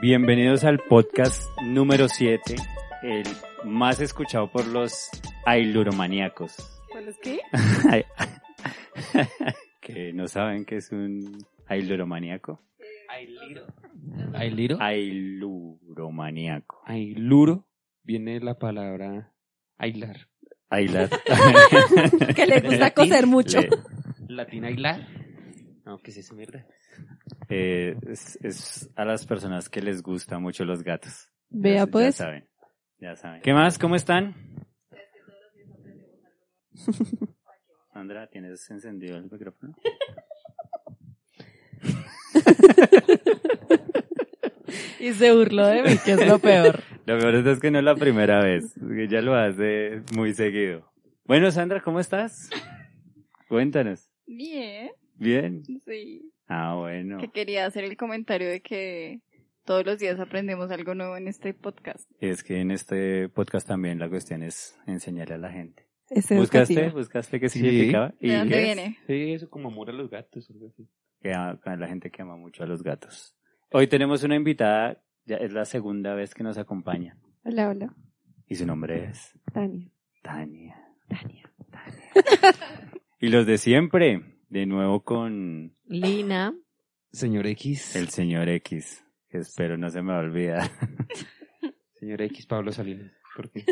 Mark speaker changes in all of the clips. Speaker 1: Bienvenidos al podcast número 7, el más escuchado por los ailuromaníacos.
Speaker 2: ¿Cuáles qué?
Speaker 1: que no saben qué es un ailuromaníaco.
Speaker 3: Ailiro. Ailiro.
Speaker 1: Ailuromaníaco.
Speaker 3: Ailuro viene la palabra ailar.
Speaker 1: Ailar.
Speaker 2: Que le gusta coser mucho.
Speaker 1: Le-
Speaker 3: Latina ailar. No, ¿qué es eso, mierda?
Speaker 1: eh, es, es a las personas que les gustan mucho los gatos.
Speaker 2: Vea
Speaker 1: Ya-
Speaker 2: pues.
Speaker 1: Ya saben. Ya saben. ¿Qué más? ¿Cómo están? Sandra, ¿tienes encendido el micrófono?
Speaker 2: Y se burló de mí, que es lo peor.
Speaker 1: Lo peor es que no es la primera vez. Ya lo hace muy seguido. Bueno, Sandra, ¿cómo estás? Cuéntanos.
Speaker 4: Bien,
Speaker 1: Bien.
Speaker 4: sí.
Speaker 1: Ah, bueno.
Speaker 4: Que quería hacer el comentario de que todos los días aprendemos algo nuevo en este podcast.
Speaker 1: Es que en este podcast también la cuestión es enseñarle a la gente.
Speaker 2: Es
Speaker 1: ¿Buscaste?
Speaker 2: educativo.
Speaker 1: ¿Buscaste qué
Speaker 3: Sí.
Speaker 1: significaba?
Speaker 4: ¿De
Speaker 1: ¿Y
Speaker 4: dónde
Speaker 1: qué?
Speaker 4: viene?
Speaker 3: Sí, eso como amor a los gatos. algo así.
Speaker 1: que ama- a la gente que ama mucho a los gatos. Hoy tenemos una invitada, ya es la segunda vez que nos acompaña.
Speaker 2: Hola, hola.
Speaker 1: Y su nombre es
Speaker 2: Tania.
Speaker 1: Tania.
Speaker 2: Tania.
Speaker 1: Y los de siempre, de nuevo con
Speaker 2: Lina.
Speaker 3: Señor X.
Speaker 1: el señor X, que espero no se me va a olvidar.
Speaker 3: Señor X Pablo Salinas. ¿Por qué?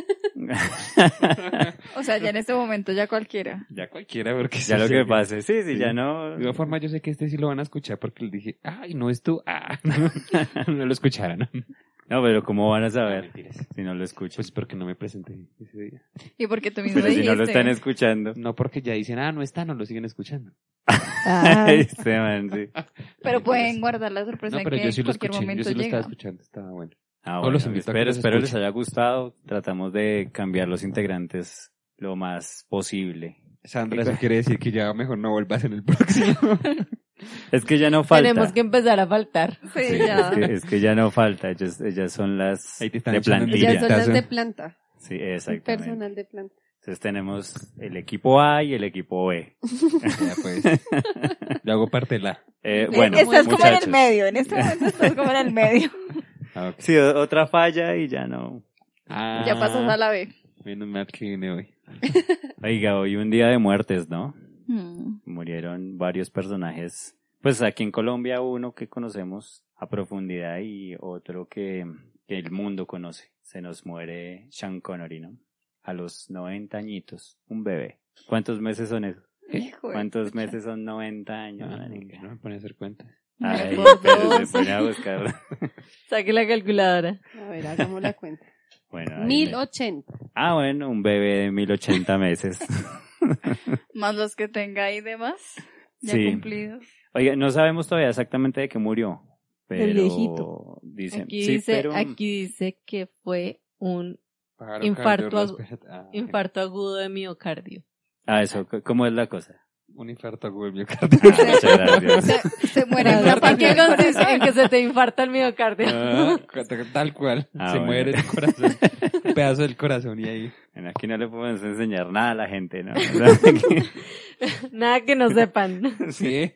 Speaker 4: O sea, ya en este momento ya cualquiera.
Speaker 3: ya cualquiera, porque
Speaker 1: ya lo que
Speaker 3: pasa.
Speaker 1: pase. Sí, sí,
Speaker 3: Sí.
Speaker 1: ya
Speaker 3: De
Speaker 1: no.
Speaker 3: igual forma, yo sé que este sí lo van a escuchar porque le dije, ay, no es tú. Ah, no lo escucharon.
Speaker 1: No, pero ¿cómo van a
Speaker 3: A
Speaker 1: saber
Speaker 3: mentiras.
Speaker 1: si no lo escuchan?
Speaker 3: Pues porque no me presenté ese día.
Speaker 4: Y porque tú
Speaker 3: Pues,
Speaker 4: mismo
Speaker 1: Pero si no lo
Speaker 4: dijiste,
Speaker 1: están escuchando.
Speaker 3: No porque ya dicen, ah, no está, no lo siguen escuchando.
Speaker 1: Este man, sí. pues.
Speaker 4: pero pueden guardar la sorpresa
Speaker 3: No, pero
Speaker 4: que
Speaker 3: yo sí
Speaker 4: Pues en cualquier
Speaker 3: lo escuché, yo
Speaker 4: momento
Speaker 3: sí lo
Speaker 4: llega.
Speaker 3: estaba escuchando, estaba bueno.
Speaker 1: Ah,
Speaker 3: O
Speaker 1: bueno,
Speaker 3: los invito a que
Speaker 1: espero,
Speaker 3: los
Speaker 1: espero les
Speaker 3: escuchen.
Speaker 1: haya gustado. Tratamos de cambiar los integrantes lo más posible.
Speaker 3: Sandra, eso quiere decir que ya mejor no vuelvas en el próximo.
Speaker 1: Es que ya no falta.
Speaker 2: Tenemos que empezar a faltar.
Speaker 4: Sí,
Speaker 1: Sí, Es,
Speaker 4: ya.
Speaker 1: que, es que ya no falta. Ellas, ellas son las
Speaker 3: Ahí te están
Speaker 1: de
Speaker 3: echando
Speaker 1: plantilla.
Speaker 3: mentiras.
Speaker 5: Ya son las
Speaker 3: Tazo.
Speaker 5: de planta,
Speaker 1: Sí,
Speaker 5: el
Speaker 1: exactamente.
Speaker 5: personal de planta.
Speaker 1: Entonces tenemos el equipo A y el equipo B.
Speaker 3: ya pues. Yo hago parte de la.
Speaker 1: Eh, bueno,
Speaker 4: estás como en
Speaker 1: muchachos.
Speaker 4: el medio, en este momento estás como en el medio.
Speaker 3: Ah,
Speaker 1: Sí, o- otra falla y ya no.
Speaker 4: Ya
Speaker 1: Ah.
Speaker 4: pasas a la B.
Speaker 3: Menos mal que vine hoy.
Speaker 1: Oiga, hoy un día de muertes, ¿no?
Speaker 4: Hmm.
Speaker 1: murieron varios personajes. Pues aquí en Colombia uno que conocemos a profundidad y otro que, que el mundo conoce. Se nos muere Sean Connery, ¿no? A los 90 añitos, un bebé. ¿Cuántos meses son eso?
Speaker 4: Hijo de
Speaker 1: ¿Cuántos
Speaker 4: pucha.
Speaker 1: meses son 90 años?
Speaker 3: Ah,
Speaker 1: marica?
Speaker 3: no me pone a hacer cuenta.
Speaker 1: Ay,
Speaker 4: Por
Speaker 1: pero se
Speaker 4: dos.
Speaker 1: pone a buscar.
Speaker 2: Saque la calculadora.
Speaker 5: A ver, hagamos la cuenta.
Speaker 1: Bueno, ahí me-
Speaker 5: 1080.
Speaker 1: Ah, bueno, un bebé de 1080 meses.
Speaker 4: Más los que tenga ahí demás, ya
Speaker 1: Sí.
Speaker 4: cumplidos.
Speaker 1: Oiga, no sabemos todavía exactamente de qué murió. Pero
Speaker 2: Del viejito.
Speaker 1: Dicen,
Speaker 2: Aquí,
Speaker 1: sí,
Speaker 2: dice,
Speaker 1: pero-
Speaker 2: aquí dice que fue un
Speaker 3: Pájaro,
Speaker 2: Infarto
Speaker 3: cardiólogo,
Speaker 2: agu-
Speaker 3: espérate. Ah,
Speaker 2: infarto agudo de miocardio.
Speaker 1: Ah, eso, c- ¿cómo es la cosa?
Speaker 3: Un infarto agudo del
Speaker 1: Ah,
Speaker 3: miocardio.
Speaker 1: muchas gracias.
Speaker 4: Se, se muere
Speaker 2: Bueno,
Speaker 4: en la
Speaker 2: ¿En qué
Speaker 4: pandemia.
Speaker 2: consiste? En que se te infarta el miocardio.
Speaker 3: Ah, Tal cual.
Speaker 1: Ah,
Speaker 3: Se
Speaker 1: bueno.
Speaker 3: muere el corazón. Un pedazo del corazón y ahí.
Speaker 1: Bueno, Aquí no le podemos enseñar nada a la gente, ¿no?
Speaker 2: Nada que no sepan.
Speaker 3: Sí.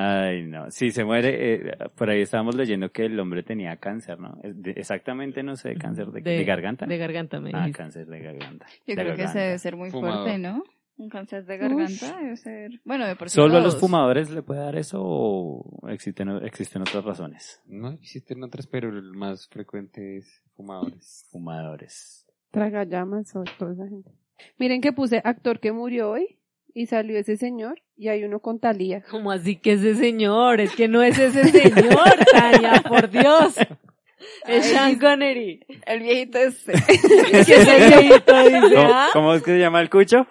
Speaker 1: Ay, no. Sí, se muere. eh, por ahí estábamos leyendo que el hombre tenía cáncer, ¿no? Es de- exactamente, no sé, cáncer de, de garganta.
Speaker 2: De garganta, me
Speaker 1: ah,
Speaker 2: dijiste.
Speaker 1: cáncer de garganta. De
Speaker 4: Yo creo que ese
Speaker 1: garganta.
Speaker 4: debe ser muy
Speaker 3: Fumador.
Speaker 4: fuerte, ¿no? Un cáncer de garganta debe ser... Bueno, de por sí
Speaker 1: ¿Solo a los
Speaker 4: todos.
Speaker 1: fumadores le puede dar eso o existen, existen otras razones?
Speaker 3: No existen otras, pero el más frecuente es fumadores.
Speaker 1: Fumadores.
Speaker 5: Traga llamas o toda esa gente. Miren que puse actor que murió hoy y salió ese señor y hay uno con Talía.
Speaker 2: ¿Cómo así que ese señor? Es que no es ese señor, Tania, por Dios. Es Sean Connery.
Speaker 4: El viejito este. es
Speaker 2: Es que ese viejito dice,
Speaker 1: ¿Cómo,
Speaker 2: ah,
Speaker 1: cómo es que se llama el cucho?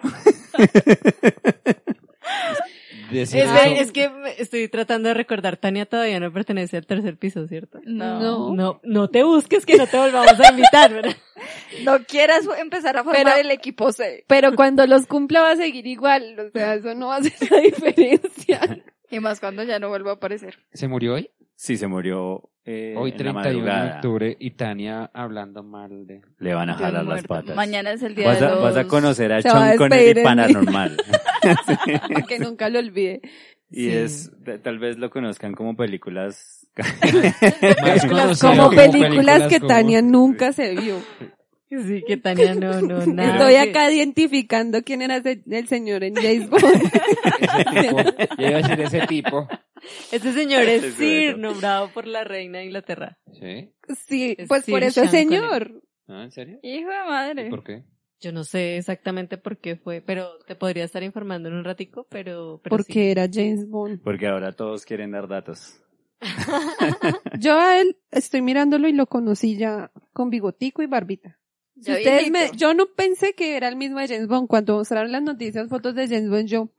Speaker 2: Es, ve- es que me- estoy tratando de recordar, Tania todavía no pertenece al tercer piso, ¿cierto?
Speaker 4: No.
Speaker 5: No.
Speaker 2: No, no te busques que no te volvamos a invitar, ¿verdad?
Speaker 4: No quieras empezar a formar
Speaker 5: Pero-
Speaker 4: el equipo C.
Speaker 5: Pero cuando los cumpla va a seguir igual, o sea, eso no va a hacer la diferencia.
Speaker 4: Y más cuando ya no vuelva a aparecer.
Speaker 3: ¿Se murió hoy?
Speaker 1: Sí, se murió eh,
Speaker 3: Hoy
Speaker 1: en la
Speaker 3: 31 de
Speaker 1: madrugada.
Speaker 3: octubre y Tania hablando mal de...
Speaker 1: Le van a
Speaker 4: Dios
Speaker 1: jalar las
Speaker 4: muerto.
Speaker 1: patas.
Speaker 4: Mañana es el día
Speaker 1: vas
Speaker 4: de
Speaker 1: a,
Speaker 4: los...
Speaker 1: vas a conocer a
Speaker 5: Se va a
Speaker 1: Sean Connery
Speaker 5: despedir en mí.
Speaker 1: paranormal.
Speaker 5: que nunca lo olvide.
Speaker 1: Y
Speaker 2: Sí.
Speaker 1: es, t- tal vez lo conozcan como películas.
Speaker 3: Más conocida
Speaker 5: Como películas que
Speaker 3: como-
Speaker 5: Tania nunca se vio.
Speaker 2: Sí, que Tania no, no, nada.
Speaker 5: Estoy
Speaker 2: que-
Speaker 5: acá identificando quién era ese- el señor en James Bond.
Speaker 3: Yo iba a decir ese tipo.
Speaker 2: Este señor es
Speaker 1: Ese es
Speaker 2: Sir,
Speaker 1: bueno.
Speaker 2: nombrado por la reina de Inglaterra.
Speaker 3: ¿Sí?
Speaker 5: Sí,
Speaker 2: Es
Speaker 5: pues por
Speaker 2: Sir
Speaker 5: eso es
Speaker 2: Sean Connery.
Speaker 5: señor.
Speaker 3: ¿Ah, ¿En serio?
Speaker 4: Hijo de madre.
Speaker 3: ¿Y por qué?
Speaker 2: Yo no sé exactamente por qué fue, pero te podría estar informando en un ratico, pero... pero
Speaker 5: Porque
Speaker 2: sí.
Speaker 5: era James Bond.
Speaker 1: Porque ahora todos quieren dar datos.
Speaker 5: Yo a él estoy mirándolo y lo conocí ya con bigotico y barbita.
Speaker 4: Ya
Speaker 5: Si ustedes me-
Speaker 4: viejito.
Speaker 5: yo no pensé que era el mismo de James Bond. Cuando mostraron las noticias, fotos de James Bond, yo, "Hmm,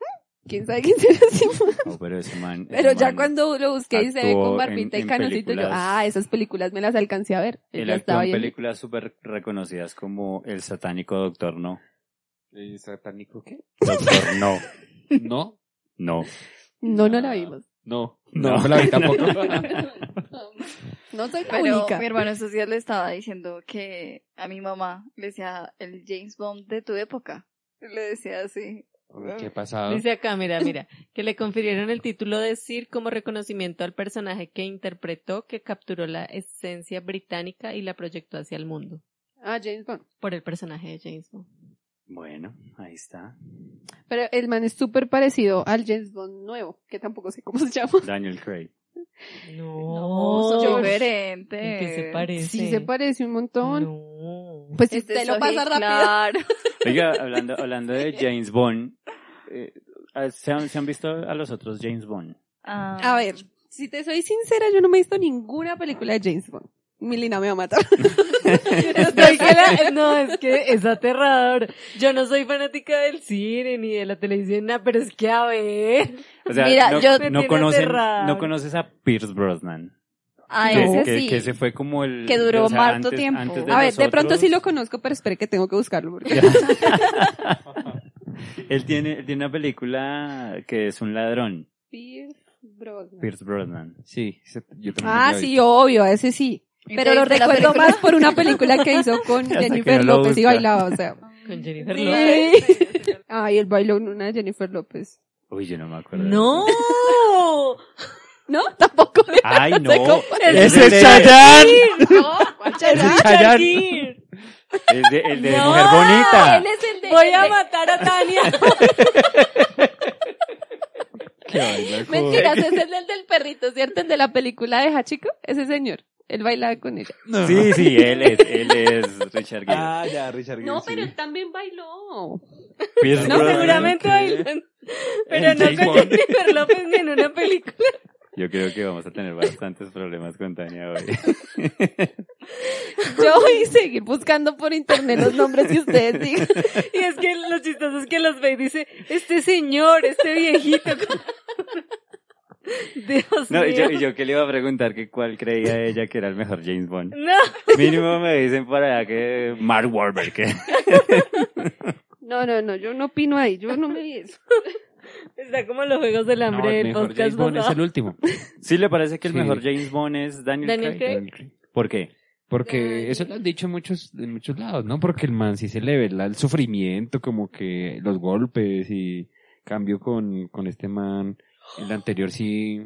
Speaker 5: quién sabe quién será ese man?".
Speaker 1: No, Oh, pero ese man- ese
Speaker 5: Pero ya
Speaker 1: man-
Speaker 5: cuando lo busqué y se ve
Speaker 1: actuó
Speaker 5: con barbita
Speaker 1: en-
Speaker 5: y
Speaker 1: en
Speaker 5: canocito, yo,
Speaker 1: películas.
Speaker 5: ah, esas películas me las alcancé a ver. Él
Speaker 1: Él
Speaker 5: ya
Speaker 1: actuó
Speaker 5: estaba
Speaker 1: en
Speaker 5: bien.
Speaker 1: películas súper reconocidas como El satánico doctor no.
Speaker 3: ¿Y satánico qué?
Speaker 1: Doctor no.
Speaker 3: No,
Speaker 1: No.
Speaker 5: No, no la vimos.
Speaker 3: no,
Speaker 1: No.
Speaker 3: no, no la vi tampoco.
Speaker 5: No soy
Speaker 4: Pero
Speaker 5: cómica.
Speaker 4: mi hermano estos días le estaba diciendo que a mi mamá le decía el James Bond de tu época. Le decía así.
Speaker 3: ¿Qué ha pasado?
Speaker 2: Dice acá, mira, mira, que le confirieron el título de Sir como reconocimiento al personaje que interpretó, que capturó la esencia británica y la proyectó hacia el mundo,
Speaker 5: Ah, James Bond.
Speaker 2: por el personaje de James Bond.
Speaker 1: Bueno, ahí está.
Speaker 5: Pero el man es súper parecido al James Bond nuevo, que tampoco sé cómo se llama.
Speaker 1: Daniel Craig.
Speaker 2: No,
Speaker 4: son
Speaker 5: George.
Speaker 4: diferentes.
Speaker 2: ¿En qué se parece?
Speaker 5: Sí, se parece un montón.
Speaker 2: No.
Speaker 5: Pues si
Speaker 4: Este
Speaker 5: usted
Speaker 4: es
Speaker 5: lo
Speaker 4: Sophie
Speaker 5: pasa rápido.
Speaker 4: Clark.
Speaker 1: Oiga, hablando, hablando de James Bond, eh, ¿se, han, se han visto a los otros James Bond?
Speaker 4: Ah,
Speaker 5: A ver, si te soy sincera, yo no me he visto ninguna película de James Bond. Milina me va a matar.
Speaker 2: Estoy que la- no, es que es aterrador. Yo no soy fanática del cine ni de la televisión, nada, pero es que a ver.
Speaker 1: O sea,
Speaker 4: Mira,
Speaker 1: no,
Speaker 4: yo-
Speaker 2: Me
Speaker 1: no,
Speaker 2: tiene
Speaker 1: conocen-
Speaker 2: aterrada.
Speaker 1: no conoces a Pierce Brosnan.
Speaker 4: Ah,
Speaker 1: que,
Speaker 4: ese
Speaker 1: que-
Speaker 4: sí.
Speaker 1: que se fue como el...
Speaker 4: Que duró harto
Speaker 1: harto
Speaker 4: tiempo.
Speaker 5: a ver, de pronto sí lo conozco, pero espere que tengo que buscarlo. Porque...
Speaker 1: Él tiene, él tiene una película que es un ladrón,
Speaker 5: Pierce Brosnan.
Speaker 1: Pierce Brosnan.
Speaker 3: Sí, se- yo también
Speaker 5: Ah,
Speaker 3: la vi.
Speaker 5: sí, obvio, ese sí.
Speaker 4: ¿Y
Speaker 5: Pero
Speaker 4: te
Speaker 5: lo
Speaker 4: viste la
Speaker 5: recuerdo
Speaker 4: película?
Speaker 5: más por una película que hizo con
Speaker 1: Hasta que
Speaker 5: Jennifer
Speaker 1: no lo
Speaker 5: López y
Speaker 1: busca.
Speaker 5: bailaba, o sea.
Speaker 2: Con Jennifer
Speaker 5: Sí.
Speaker 2: López.
Speaker 5: Ay, el bailó en una de Jennifer López.
Speaker 1: Uy, yo no me acuerdo.
Speaker 2: No.
Speaker 5: ¿No? Tampoco.
Speaker 1: Ay, no. de-
Speaker 2: Ese
Speaker 5: ¿Será?
Speaker 2: Shakir.
Speaker 1: El de, el de
Speaker 2: No,
Speaker 1: Mujer Bonita.
Speaker 5: Él es el de...
Speaker 2: Voy a
Speaker 4: Eh,
Speaker 2: matar a Tania.
Speaker 5: Mentiras, ese es el del perrito, ¿cierto? El de la película de Hachiko, ese señor. Él bailaba con ella.
Speaker 1: Sí, sí, él es, él es Richard Gere.
Speaker 3: Ah, ya, Richard Gere,
Speaker 5: No,
Speaker 3: sí.
Speaker 5: pero él también bailó.
Speaker 1: Pierce
Speaker 2: No,
Speaker 1: Brosnan.
Speaker 2: seguramente bailan. Pero no
Speaker 1: James
Speaker 2: con
Speaker 1: Bond.
Speaker 2: Jennifer López ni en una película.
Speaker 1: Yo creo que vamos a tener bastantes problemas con Tania hoy.
Speaker 5: Yo voy a seguir buscando por internet los nombres que ustedes digan.
Speaker 2: Y es que lo chistoso es que los ve y dice, este señor, este viejito. Dios
Speaker 1: No, y yo,
Speaker 2: mío.
Speaker 1: y yo que le iba a preguntar que cuál creía ella que era el mejor James Bond.
Speaker 2: No.
Speaker 1: Mínimo me dicen por allá que Mark Wahlberg. que-
Speaker 5: No, no, no, yo no opino ahí, yo no me vi eso.
Speaker 2: Está como los juegos del
Speaker 3: No,
Speaker 2: hambre
Speaker 3: el
Speaker 2: del
Speaker 3: mejor
Speaker 2: podcast.
Speaker 3: James Bond es
Speaker 2: pasado.
Speaker 3: el último.
Speaker 1: ¿Sí le parece que el
Speaker 3: Sí.
Speaker 1: mejor James Bond es Daniel,
Speaker 2: Daniel
Speaker 1: Craig?
Speaker 2: Craig.
Speaker 1: ¿Por qué?
Speaker 3: Porque eso lo han dicho en muchos, en muchos lados, ¿no? Porque el man sí se le ve la- el sufrimiento, como que los golpes y cambio con, con este man. El anterior sí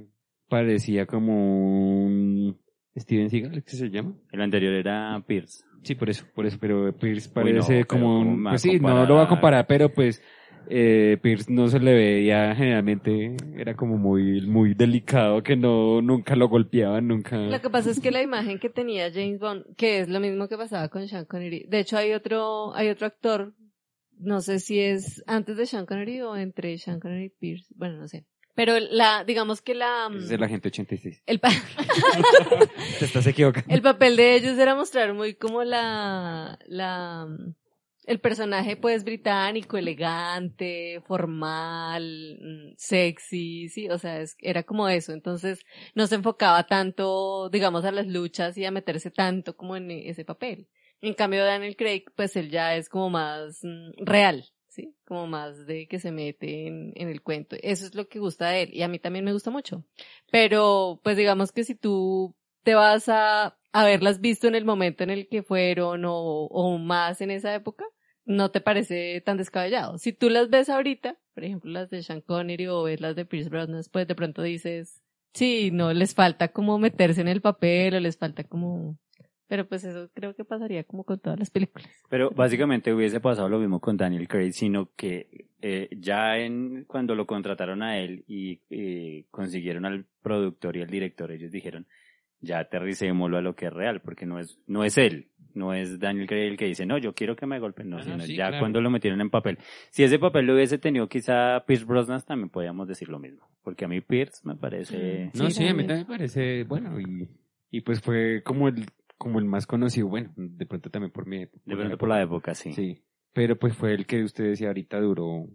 Speaker 3: parecía como un Steven Seagal, ¿qué se llama?
Speaker 1: El anterior era Pierce.
Speaker 3: Sí, por eso, por eso, pero Pierce
Speaker 1: Uy, no,
Speaker 3: parece
Speaker 1: pero
Speaker 3: como
Speaker 1: ¿cómo
Speaker 3: un...
Speaker 1: me va
Speaker 3: Pues
Speaker 1: a
Speaker 3: sí, no
Speaker 1: comparar?
Speaker 3: lo va a comparar, pero pues eh, Pierce no se le veía generalmente, era como muy muy delicado, que no nunca lo golpeaban, nunca...
Speaker 2: Lo que pasa es que la imagen que tenía James Bond, que es lo mismo que pasaba con Sean Connery. De hecho, hay otro, hay otro actor no sé si es antes de Sean Connery o entre Sean Connery y Pierce, bueno, no sé. Pero la, digamos que la...
Speaker 3: Es de la gente 86.
Speaker 2: el, pa-
Speaker 1: Te estás equivocando.
Speaker 2: el papel de ellos era mostrar muy como la, la, mm, el personaje pues británico, elegante, formal, mm, sexy, sí, o sea, es- era como eso. Entonces no se enfocaba tanto, digamos, a las luchas y a meterse tanto como en ese papel. En cambio, Daniel Craig, pues él ya es como más mm, real, ¿sí? Como más de que se mete en, en el cuento. Eso es lo que gusta de él y a mí también me gusta mucho. Pero, pues digamos que si tú te vas a haberlas visto en el momento en el que fueron o, o más en esa época, no te parece tan descabellado. Si tú las ves ahorita, por ejemplo las de Sean Connery o ves las de Pierce Brosnan, pues de pronto dices, sí, no, les falta como meterse en el papel o les falta como... Pero pues eso creo que pasaría como con todas las películas.
Speaker 1: Pero básicamente hubiese pasado lo mismo con Daniel Craig, sino que eh, ya en cuando lo contrataron a él y eh, consiguieron al productor y al director, ellos dijeron, ya aterricémoslo a lo que es real, porque no es, no es él, no es Daniel Craig el que dice, no, yo quiero que me golpeen, no,
Speaker 3: Ah, no,
Speaker 1: sino
Speaker 3: sí,
Speaker 1: ya
Speaker 3: claro.
Speaker 1: cuando lo metieron en papel. Si ese papel lo hubiese tenido quizá Pierce Brosnan, también podríamos decir lo mismo, porque a mí Pierce me parece...
Speaker 2: Mm.
Speaker 3: No,
Speaker 2: Sí,
Speaker 3: sí, a mí
Speaker 2: también.
Speaker 3: también me parece bueno y, y pues fue como el como el más conocido, bueno, de pronto también por mi época.
Speaker 1: De pronto por la época, sí.
Speaker 3: Sí. Pero pues fue el que usted decía ahorita duró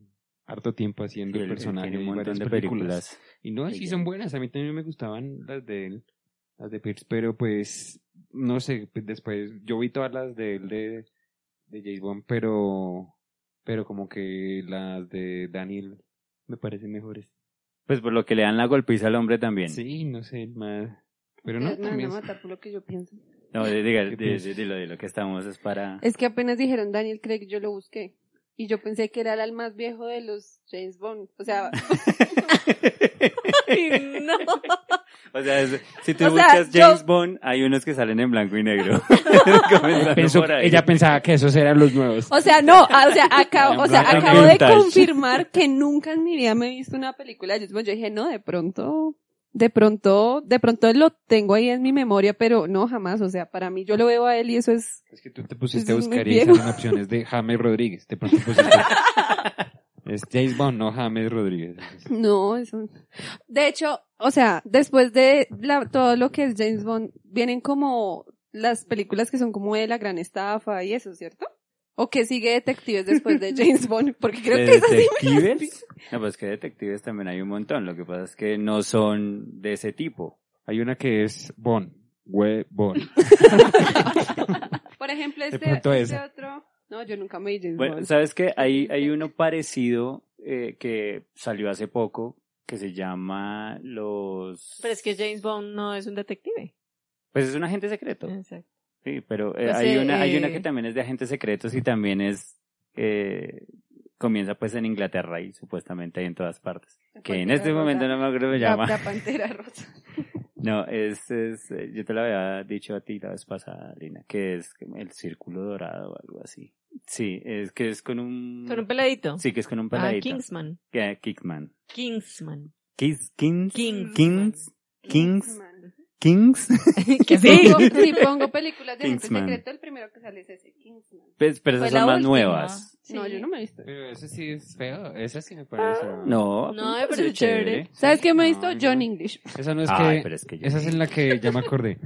Speaker 3: harto tiempo haciendo
Speaker 1: Él-
Speaker 3: el
Speaker 1: él
Speaker 3: personaje
Speaker 1: tiene
Speaker 3: en
Speaker 1: un montón de
Speaker 3: varias películas.
Speaker 1: películas.
Speaker 3: Y no, sí son buenas, a mí también me gustaban las de él, las de Pierce, pero pues, no sé, pues, después yo vi todas las de él de, de James Bond, pero, pero como que las de Daniel me parecen mejores.
Speaker 1: Pues por lo que le dan la golpiza al hombre también.
Speaker 3: Sí, no sé, más, pero Eh, no, también,
Speaker 5: mata por lo que yo pienso.
Speaker 1: No, di- diga,
Speaker 3: ¿Qué
Speaker 1: di-
Speaker 3: piensas?
Speaker 1: di- dilo, dilo, que estamos es para...
Speaker 5: Es que apenas dijeron Daniel Craig, yo lo busqué. Y yo pensé que era el más viejo de los James Bond. O sea,
Speaker 2: Ay, no.
Speaker 1: o sea, es- si tú
Speaker 5: O sea,
Speaker 1: buscas
Speaker 5: yo-
Speaker 1: James Bond, hay unos que salen en blanco y negro. Comenzando
Speaker 3: Pensó-
Speaker 1: por ahí.
Speaker 3: ella pensaba que esos eran los nuevos.
Speaker 5: o sea, no, ah, o sea, acabo, o sea,
Speaker 1: Blanco
Speaker 5: acabo de
Speaker 1: vintage.
Speaker 5: confirmar que nunca en mi vida me he visto una película de James Bond. Yo dije, no, de pronto, de pronto, de pronto lo tengo ahí en mi memoria, pero no jamás. O sea, para mí yo lo veo a él y eso es
Speaker 3: Es que tú te pusiste a
Speaker 5: Es muy
Speaker 3: buscar y
Speaker 5: viejo.
Speaker 3: esas opciones de James Rodríguez, te pronto pusiste. es James Bond, no James Rodríguez.
Speaker 5: No, eso. De hecho, o sea, después de la- todo lo que es James Bond, vienen como las películas que son como de la gran estafa y eso, ¿cierto? O que sigue detectives después de James Bond, porque creo
Speaker 1: ¿De
Speaker 5: que esas sí
Speaker 1: detectives? No, pues que detectives también hay un montón. Lo que pasa es que no son de ese tipo.
Speaker 3: Hay una que es Bond, We Bond.
Speaker 5: Por ejemplo,
Speaker 3: De
Speaker 5: este,
Speaker 3: pronto
Speaker 5: este
Speaker 3: esa.
Speaker 5: otro. No, yo nunca me vi James
Speaker 1: Bueno,
Speaker 5: Bond.
Speaker 1: ¿sabes qué? Hay, hay uno parecido eh, que salió hace poco que se llama Los...
Speaker 2: Pero es que James Bond no es un detective.
Speaker 1: Pues es un agente secreto.
Speaker 2: Exacto.
Speaker 1: Sí, pero eh,
Speaker 2: Pues,
Speaker 1: hay,
Speaker 2: eh,
Speaker 1: una, hay una que
Speaker 2: eh,
Speaker 1: también es de agentes secretos y también es, eh, comienza pues en Inglaterra y supuestamente hay en todas partes.
Speaker 5: La
Speaker 1: Que en
Speaker 5: Pantera
Speaker 1: este momento
Speaker 5: Rosa.
Speaker 1: no me acuerdo me
Speaker 5: La-
Speaker 1: llama.
Speaker 5: la pantera rosa.
Speaker 1: No, es, es, eh, yo te lo había dicho a ti la vez pasada, Lina, que es el círculo dorado o algo así. Sí, es que es con un...
Speaker 2: Con un peladito.
Speaker 1: Sí, que es con un
Speaker 2: Ah,
Speaker 1: peladito.
Speaker 2: Kingsman.
Speaker 1: Que- Kickman.
Speaker 2: Kingsman.
Speaker 1: Kings, Kings,
Speaker 2: Kingsman.
Speaker 1: Kings, Kings,
Speaker 5: Kingsman.
Speaker 1: Kings.
Speaker 2: que sí.
Speaker 5: Pongo- Si pongo películas de gente
Speaker 1: Kingsman.
Speaker 5: secreto, el primero que sale es ese, Kingsman.
Speaker 1: Pues, Pero
Speaker 4: Fue
Speaker 1: esas
Speaker 4: la
Speaker 1: son más
Speaker 4: última.
Speaker 1: nuevas.
Speaker 5: No, yo no me he visto.
Speaker 3: Pero ese sí es feo, esa sí me parece.
Speaker 1: No, pues,
Speaker 2: No,
Speaker 1: me
Speaker 2: me
Speaker 1: parece
Speaker 2: parece chévere.
Speaker 5: ¿Sabes qué me he
Speaker 3: No,
Speaker 5: visto?
Speaker 3: no.
Speaker 5: John English.
Speaker 3: Esa no es
Speaker 1: Ay,
Speaker 3: que,
Speaker 1: pero es que yo-
Speaker 3: esa es en la que ya me acordé,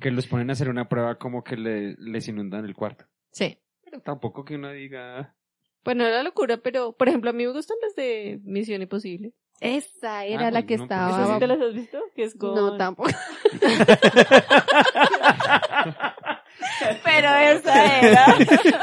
Speaker 3: que los ponen a hacer una prueba como que le- les inundan el cuarto.
Speaker 2: Sí.
Speaker 3: Pero tampoco que uno diga,
Speaker 2: Pues no era locura, pero por ejemplo, a mí me gustan las de Misión Imposible.
Speaker 5: Esa era
Speaker 3: Ah,
Speaker 5: la
Speaker 3: pues
Speaker 5: que
Speaker 3: no, pues
Speaker 5: estaba.
Speaker 3: esa
Speaker 2: ¿Esas sí te las has visto? Que es con...
Speaker 5: No, tampoco.
Speaker 4: Pero esa era.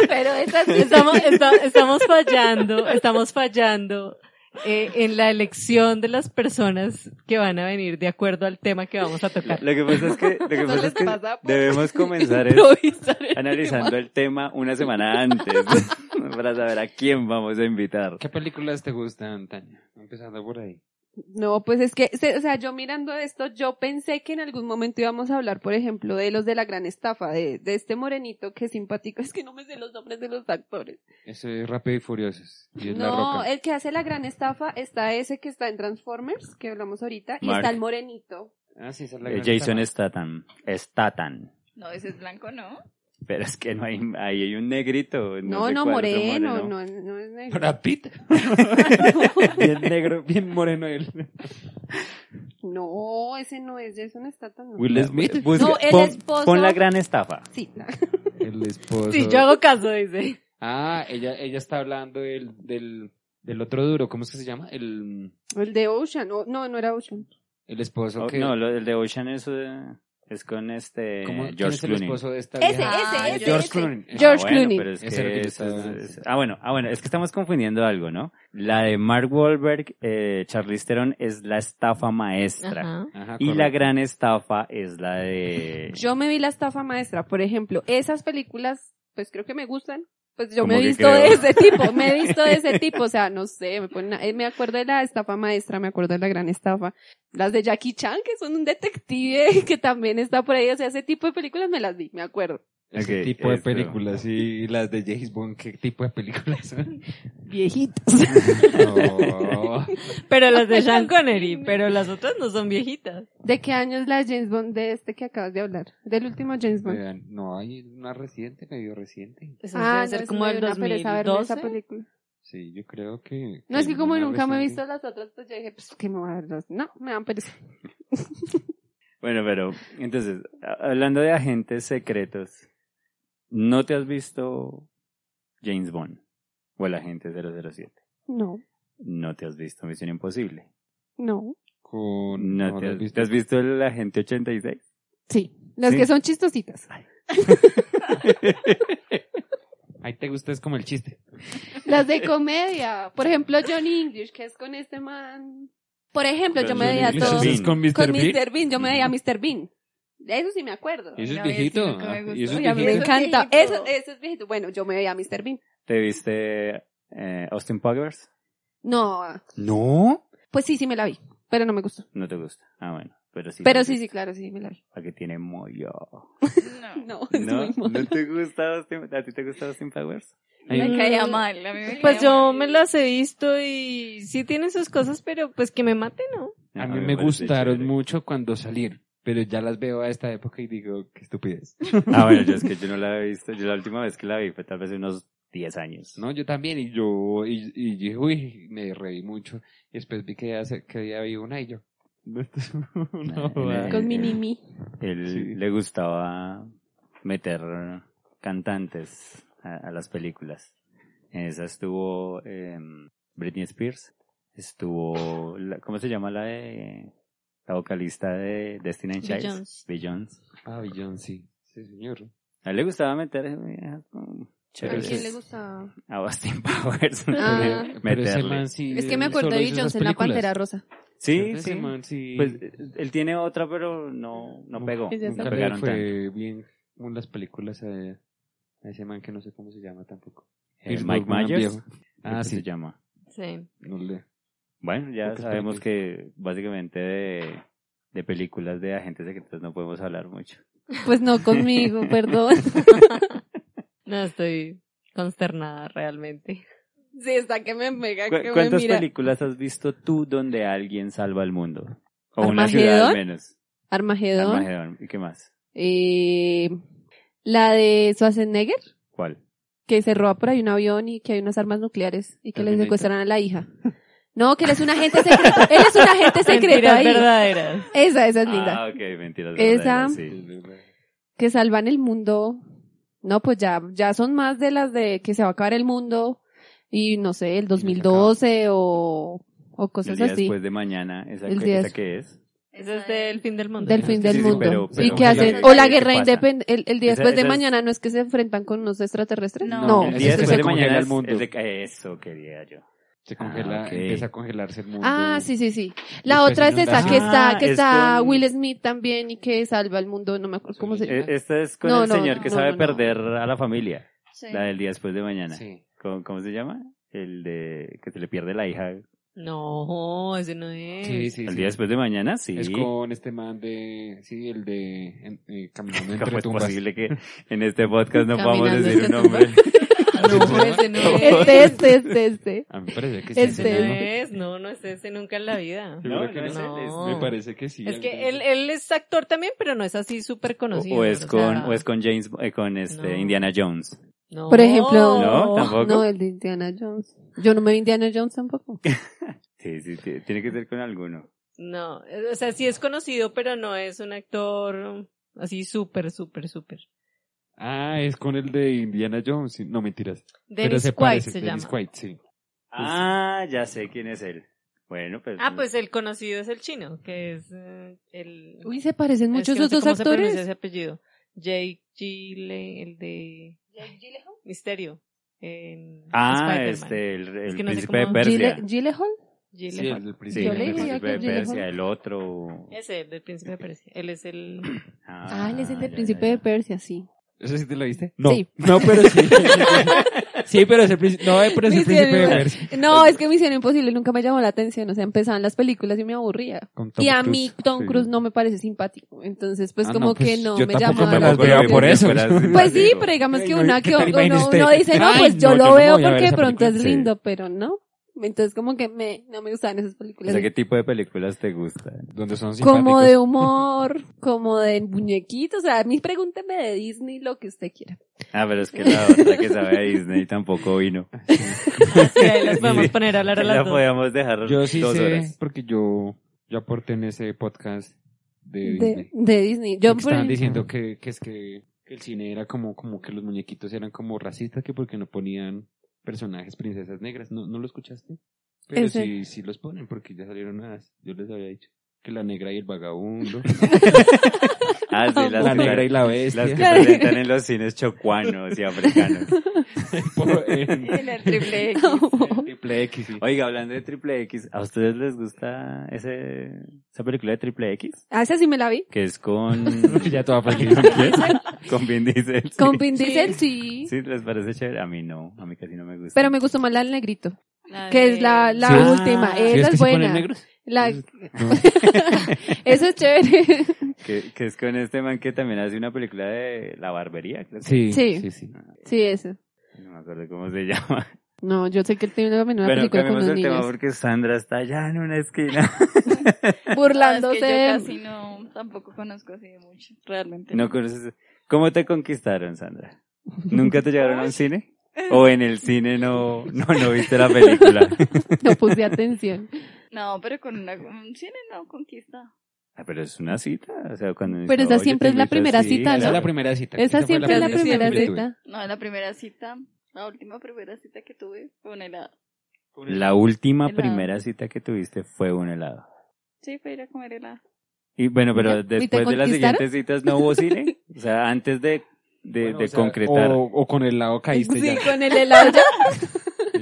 Speaker 5: Pero esa sí.
Speaker 2: Estamos, esta- estamos fallando, estamos fallando eh, en la elección de las personas que van a venir de acuerdo al tema que vamos a tocar.
Speaker 1: Lo que pasa es que, lo que,
Speaker 5: No
Speaker 1: pasa
Speaker 5: les
Speaker 1: es que
Speaker 5: pasa Pues, por
Speaker 1: debemos comenzar es
Speaker 2: Improvisar el
Speaker 1: analizando el tema una semana antes para saber a quién vamos a invitar.
Speaker 3: ¿qué películas te gustan, Tania? Empezando por ahí.
Speaker 5: No, pues es que, se- o sea, yo mirando esto, yo pensé que en algún momento íbamos a hablar, por ejemplo, de los de la gran estafa, de, de este morenito que es simpático, es que no me sé los nombres de los actores.
Speaker 3: Eso es Rápido y Furiosos, y es La
Speaker 5: No,
Speaker 3: Roca.
Speaker 5: el que hace la gran estafa está ese que está en Transformers, que hablamos ahorita, y
Speaker 1: Mark.
Speaker 5: está el morenito.
Speaker 3: Ah, sí, esa es la
Speaker 1: Eh,
Speaker 3: gran
Speaker 1: Jason
Speaker 3: estafa.
Speaker 1: Statham. Statham.
Speaker 4: No, ese es blanco, ¿no?
Speaker 1: Pero es que no hay, ahí hay un negrito.
Speaker 5: No,
Speaker 1: sé
Speaker 5: no,
Speaker 1: cuál otro
Speaker 5: moreno, no, es- no es negro.
Speaker 3: Brad Pitt. bien negro, bien moreno él.
Speaker 5: No, ese no es Jason Statham. no.
Speaker 3: Will Smith.
Speaker 1: Busca-
Speaker 2: No, el
Speaker 1: Pues pon,
Speaker 2: esposo-
Speaker 1: pon la gran estafa.
Speaker 5: Sí, la-
Speaker 3: El esposo.
Speaker 2: Sí, yo hago caso, dice.
Speaker 3: Ah, ella, ella está hablando del, del, del otro duro. ¿Cómo es que se llama? El,
Speaker 5: el de Ocean. o- no, no era Ocean.
Speaker 3: el esposo
Speaker 1: Oh,
Speaker 3: que...
Speaker 1: No, lo, el de Ocean es, eh, es con este
Speaker 3: ¿cómo- quién
Speaker 1: George
Speaker 3: es el
Speaker 1: Clooney.
Speaker 3: esposo de esta
Speaker 2: Ese,
Speaker 3: vieja?
Speaker 4: ese,
Speaker 3: Ah,
Speaker 4: ese,
Speaker 3: George
Speaker 4: ese.
Speaker 3: Clooney. Ah,
Speaker 5: George
Speaker 1: bueno,
Speaker 5: Clooney.
Speaker 1: pero es
Speaker 3: Ese era
Speaker 1: que
Speaker 3: el que yo
Speaker 1: es-
Speaker 3: estaba-
Speaker 1: es- ah, bueno, ah, bueno, es que estamos confundiendo algo, ¿no? La de Mark Wahlberg, eh, Charlize Theron, es la estafa maestra.
Speaker 2: Ajá.
Speaker 3: Ajá,
Speaker 1: Y la
Speaker 3: correcto.
Speaker 1: gran estafa es la de...
Speaker 5: Yo me vi La Estafa Maestra, por ejemplo. Esas películas, pues creo que me gustan. Pues yo me he
Speaker 1: ¿Cómo que
Speaker 5: visto de
Speaker 1: creo?
Speaker 5: ese tipo, me he visto de ese tipo, o sea, no sé, me ponen, a- eh, me acuerdo de la estafa maestra, me acuerdo de la gran estafa, las de Jackie Chan, que son un detective que también está por ahí, o sea, ese tipo de películas me las vi, me acuerdo.
Speaker 3: Ese
Speaker 1: Ok,
Speaker 3: tipo de
Speaker 1: esto.
Speaker 3: películas y, y las de James Bond, ¿qué tipo de películas son?
Speaker 5: Viejitas.
Speaker 3: No.
Speaker 2: Pero las de Sean Connery, pero las otras no son viejitas.
Speaker 5: ¿De qué año es la James Bond de este que acabas de hablar? Del último James Bond.
Speaker 3: Vean, no, hay una reciente, medio reciente.
Speaker 2: Eso debe
Speaker 5: Ah, no,
Speaker 2: ser
Speaker 5: es
Speaker 2: como
Speaker 5: muy
Speaker 2: el
Speaker 5: una pereza verme
Speaker 2: 2012.
Speaker 5: esa película.
Speaker 3: Sí, yo creo que...
Speaker 5: No, es que como
Speaker 3: alguna
Speaker 5: nunca me he
Speaker 3: reciente.
Speaker 5: visto las otras, pues yo dije, pues que me voy a ver las- No, me dan pereza.
Speaker 1: Bueno, pero entonces, a- hablando de agentes secretos, ¿no te has visto James Bond o el agente 007?
Speaker 5: No,
Speaker 1: ¿No te has visto Misión Imposible?
Speaker 5: no.
Speaker 3: Con...
Speaker 1: ¿No,
Speaker 3: no,
Speaker 1: te,
Speaker 3: ¿la
Speaker 1: has,
Speaker 3: has visto?
Speaker 1: te has visto el agente 86?
Speaker 5: Sí, las
Speaker 1: Sí.
Speaker 5: que son chistositas.
Speaker 3: Ahí te gusta, es como el chiste.
Speaker 5: Las de comedia. Por ejemplo, Johnny English, que es con este man. Por ejemplo, yo me
Speaker 1: Johnny
Speaker 5: veía
Speaker 1: English
Speaker 5: todo
Speaker 1: es
Speaker 3: con Mr.
Speaker 5: con
Speaker 3: Bean.
Speaker 5: Mr. Bean. Yo me veía Mr. Bean. De eso sí me acuerdo.
Speaker 3: Eso es
Speaker 4: No,
Speaker 3: viejito.
Speaker 4: ese nunca me
Speaker 3: ah,
Speaker 4: gustó.
Speaker 3: y eso es
Speaker 5: Ay, a mí me
Speaker 3: viejito.
Speaker 5: encanta.
Speaker 4: Eso es
Speaker 5: Eso,
Speaker 4: viejito.
Speaker 5: eso es viejito. Bueno, yo me veía Mr. Bean.
Speaker 1: ¿Te viste eh, Austin Powers?
Speaker 5: No, ah,
Speaker 1: No.
Speaker 5: pues sí, sí me la vi. Pero no me gustó.
Speaker 1: No te gusta. Ah, bueno. Pero sí.
Speaker 5: Pero sí, sí, claro, sí me la vi.
Speaker 1: La que tiene mollo.
Speaker 4: No.
Speaker 5: No, es
Speaker 1: ¿No?
Speaker 5: muy malo.
Speaker 1: ¿No te gusta Austin? ¿A ti te gusta Austin Powers?
Speaker 3: Hay un-
Speaker 4: Me caía mal. A mí me
Speaker 2: Pues
Speaker 4: caía
Speaker 2: yo
Speaker 4: mal.
Speaker 2: me las he visto y sí tienen sus cosas, pero pues que me maten, ¿no?
Speaker 3: A mí me
Speaker 1: parece
Speaker 3: gustaron
Speaker 1: chévere.
Speaker 3: mucho cuando salieron, pero ya las veo a esta época y digo, qué estupidez.
Speaker 1: Ah, bueno, yo es que yo no la he visto. Yo la última vez que la vi fue tal vez unos 10 años.
Speaker 3: No, yo también, y yo, y, y dije, uy, me reí mucho. Y después vi que ya, se- que ya había una y yo. no, esto es una
Speaker 1: Nah,
Speaker 3: joda.
Speaker 1: eh,
Speaker 5: Con Minimi.
Speaker 1: Él
Speaker 3: Sí.
Speaker 1: le gustaba meter cantantes a, a las películas. En esa estuvo em, Britney Spears, estuvo, la- ¿cómo se llama la de la vocalista de Destiny Child?
Speaker 2: Jones.
Speaker 1: Jones.
Speaker 3: Ah, Beyoncé. Sí, señor.
Speaker 1: A él le gustaba meter eh, como
Speaker 5: ¿A
Speaker 1: chéveres
Speaker 5: quién le gusta?
Speaker 1: a Austin Powers.
Speaker 5: Ah.
Speaker 3: Pero ese
Speaker 1: meterle.
Speaker 3: man sí,
Speaker 5: Es que me
Speaker 3: él
Speaker 5: acuerdo
Speaker 3: solo
Speaker 5: de
Speaker 3: hizo esas
Speaker 5: Johnson, la
Speaker 3: películas.
Speaker 5: Pantera Rosa.
Speaker 1: Sí,
Speaker 3: ¿Cierto? Ese
Speaker 1: sí.
Speaker 3: man sí.
Speaker 1: Pues eh, él tiene otra, pero no, no
Speaker 3: Nunca-
Speaker 1: pegó.
Speaker 5: Y Pues ya está.
Speaker 1: No
Speaker 3: Nunca le
Speaker 1: pegaron tanto.
Speaker 3: fue bien con las películas a, a ese man que no sé cómo se llama tampoco.
Speaker 1: Eh,
Speaker 3: Pittsburgh,
Speaker 1: Mike
Speaker 3: man
Speaker 1: Myers.
Speaker 3: viejo. Ah,
Speaker 1: ¿qué
Speaker 3: sí.
Speaker 1: se llama?
Speaker 2: Sí.
Speaker 3: No le-
Speaker 1: Bueno, ya
Speaker 3: Porque es
Speaker 1: sabemos que básicamente de, de películas de agentes secretos no podemos hablar mucho.
Speaker 5: Pues no conmigo, perdón.
Speaker 2: No, estoy consternada realmente.
Speaker 5: Sí, está que me pega,
Speaker 1: ¿Cu-
Speaker 5: que me
Speaker 1: ¿Cuántas
Speaker 5: mira.
Speaker 1: películas has visto tú donde alguien salva al mundo? O una
Speaker 5: ¿Armagedón?
Speaker 1: ciudad al menos.
Speaker 5: Armagedón.
Speaker 1: Armagedón. ¿Y qué más?
Speaker 5: Eh, la de Schwarzenegger,
Speaker 1: ¿Cuál?
Speaker 5: que se roba por ahí un avión y que hay unas armas nucleares y que le
Speaker 3: Terminator.
Speaker 5: secuestran a la hija. No, que él es un agente secreto. él es un agente secreto
Speaker 2: Mentiras
Speaker 5: ahí.
Speaker 2: verdaderas.
Speaker 5: Esa, esa es linda.
Speaker 1: Ah, ok, mentiras.
Speaker 5: Esa.
Speaker 1: verdaderas, sí.
Speaker 5: Que salvan el mundo. No, pues ya, ya son más de las de que se va a acabar el mundo y no sé, el 2012 o, o
Speaker 1: El
Speaker 5: cosas
Speaker 1: día
Speaker 5: así.
Speaker 1: después de maana, ¿esa,
Speaker 5: pues El
Speaker 1: que-
Speaker 5: día
Speaker 1: esa
Speaker 5: des-
Speaker 1: que es?
Speaker 2: Ese es del fin del mundo.
Speaker 5: Del fin del
Speaker 1: sí,
Speaker 5: mundo.
Speaker 1: pero-
Speaker 5: y
Speaker 1: pero
Speaker 5: que hacen,
Speaker 1: esa-
Speaker 5: o la
Speaker 1: ¿qué
Speaker 5: guerra
Speaker 1: pasa?
Speaker 5: independiente, el, el día
Speaker 1: Esa-
Speaker 5: después de
Speaker 1: esa es-
Speaker 5: mañana no es que se enfrentan con unos extraterrestres. No,
Speaker 4: No.
Speaker 1: el
Speaker 3: ese
Speaker 1: día
Speaker 3: es que
Speaker 1: después
Speaker 3: se
Speaker 1: de mañana
Speaker 3: congela el
Speaker 1: es,
Speaker 3: mundo.
Speaker 1: es de ca- Eso quería yo.
Speaker 3: Se congela,
Speaker 1: ok.
Speaker 3: empieza a congelarse el mundo.
Speaker 5: Ah, sí, sí, sí. La
Speaker 3: Después
Speaker 5: otra es esa, que
Speaker 3: inundación.
Speaker 5: está, que
Speaker 1: Ah, es
Speaker 5: está
Speaker 1: con-
Speaker 5: Will Smith también y que salva al mundo, no me acuerdo cómo se
Speaker 3: Sí.
Speaker 1: E-
Speaker 5: llama.
Speaker 1: Esta es con
Speaker 5: No,
Speaker 1: el
Speaker 5: no,
Speaker 1: señor que
Speaker 5: no,
Speaker 1: sabe
Speaker 5: no, no.
Speaker 1: perder a la familia.
Speaker 4: Sí.
Speaker 1: La del día después de mañana.
Speaker 3: Sí.
Speaker 1: ¿Cómo, cómo se llama? El de que se le pierde la hija
Speaker 2: No, ese no es.
Speaker 3: Sí, sí,
Speaker 1: El
Speaker 3: sí.
Speaker 1: día después de mañana, sí.
Speaker 3: Es con este man de. Sí, el de. en- eh, caminando
Speaker 1: ¿Cómo
Speaker 3: entre
Speaker 1: es
Speaker 3: tumbas.
Speaker 1: posible que en este podcast no
Speaker 5: Caminando
Speaker 1: podamos decir un
Speaker 5: entre
Speaker 1: nombre?
Speaker 2: No, ese no es.
Speaker 5: Este, este, este, este.
Speaker 3: A mí me parece que sí.
Speaker 2: Ese
Speaker 5: Este.
Speaker 2: no es, no, no es ese nunca en la vida.
Speaker 3: Yo creo que
Speaker 1: No, no es
Speaker 3: no.
Speaker 1: él, es-
Speaker 3: Me parece que sí.
Speaker 2: Es que él, él es actor también, pero no es así súper conocido.
Speaker 1: O, o es
Speaker 2: sea,
Speaker 1: con, o es con James, eh, con este,
Speaker 2: No.
Speaker 1: Indiana Jones.
Speaker 2: no.
Speaker 5: Por ejemplo,
Speaker 1: No, tampoco.
Speaker 5: no, el de Indiana Jones. Yo no me vi Indiana Jones tampoco.
Speaker 1: Sí, sí, sí, tiene que ser con alguno.
Speaker 2: No, o sea, sí es conocido, pero no es un actor así súper, súper, súper.
Speaker 3: Ah, es con el de Indiana Jones. sí. No, mentiras. Pero
Speaker 2: Dennis
Speaker 3: se
Speaker 2: Quaid
Speaker 3: parece.
Speaker 2: se
Speaker 3: Dennis
Speaker 2: llama.
Speaker 3: Quaid, sí.
Speaker 1: Ah, ya sé quién es él. Bueno, pues.
Speaker 2: Ah, pues el conocido es el chino, que es eh, el...
Speaker 5: Uy, se parecen
Speaker 2: es
Speaker 5: mucho
Speaker 2: que no
Speaker 5: esos
Speaker 2: sé
Speaker 5: dos
Speaker 2: cómo se pronuncia
Speaker 5: actores.
Speaker 2: ese apellido. Jake Gyllenhaal, el de... Misterio. en
Speaker 1: Ah,
Speaker 2: Spider-Man.
Speaker 1: este, el, el
Speaker 2: que no sé
Speaker 1: príncipe de
Speaker 2: cómo-
Speaker 1: Persia.
Speaker 5: Gile- Gyllenhaal.
Speaker 3: Sí,
Speaker 2: Gyllenhaal.
Speaker 3: el del
Speaker 1: Sí,
Speaker 3: principio.
Speaker 5: Yo
Speaker 1: el
Speaker 5: leía
Speaker 1: príncipe
Speaker 5: que
Speaker 1: de
Speaker 5: Gyllenhaal.
Speaker 1: Persia, el otro.
Speaker 2: Ese, el del príncipe de Persia. Él es el...
Speaker 5: Ah, él es el de
Speaker 1: ya,
Speaker 5: Príncipe
Speaker 1: ya,
Speaker 5: de
Speaker 1: ya.
Speaker 5: Persia, sí.
Speaker 3: ¿Eso sí te lo viste?
Speaker 5: Sí.
Speaker 3: No, pero sí. sí, pero es el príncipe. No, pero es el
Speaker 5: Misterio.
Speaker 3: príncipe de Persia.
Speaker 5: No, es que Misión Imposible nunca me llamó la atención. O sea, empezaban las películas y me aburría.
Speaker 3: Con Tom
Speaker 5: Y a
Speaker 3: Cruise.
Speaker 5: mí Tom
Speaker 3: Sí.
Speaker 5: Cruise no me parece simpático. Entonces, pues
Speaker 3: Ah,
Speaker 5: como
Speaker 3: no,
Speaker 5: que
Speaker 3: pues,
Speaker 5: no
Speaker 3: yo
Speaker 5: me
Speaker 3: tampoco
Speaker 5: llamaba
Speaker 3: me
Speaker 5: la
Speaker 3: las
Speaker 1: Tampoco
Speaker 3: veo
Speaker 5: atención.
Speaker 1: me
Speaker 3: por eso.
Speaker 1: esperas-
Speaker 5: Pues sí,
Speaker 1: digo,
Speaker 5: pero digamos que
Speaker 3: Ay, no,
Speaker 5: una
Speaker 3: ¿qué
Speaker 5: que
Speaker 3: tal
Speaker 5: uno,
Speaker 3: imagina
Speaker 5: uno
Speaker 3: usted?
Speaker 5: dice, no,
Speaker 3: Ay,
Speaker 5: pues yo
Speaker 3: no, yo
Speaker 5: lo
Speaker 3: no
Speaker 5: veo
Speaker 3: voy a ver
Speaker 5: porque de
Speaker 3: esa
Speaker 5: pronto es
Speaker 3: película.
Speaker 5: lindo, pero no. Entonces como que me, no me gustaban esas
Speaker 1: O
Speaker 5: películas.
Speaker 1: sea, ¿qué tipo de películas te gustan?
Speaker 3: Donde son simpáticos.
Speaker 5: como de humor, como de muñequitos, o sea, a mí pregúnteme de Disney lo que usted quiera.
Speaker 1: Ah, pero es que la otra que sabe a Disney tampoco vino.
Speaker 2: Sí, ahí las podemos poner a hablar a
Speaker 1: La
Speaker 2: las dos.
Speaker 1: podíamos dejar
Speaker 3: Yo sí
Speaker 1: dos
Speaker 3: sé,
Speaker 1: horas.
Speaker 3: porque yo, yo aporté en ese podcast de
Speaker 5: De,
Speaker 3: Disney.
Speaker 5: de Disney. Yo
Speaker 3: Porque
Speaker 5: por
Speaker 3: estaban
Speaker 1: Ah.
Speaker 5: ejemplo-
Speaker 3: diciendo que, que es que, que el cine era como, como que los muñequitos eran como racistas, que porque no ponían personajes princesas negras. ¿No, no lo escuchaste? Pero
Speaker 5: Ese.
Speaker 3: sí, sí los ponen, porque ya salieron unas. Yo les había dicho. Que la negra y el vagabundo.
Speaker 1: Ah, sí,
Speaker 3: la
Speaker 1: las,
Speaker 3: negra y
Speaker 1: que, las
Speaker 3: la
Speaker 1: que
Speaker 3: bestia.
Speaker 1: presentan en los cines chocuanos y africanos.
Speaker 3: por- en-
Speaker 4: El triple X.
Speaker 3: Triple X, sí.
Speaker 1: Oiga, hablando de Triple X, ¿a ustedes les gusta ese, esa película de Triple X?
Speaker 5: Ah, esa sí me la vi.
Speaker 1: Que es con,
Speaker 3: Ya toda
Speaker 1: ¿Con
Speaker 3: fácil.
Speaker 1: quién? Con Vin Diesel. sí.
Speaker 5: Con Vin Diesel, sí.
Speaker 1: Sí, ¿les parece chévere? A mí no, a mí casi no me gusta.
Speaker 5: Pero me gustó más la del negrito,
Speaker 2: La
Speaker 5: que
Speaker 2: de-
Speaker 5: es la, la
Speaker 3: Sí.
Speaker 5: última.
Speaker 2: Ah,
Speaker 5: Esa
Speaker 3: ¿Sí
Speaker 5: es,
Speaker 3: que se ponen
Speaker 5: buena.
Speaker 3: negros?
Speaker 5: La,
Speaker 3: No.
Speaker 5: eso es chévere.
Speaker 1: Que, que es con este man que también hace una película de la barbería, creo que.
Speaker 3: Sí,
Speaker 5: Sí.
Speaker 3: sí, sí. sí.
Speaker 5: sí, eso.
Speaker 1: No me acuerdo cómo se llama.
Speaker 5: No, yo sé que él tiene una menor
Speaker 1: Pero
Speaker 5: película con
Speaker 1: cambiamos
Speaker 5: unos
Speaker 1: el tema
Speaker 5: niños.
Speaker 1: porque Sandra está allá en una esquina.
Speaker 5: Burlándose.
Speaker 4: Ah,
Speaker 5: de-
Speaker 4: es que yo casi no, tampoco conozco así de mucho, realmente.
Speaker 1: No conoces. ¿Cómo te conquistaron, Sandra? ¿Nunca te llevaron a un cine? ¿O en el cine no, no, no viste la película?
Speaker 5: No puse atención.
Speaker 4: No, pero con una, un cine no conquista.
Speaker 1: Ah, pero es una cita. O sea, cuando me
Speaker 5: Pero
Speaker 1: dice,
Speaker 5: esa
Speaker 1: "Oye,
Speaker 5: siempre
Speaker 1: te
Speaker 5: es la
Speaker 1: invito a
Speaker 5: primera
Speaker 1: cine",
Speaker 5: cita,
Speaker 3: Esa
Speaker 5: ¿no?
Speaker 3: es la primera cita.
Speaker 5: Esa
Speaker 3: fue
Speaker 5: siempre es la
Speaker 2: primera
Speaker 5: primera
Speaker 2: cita que
Speaker 3: tuve.
Speaker 5: cita.
Speaker 4: No, la primera cita, la última primera cita que tuve fue un helado.
Speaker 1: La última
Speaker 4: Helado.
Speaker 1: primera cita que tuviste fue un helado.
Speaker 4: Sí, fue ir a comer helado.
Speaker 1: Y bueno, pero
Speaker 5: ¿Y te
Speaker 1: después de las
Speaker 5: conquistaron?
Speaker 1: siguientes citas no hubo cine. O sea, antes de, de,
Speaker 3: Bueno,
Speaker 1: de
Speaker 3: o sea,
Speaker 1: concretar.
Speaker 3: O, o con el lado caíste
Speaker 5: Sí,
Speaker 3: ya.
Speaker 5: con el helado ya.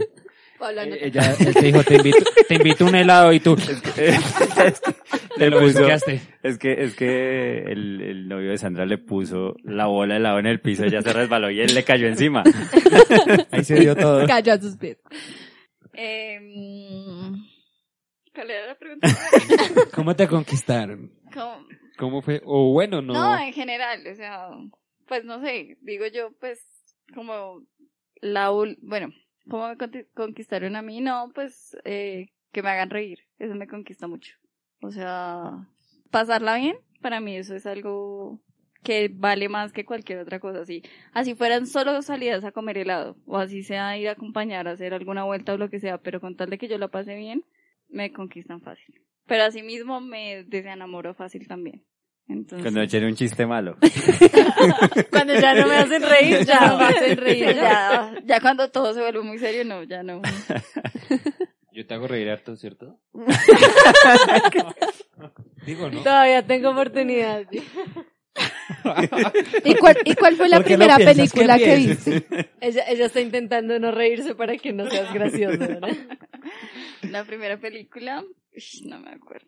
Speaker 5: Paula, no
Speaker 3: Eh,
Speaker 5: te-
Speaker 3: Ella, él te dijo, te invito, te invito un helado y tú
Speaker 1: Es que-
Speaker 3: te lo
Speaker 1: le puso-
Speaker 3: buscaste.
Speaker 1: es que, es que el, el novio de Sandra le puso la bola de helado en el piso, ella se resbaló y él le cayó encima.
Speaker 3: Ahí se dio todo.
Speaker 5: Cayó a sus pies.
Speaker 4: Eh, mm, ¿Cuál era la pregunta?
Speaker 3: ¿Cómo te conquistaron?
Speaker 4: ¿Cómo?
Speaker 3: ¿Cómo fue? O bueno, no.
Speaker 4: No,
Speaker 5: eh.
Speaker 4: en general, o sea, pues no sé, digo yo, pues como la ul- bueno, como me conti- conquistaron a mí, no, pues eh, que me hagan reír, eso me conquista mucho. O sea, pasarla bien, para mí eso es algo que vale más que cualquier otra cosa así. Así fueran solo salidas a comer helado, o así sea ir a acompañar, a hacer alguna vuelta o lo que sea, pero con tal de que yo la pase bien, me conquistan fácil. Pero asimismo me desenamoro fácil también. Entonces,
Speaker 1: Cuando eché un chiste malo.
Speaker 2: Cuando ya no me hacen reír, ya no me hacen reír. ya.
Speaker 4: ya, ya cuando todo se vuelve muy serio, no, ya no.
Speaker 3: Yo te hago reír harto, ¿cierto? Digo, ¿no?
Speaker 2: Todavía tengo oportunidad.
Speaker 5: ¿Y cuál, ¿Y cuál fue la
Speaker 3: ¿Por qué lo
Speaker 5: primera
Speaker 3: piensas?
Speaker 5: película
Speaker 3: ¿Qué
Speaker 5: que
Speaker 3: piensas?
Speaker 5: viste?
Speaker 2: Ella, ella está intentando no reírse para que no seas gracioso. ¿verdad?
Speaker 4: La primera película, ush, no me acuerdo.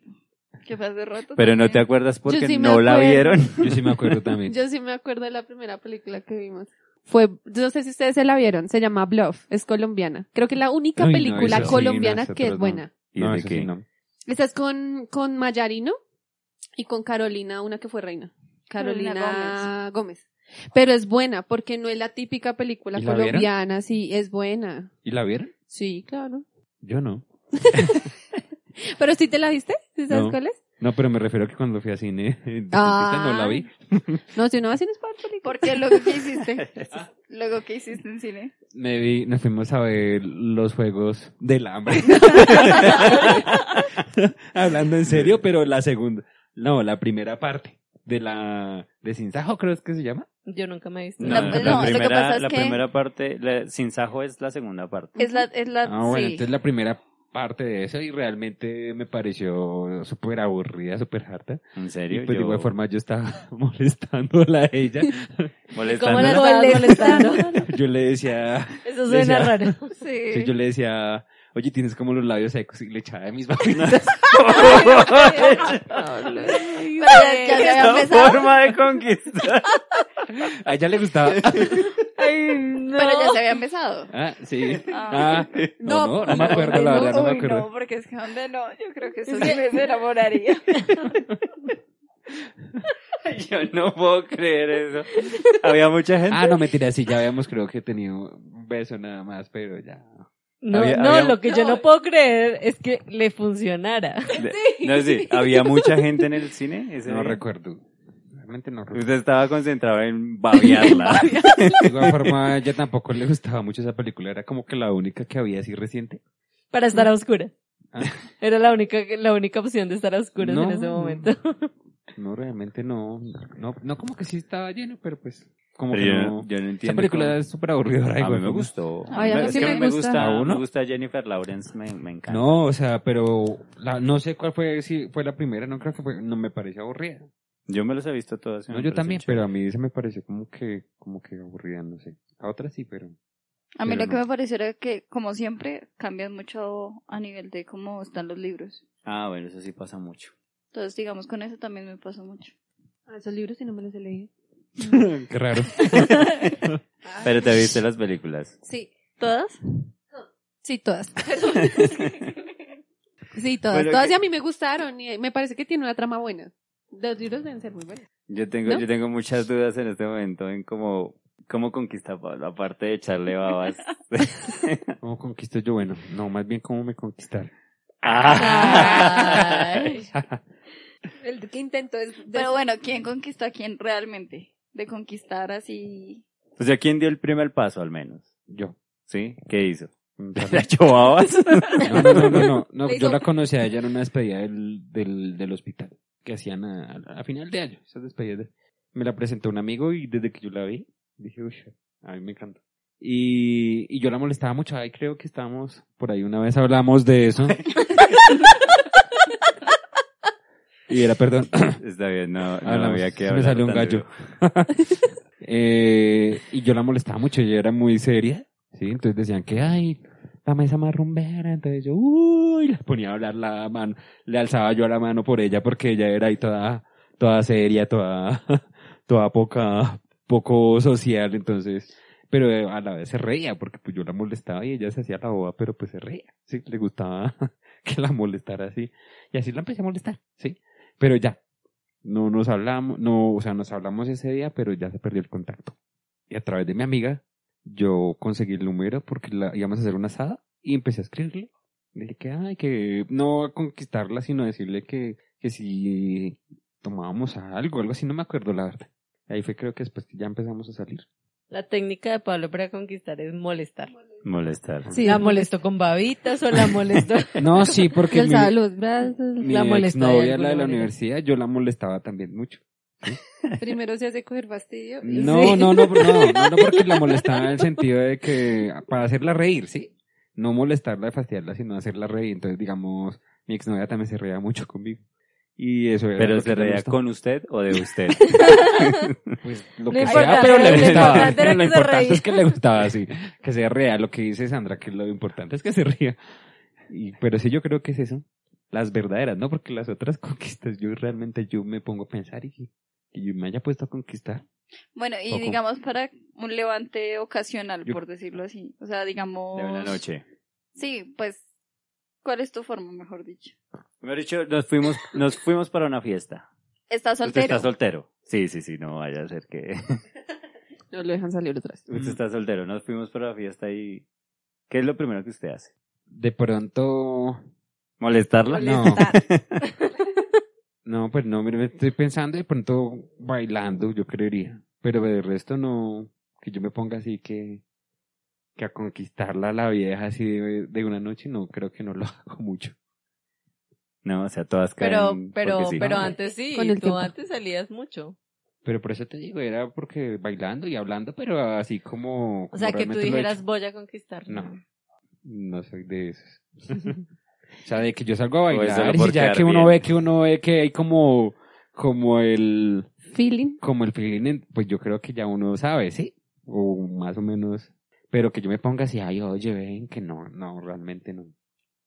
Speaker 4: ¿Qué fue hace rato?
Speaker 1: Pero no te
Speaker 4: también.
Speaker 1: acuerdas porque
Speaker 5: Yo sí me
Speaker 1: no la
Speaker 5: acuerdo.
Speaker 1: vieron.
Speaker 3: Yo sí me acuerdo también.
Speaker 5: Yo sí me acuerdo de la primera película que vimos. Fue, yo no sé si ustedes se la vieron, se llama Bluff, es colombiana. Creo que es la única
Speaker 3: Uy, no,
Speaker 5: película
Speaker 3: esa sí, no,
Speaker 5: colombiana
Speaker 3: esa
Speaker 5: que es
Speaker 3: otra no.
Speaker 5: buena.
Speaker 1: ¿Y
Speaker 3: No,
Speaker 1: de
Speaker 3: eso
Speaker 1: qué?
Speaker 3: sí, no.
Speaker 5: Esa es con, con Mayarino y con Carolina, una que fue reina. Carolina,
Speaker 4: Carolina
Speaker 5: Gómez. Pero es buena, porque no es la típica película
Speaker 3: ¿Y la
Speaker 5: colombiana, sí, es buena.
Speaker 3: ¿Y la vieron?
Speaker 5: Sí, claro.
Speaker 3: Yo no.
Speaker 5: Pero sí te la viste, ¿sí sabes
Speaker 3: No.
Speaker 5: cuál es?
Speaker 3: No, pero me refiero a que cuando fui a cine, de chiquita no la
Speaker 5: Ah.
Speaker 3: vi.
Speaker 5: No, si no vas a cines para ver películas.
Speaker 4: Porque luego que hiciste, luego que hiciste en cine.
Speaker 3: Me vi, nos fuimos a ver los juegos del hambre. Hablando en serio, pero la segunda, no, la primera parte de la de Sinsajo, creo es que se llama.
Speaker 2: Yo nunca me he visto.
Speaker 4: La-
Speaker 1: No,
Speaker 4: no,
Speaker 1: la
Speaker 4: lo que pasa
Speaker 1: primera,
Speaker 4: es
Speaker 1: la
Speaker 4: que-
Speaker 1: primera parte, la, sin sajo es la segunda parte.
Speaker 4: Es la, es la,
Speaker 3: Ah, bueno,
Speaker 4: sí.
Speaker 3: entonces la primera parte de eso y realmente me pareció súper aburrida, súper harta.
Speaker 1: En
Speaker 3: Y
Speaker 1: serio,
Speaker 3: pues de
Speaker 1: yo-
Speaker 3: igual forma yo estaba molestándola a ella.
Speaker 2: ¿Cómo
Speaker 1: molestando.
Speaker 2: la estabas molestando?
Speaker 3: Yo le decía,
Speaker 2: Eso suena
Speaker 3: Decía-
Speaker 2: raro.
Speaker 4: Sí.
Speaker 3: sí, yo le decía, oye, tienes como los labios secos y le echaba de mis papitas.
Speaker 4: Pero ya, ya se había
Speaker 1: Esta
Speaker 4: empezado.
Speaker 1: forma de conquistar.
Speaker 3: A ella le gustaba.
Speaker 2: Ay, no.
Speaker 4: Pero ya se había empezado.
Speaker 3: Ah, sí.
Speaker 4: Ah.
Speaker 3: Ah, no, no, no me acuerdo, la verdad, no me
Speaker 4: Uy,
Speaker 3: acuerdo.
Speaker 4: no, porque es que donde no, yo creo que eso sí me enamoraría.
Speaker 1: Yo no puedo creer eso. Había mucha gente.
Speaker 3: Ah, no, mentira, sí, ya habíamos creo que tenido un beso nada más, pero ya.
Speaker 2: No,
Speaker 1: Había-
Speaker 2: no,
Speaker 1: había-
Speaker 2: lo que yo
Speaker 4: No.
Speaker 2: no puedo creer es que le funcionara.
Speaker 1: De- No, sí, había mucha gente en el cine. ese
Speaker 3: No
Speaker 1: día.
Speaker 3: recuerdo. Realmente no recuerdo.
Speaker 1: Usted estaba concentrado en babearla.
Speaker 3: De igual forma, a ella tampoco le gustaba mucho esa película, era como que la única que había así reciente.
Speaker 2: Para estar a oscura.
Speaker 3: Ah.
Speaker 2: Era la única, la única opción de estar a oscuras
Speaker 3: No.
Speaker 2: en ese momento.
Speaker 3: No, realmente no. No, no como que sí estaba lleno, pero pues. Como
Speaker 1: Pero
Speaker 3: que
Speaker 1: yo,
Speaker 3: no.
Speaker 1: no- yo no entiendo.
Speaker 3: Esa película
Speaker 1: cómo-
Speaker 3: es súper aburrida. de
Speaker 1: A mí
Speaker 3: igual
Speaker 1: me
Speaker 3: forma.
Speaker 1: gustó.
Speaker 5: Ay, a mí
Speaker 1: es
Speaker 5: sí
Speaker 1: que
Speaker 5: me
Speaker 1: me
Speaker 5: gusta.
Speaker 1: gusta,
Speaker 3: ¿A uno?
Speaker 1: me gusta Jennifer Lawrence, me, me encanta.
Speaker 3: No, o sea, pero la- no sé cuál fue, si fue la primera, no creo que fue, no me pareció aburrida.
Speaker 1: Yo me los he visto todas. y
Speaker 3: No,
Speaker 1: me
Speaker 3: yo
Speaker 1: parecen
Speaker 3: también,
Speaker 1: chéveres.
Speaker 3: Ah, pero a mí se me pareció como que, como que aburrida, no sé. A otra sí, pero.
Speaker 4: A mí
Speaker 3: Pero
Speaker 4: lo que
Speaker 3: no.
Speaker 4: me pareció era que, como siempre, cambian mucho a nivel de cómo están los libros.
Speaker 1: Ah, bueno, eso sí pasa mucho.
Speaker 4: Entonces, digamos, con eso también me pasó mucho.
Speaker 5: Ah, esos libros sí no me los he leído.
Speaker 3: Qué raro.
Speaker 1: Pero te viste las películas.
Speaker 5: Sí,
Speaker 4: ¿Todas?
Speaker 5: sí, todas. sí, todas.
Speaker 1: Bueno,
Speaker 5: todas
Speaker 1: que-
Speaker 5: y a mí me gustaron y me parece que tiene una trama buena. Los libros deben ser muy buenos.
Speaker 1: Yo tengo,
Speaker 5: ¿No?
Speaker 1: yo tengo muchas dudas en este momento en cómo, cómo conquista a Pablo, aparte de echarle babas.
Speaker 3: ¿Cómo conquisto yo? Bueno, no, más bien cómo me conquistar. Ah.
Speaker 2: Ay.
Speaker 5: El que intento es...
Speaker 4: Pero bueno, ¿quién conquistó a quién realmente? De conquistar así.
Speaker 1: O sea, ¿quién dio el primer paso al menos?
Speaker 3: Yo.
Speaker 1: ¿Sí? ¿Qué hizo?
Speaker 3: No,
Speaker 1: ¿Le echó babas?
Speaker 3: no, no, no, no, no,
Speaker 5: Le
Speaker 3: Yo
Speaker 5: hizo-
Speaker 3: la conocí a ella en una despedida del, del, del hospital que hacían a, a- a final de año. Esas despedidas. de- Me la presentó un amigo y desde que yo la vi, dije, uy, a mí me encanta. Y, y yo la molestaba mucho. Ay, creo que estábamos por ahí una vez hablamos de eso. y era, perdón,
Speaker 1: Está bien, no, no
Speaker 3: Hablamos.
Speaker 1: había que
Speaker 3: Se
Speaker 1: hablar.
Speaker 3: Ah, me salió un
Speaker 1: tan
Speaker 3: gallo.
Speaker 1: duro.
Speaker 3: Eh, y yo la molestaba mucho, ella era muy seria, ¿sí? Entonces decían que, ay, la mesa más rumbera, entonces yo, uy, le ponía a hablar la mano, le alzaba yo la mano por ella porque ella era ahí toda, toda seria, toda, toda poca, poco social, entonces, pero a la vez se reía porque pues yo la molestaba y ella se hacía la boba, pero pues se reía, ¿sí? Le gustaba que la molestara así, y así la empecé a molestar, ¿sí? Pero ya, no nos hablamos, no, o sea, nos hablamos ese día, pero ya se perdió el contacto. Y a través de mi amiga, yo conseguí el número porque la, íbamos a hacer una asada y empecé a escribirle. Le dije que, ay, que no a conquistarla, sino decirle que, que si tomábamos algo, algo así, no me acuerdo la verdad. Y ahí fue creo que después que ya empezamos a salir.
Speaker 2: La técnica de Pablo para conquistar es molestar.
Speaker 1: Molestar.
Speaker 5: Sí.
Speaker 2: ¿La molestó con babitas o la molestó?
Speaker 3: No, sí, porque mi,
Speaker 5: Alzaba los brazos.
Speaker 3: mi
Speaker 2: la molestó de
Speaker 3: exnovia, la
Speaker 2: alguna
Speaker 3: de la
Speaker 2: manera.
Speaker 3: universidad, yo la molestaba también mucho.
Speaker 5: Primero se hace coger fastidio. y-
Speaker 3: No,
Speaker 5: Sí.
Speaker 3: no, no, no, no, no, porque la molestaba en el sentido de que para hacerla reír, ¿sí? No molestarla, fastidiarla, sino hacerla reír. Entonces, digamos, mi exnovia también se reía mucho conmigo. Y eso era
Speaker 1: ¿Pero
Speaker 3: lo que
Speaker 1: se
Speaker 3: me
Speaker 1: reía
Speaker 3: gustó.
Speaker 1: con usted o de usted?
Speaker 3: Pues, lo
Speaker 2: No
Speaker 3: que sea,
Speaker 2: importa,
Speaker 3: pero
Speaker 2: lo
Speaker 3: le gustaba.
Speaker 2: importante era
Speaker 3: Pero lo
Speaker 2: que se
Speaker 3: importante
Speaker 2: reía.
Speaker 3: es que le gustaba, sí. Que se rea, lo que dice Sandra, que lo importante es que se ría. Y, pero sí, yo creo que es eso. Las verdaderas, ¿no? Porque las otras conquistas, yo realmente, yo me pongo a pensar y, y me haya puesto a conquistar.
Speaker 4: Bueno, y
Speaker 3: Ojo.
Speaker 4: digamos para un levante ocasional,
Speaker 3: Yo-
Speaker 4: por decirlo así. O sea, digamos.
Speaker 1: De una noche.
Speaker 4: Sí, pues. ¿Cuál es tu forma, mejor dicho?
Speaker 1: Me ha dicho, nos fuimos, nos fuimos para una fiesta.
Speaker 4: ¿Estás
Speaker 1: Usted
Speaker 4: soltero?
Speaker 1: está soltero. Sí, sí, sí, no vaya a ser que.
Speaker 5: No lo dejan salir otra vez.
Speaker 1: Usted Pues está soltero, nos fuimos para la fiesta y... ¿Qué es lo primero que usted hace?
Speaker 3: De pronto.
Speaker 1: ¿Molestarla?
Speaker 3: No.
Speaker 5: Molestar.
Speaker 3: No, pues no, mire, estoy pensando de pronto bailando, yo creería. Pero de resto no, que yo me ponga así que, que a conquistarla a la vieja así de, de una noche, no, creo que no lo hago mucho.
Speaker 1: No, o sea, todas
Speaker 2: Pero,
Speaker 1: caen
Speaker 2: pero,
Speaker 1: porque sí.
Speaker 2: pero
Speaker 1: No,
Speaker 2: antes sí,
Speaker 5: Con el
Speaker 2: tú
Speaker 5: tiempo.
Speaker 2: antes salías mucho.
Speaker 3: Pero por eso te digo, era porque bailando y hablando, pero así como...
Speaker 2: O sea,
Speaker 3: como
Speaker 2: que tú
Speaker 3: realmente lo he
Speaker 2: dijeras
Speaker 3: hecho.
Speaker 2: voy a conquistar.
Speaker 3: No, no soy de esos. o sea, de que yo salgo a
Speaker 1: O es solo
Speaker 3: bailar
Speaker 1: por
Speaker 3: y ya
Speaker 1: quedar
Speaker 3: que uno
Speaker 1: bien.
Speaker 3: ve que uno ve que hay como, como el...
Speaker 5: Feeling.
Speaker 3: como el feeling, en- pues yo creo que ya uno sabe, ¿sí? O más o menos. Pero que yo me ponga así, ay, oye, ven, que no, no, realmente no.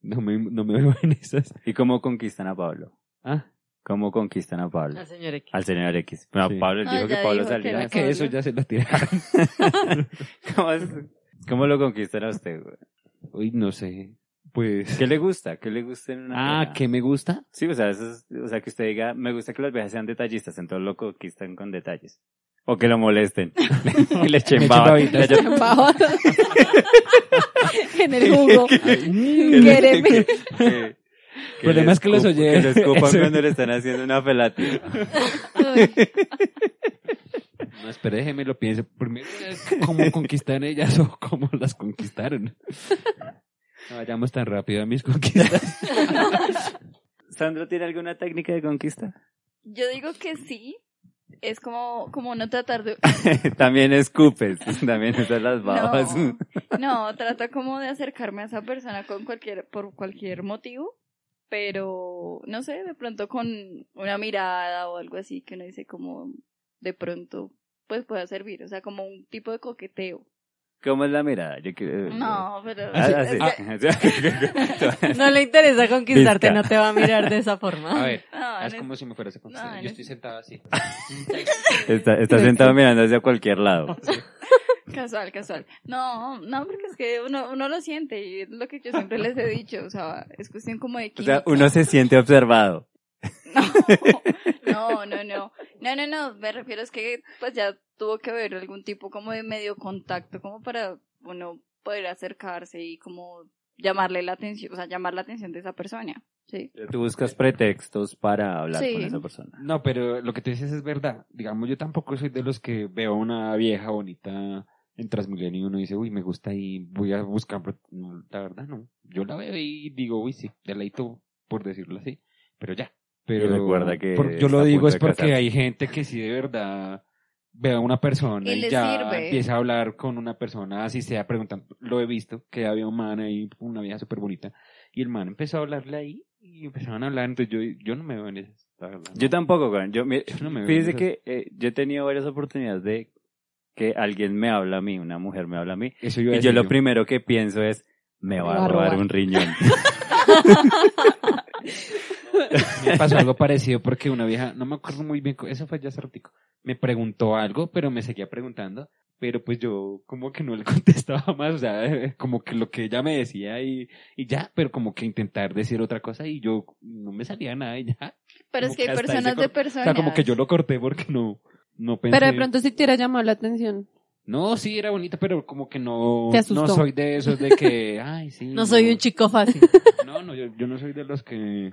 Speaker 3: No me, no me veo en esas.
Speaker 1: ¿Y cómo conquistan a Pablo?
Speaker 3: Ah,
Speaker 1: ¿Cómo conquistan a Pablo?
Speaker 2: La señora X.
Speaker 1: Al señor X. Bueno,
Speaker 3: Sí.
Speaker 1: Pablo él
Speaker 4: Ah,
Speaker 1: dijo que
Speaker 4: ya
Speaker 1: Pablo
Speaker 4: dijo que
Speaker 1: salía.
Speaker 4: era-
Speaker 3: que eso ya se lo tiraron.
Speaker 1: ¿Cómo, es- cómo lo conquistan a usted? güey?
Speaker 3: Uy, no sé. Pues.
Speaker 1: ¿Qué le gusta? ¿Qué le gusta en una
Speaker 3: Ah,
Speaker 1: vieja?
Speaker 3: ¿qué me gusta?
Speaker 1: Sí, o sea, eso es- o sea, que usted diga, me gusta que las viejas sean detallistas, entonces lo conquistan con detalles. O que lo molesten. y le echen
Speaker 3: Le echen
Speaker 1: baba.
Speaker 3: babita.
Speaker 1: Le echen-
Speaker 5: Bajo. en el jugo.
Speaker 3: Mm.
Speaker 5: Quéreme.
Speaker 1: que- que
Speaker 3: problema
Speaker 1: le
Speaker 3: es que los
Speaker 1: escup-
Speaker 3: oye-
Speaker 1: Que lo escupan
Speaker 3: eso.
Speaker 1: cuando le están haciendo una felatio.
Speaker 3: No, espere, déjeme lo pienso. Primero, ¿cómo conquistar ellas o cómo las conquistaron? No vayamos tan rápido a mis conquistas.
Speaker 1: ¿Sandro tiene alguna técnica de conquista?
Speaker 4: Yo digo que sí. Es como, como no tratar de...
Speaker 1: también escupes, también usas las babas.
Speaker 4: No, no, trata como de acercarme a esa persona con cualquier, por cualquier motivo. Pero, no sé, de pronto con una mirada o algo así que uno dice como de pronto pues pueda servir. O sea, como un tipo de coqueteo.
Speaker 1: ¿Cómo es la mirada? Yo quiero-
Speaker 4: No, pero...
Speaker 1: Ah, ah, sí.
Speaker 4: es que-
Speaker 2: No le interesa conquistarte,
Speaker 1: Vizca.
Speaker 2: no te va a mirar de esa forma.
Speaker 3: A ver,
Speaker 1: Ah,
Speaker 4: no,
Speaker 3: haz
Speaker 4: no
Speaker 3: como si me fueras a conquistar.
Speaker 4: no, no.
Speaker 3: Yo estoy sentado así.
Speaker 1: está, está sentado mirando hacia cualquier lado.
Speaker 4: Casual, casual. No, no, porque es que uno, uno lo siente y es lo que yo siempre les he dicho, o sea, es cuestión como de
Speaker 1: O
Speaker 4: química.
Speaker 1: sea, uno se siente observado.
Speaker 4: No, no, no, no, no, no, me refiero es que pues ya tuvo que haber algún tipo como de medio contacto como para uno poder acercarse y como llamarle la atención, o sea, llamar la atención de esa persona, ¿sí?
Speaker 1: Tú buscas pretextos para hablar
Speaker 4: Sí.
Speaker 1: con esa persona.
Speaker 3: No, pero lo que tú dices es verdad. Digamos, yo tampoco soy de los que veo una vieja bonita en Transmilenio y uno dice, uy, me gusta y voy a buscar. pero no, la verdad, no. Yo la veo y digo, uy, sí, deleito, por decirlo así. Pero ya. Pero
Speaker 1: Y recuerda que
Speaker 3: por-
Speaker 1: está
Speaker 3: yo
Speaker 1: a
Speaker 3: lo
Speaker 1: punto
Speaker 3: digo es
Speaker 1: de
Speaker 3: porque
Speaker 1: casarse.
Speaker 3: hay gente que sí de verdad ve a una persona
Speaker 4: Y
Speaker 3: y,
Speaker 4: le
Speaker 3: ya
Speaker 4: sirve.
Speaker 3: empieza a hablar con una persona, así sea preguntando. Lo he visto, que había un man ahí, una vieja súper bonita, y el man empezó a hablarle ahí y empezaban a hablar. Entonces yo, yo no me veo en esas. la verdad,
Speaker 1: Yo
Speaker 3: no.
Speaker 1: tampoco, güey. Yo, mi-
Speaker 3: Yo no me veo
Speaker 1: fíjese
Speaker 3: en esas.
Speaker 1: que eh, yo he tenido varias oportunidades de que alguien me habla a mí, una mujer me habla a mí,
Speaker 3: Eso iba a
Speaker 1: y yo
Speaker 3: decir
Speaker 1: lo primero que pienso es, me va a robar un riñón.
Speaker 3: Me pasó algo parecido porque una vieja, no me acuerdo muy bien, cu- eso fue ya hace ratico, me preguntó algo, pero me seguía preguntando, pero pues yo como que no le contestaba más, o sea, como que lo que ella me decía y, y ya, pero como que intentar decir otra cosa y yo no me salía nada y ya.
Speaker 4: Pero
Speaker 3: Como
Speaker 4: es que
Speaker 3: que
Speaker 4: hay
Speaker 3: hasta ahí se
Speaker 4: personas de
Speaker 3: corta.
Speaker 4: personas.
Speaker 3: O sea, como que yo lo corté porque no, no pensé.
Speaker 5: Pero de pronto sí te hubiera llamado la atención.
Speaker 3: No, sí, era bonita, pero como que no,
Speaker 5: Te asustó.
Speaker 3: no soy de esos de que, ay, sí.
Speaker 2: No soy un chico fácil.
Speaker 3: No, no, yo, yo no soy de los que...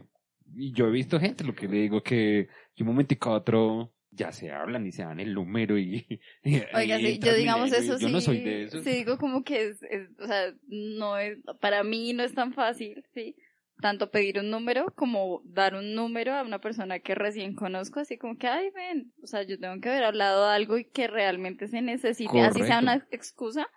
Speaker 3: Y yo he visto gente, lo que le digo que de un momentico a otro ya se hablan y se dan el número y... y ahí
Speaker 4: Oiga, sí,
Speaker 3: entras
Speaker 4: yo digamos
Speaker 3: mirando y
Speaker 4: eso sí.
Speaker 3: Yo no soy de esos.
Speaker 4: Sí, digo como que es, es- o sea, no es, para mí no es tan fácil, sí. Tanto pedir un número como dar un número a una persona que recién conozco, así como que, ay, ven, o sea, yo tengo que haber hablado de algo y que realmente se necesite, así sea
Speaker 3: Correcto.
Speaker 4: una excusa,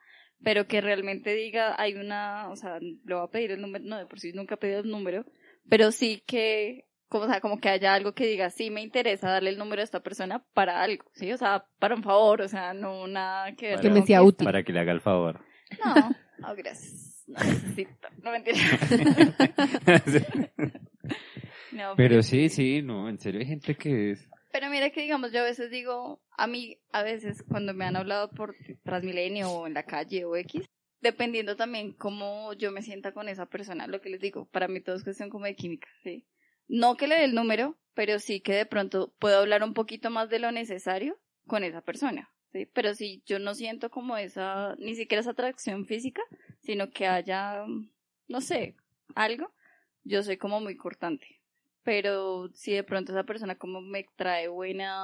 Speaker 4: pero que realmente diga, hay una, o sea, le voy a pedir el número, no, de por sí nunca he pedido el número, pero sí que, como, o sea, como que haya algo que diga, sí me interesa darle el número a esta persona para algo, ¿sí? O sea, para un favor, o sea, no nada que ver
Speaker 1: Que
Speaker 4: con
Speaker 5: me sea
Speaker 4: conquista.
Speaker 1: para que le haga el favor.
Speaker 4: No, no, oh, gracias. No necesito, no mentira. No,
Speaker 3: Pero sí, sí, no, en serio hay gente que es...
Speaker 4: Pero mira que digamos, yo a veces digo, a mí a veces cuando me han hablado por Transmilenio o en la calle o X, dependiendo también cómo yo me sienta con esa persona, lo que les digo, para mí todo es cuestión como de química, ¿sí? No que le dé el número, pero sí que de pronto puedo hablar un poquito más de lo necesario con esa persona, ¿sí? Sí, pero sí, yo no siento como esa, ni siquiera esa atracción física, sino que haya, no sé, algo. Yo soy como muy cortante. Pero si de pronto esa persona como me trae buena,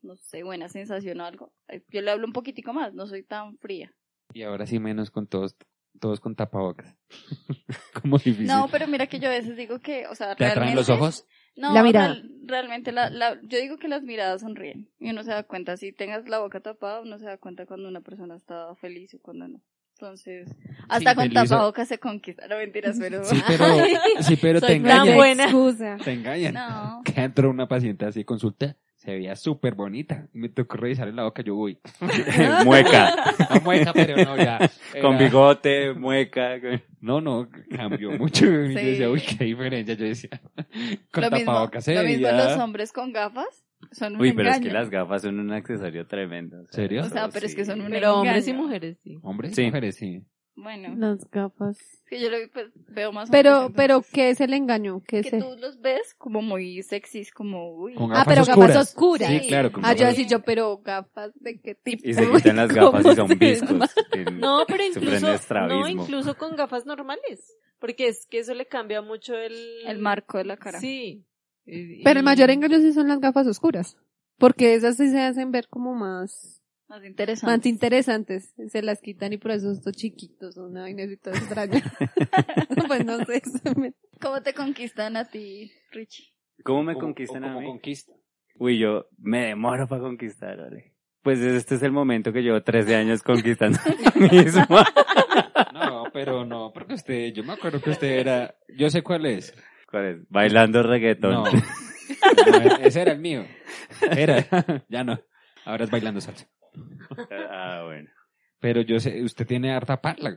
Speaker 4: no sé, buena sensación o algo, eh, yo le hablo un poquitico más, no soy tan fría.
Speaker 3: Y ahora sí menos con todos, todos con tapabocas. Como difícil.
Speaker 4: No, pero mira que yo a veces digo que, o sea,
Speaker 3: ¿Te atraen los ojos?
Speaker 4: No,
Speaker 6: La mirada.
Speaker 4: real- realmente, la, la- yo digo que las miradas sonríen y uno se da cuenta. Si tengas la boca tapada, uno se da cuenta cuando una persona está feliz o cuando no. Entonces, hasta con
Speaker 3: feliz o-
Speaker 4: tapabocas se conquista. No mentiras, pero.
Speaker 3: Sí, pero, sí, pero
Speaker 2: Soy
Speaker 3: te
Speaker 2: tan
Speaker 3: engañan.
Speaker 2: buena.
Speaker 5: Excusa.
Speaker 3: Te engañan.
Speaker 4: No.
Speaker 3: Que entró una paciente así consulta. Se veía súper bonita. Me tocó revisar en la boca. Yo, uy,
Speaker 1: mueca.
Speaker 3: la mueca, pero no, ya. Era-
Speaker 1: Con bigote, mueca. con-
Speaker 3: No, no, cambió mucho. Yo decía, uy, qué diferencia. Yo decía, con
Speaker 4: Lo mismo,
Speaker 3: tapabocas se
Speaker 4: lo mismo
Speaker 3: veía-
Speaker 4: los hombres con gafas son un
Speaker 1: Uy, pero es
Speaker 4: engaño.
Speaker 1: que las gafas son un accesorio tremendo. o sea,
Speaker 3: ¿Serio?
Speaker 4: O sea,
Speaker 1: eso
Speaker 4: pero es que
Speaker 1: sí.
Speaker 4: son un
Speaker 2: Pero hombres y
Speaker 4: engaño.
Speaker 2: mujeres, sí.
Speaker 3: Hombres,
Speaker 1: Sí.
Speaker 3: mujeres, sí.
Speaker 4: Bueno,
Speaker 6: Las gafas.
Speaker 4: es que yo lo pues, veo más
Speaker 5: Pero,
Speaker 4: hombres,
Speaker 5: pero,
Speaker 4: entonces,
Speaker 5: ¿qué es el engaño? ¿Qué es
Speaker 4: que
Speaker 5: el-
Speaker 4: tú los ves como muy sexys, como uy.
Speaker 3: Con
Speaker 5: Ah, pero
Speaker 3: oscuras.
Speaker 5: gafas oscuras.
Speaker 3: Sí, claro. con
Speaker 5: Ah, yo
Speaker 3: gafas-
Speaker 5: así, yo, pero gafas de qué tipo.
Speaker 1: Y se quitan las
Speaker 5: ¿Cómo
Speaker 1: gafas y son
Speaker 5: se llama?
Speaker 1: viscos. En-
Speaker 2: No, pero
Speaker 1: Sufren de
Speaker 2: incluso, no,
Speaker 1: estrabismo.
Speaker 2: incluso con gafas normales. Porque es que eso le cambia mucho el...
Speaker 4: el marco de la cara.
Speaker 2: Sí. Y-
Speaker 5: Pero el mayor
Speaker 2: y-
Speaker 5: engaño sí son las gafas oscuras. Porque esas sí se hacen ver como más,
Speaker 4: Más
Speaker 5: más
Speaker 4: interesante.
Speaker 5: interesantes. Se las quitan y por eso estos chiquitos, una vaina así toda extraña. pues no sé. se me-
Speaker 4: ¿Cómo te conquistan a ti, Richie?
Speaker 1: ¿Cómo me
Speaker 3: ¿Cómo-
Speaker 1: conquistan
Speaker 3: o
Speaker 1: a
Speaker 3: cómo
Speaker 1: mí?
Speaker 3: conquista?
Speaker 1: Uy, yo me demoro para conquistar, ole. Pues este es el momento que llevo 13 años conquistando a mí mismo.
Speaker 3: No, pero no, porque usted, yo me acuerdo que usted era, yo sé cuál es.
Speaker 1: ¿Cuál es? Bailando reggaetón.
Speaker 3: No, No, e- ese era el mío. Era, ya no. Ahora es bailando salsa.
Speaker 1: Ah, bueno.
Speaker 3: Pero yo sé, usted tiene harta parla.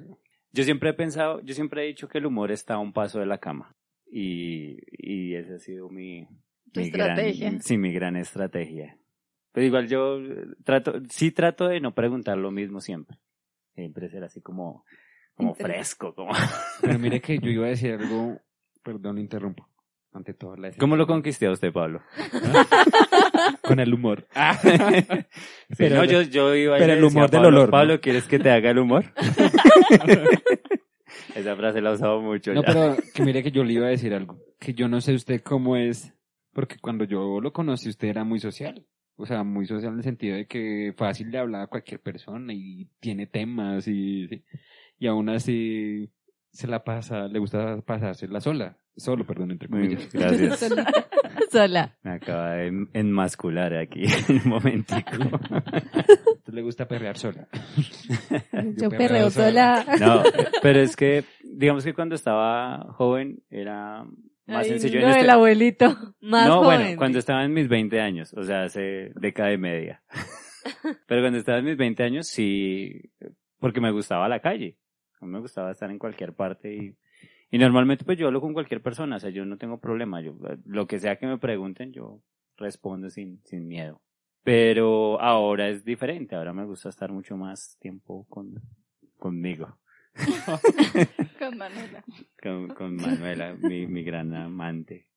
Speaker 1: Yo siempre he pensado, yo siempre he dicho que el humor está a un paso de la cama. Y, y esa ha sido mi,
Speaker 4: Tu
Speaker 1: mi
Speaker 4: estrategia.
Speaker 1: Gran, sí, mi gran estrategia. Pero igual yo eh, trato, sí trato de no preguntar lo mismo siempre. Siempre ser así como, como
Speaker 5: Interesante.
Speaker 1: fresco, como...
Speaker 3: Pero mire que yo iba a decir algo, perdón, interrumpo. Ante todo, la
Speaker 1: ¿Cómo lo conquisté a usted, Pablo?
Speaker 3: Con el humor.
Speaker 1: Sí,
Speaker 3: Ah. Pero
Speaker 1: no,
Speaker 3: lo-
Speaker 1: yo, yo iba y
Speaker 3: pero
Speaker 1: le
Speaker 3: el
Speaker 1: decía
Speaker 3: humor
Speaker 1: a
Speaker 3: del
Speaker 1: Pablo,
Speaker 3: olor, ¿no?
Speaker 1: Pablo, ¿quieres que te haga el humor? Esa frase la he usado mucho.
Speaker 3: No,
Speaker 1: ya.
Speaker 3: pero que mire que yo le iba a decir algo. Que yo no sé usted cómo es, porque cuando yo lo conocí usted era muy social. O sea, muy social en el sentido de que fácil le hablaba a cualquier persona y tiene temas y, sí. y aún así se la pasa, le gusta pasársela sola. Solo, perdón, entre
Speaker 1: Muy bien,
Speaker 3: comillas.
Speaker 1: gracias.
Speaker 2: Sola.
Speaker 1: Me acaba de en- enmascular aquí un momentico.
Speaker 3: Entonces le gusta perrear sola.
Speaker 5: Yo perreo sola.
Speaker 1: No, pero es que, digamos que cuando estaba joven era más
Speaker 2: Ay,
Speaker 1: sencillo.
Speaker 2: no,
Speaker 1: en este-
Speaker 2: el abuelito. Más
Speaker 1: no,
Speaker 2: joven.
Speaker 1: bueno, cuando estaba en mis 20 años, o sea, hace década y media. Pero cuando estaba en mis 20 años, sí, porque me gustaba la calle. A mí me gustaba estar en cualquier parte y, y normalmente pues yo hablo con cualquier persona, o sea, yo no tengo problema. Yo, lo que sea que me pregunten, yo respondo sin, sin miedo. Pero ahora es diferente, ahora me gusta estar mucho más tiempo con, conmigo,
Speaker 4: Con Manuela.
Speaker 1: con, con Manuela, mi, mi gran amante.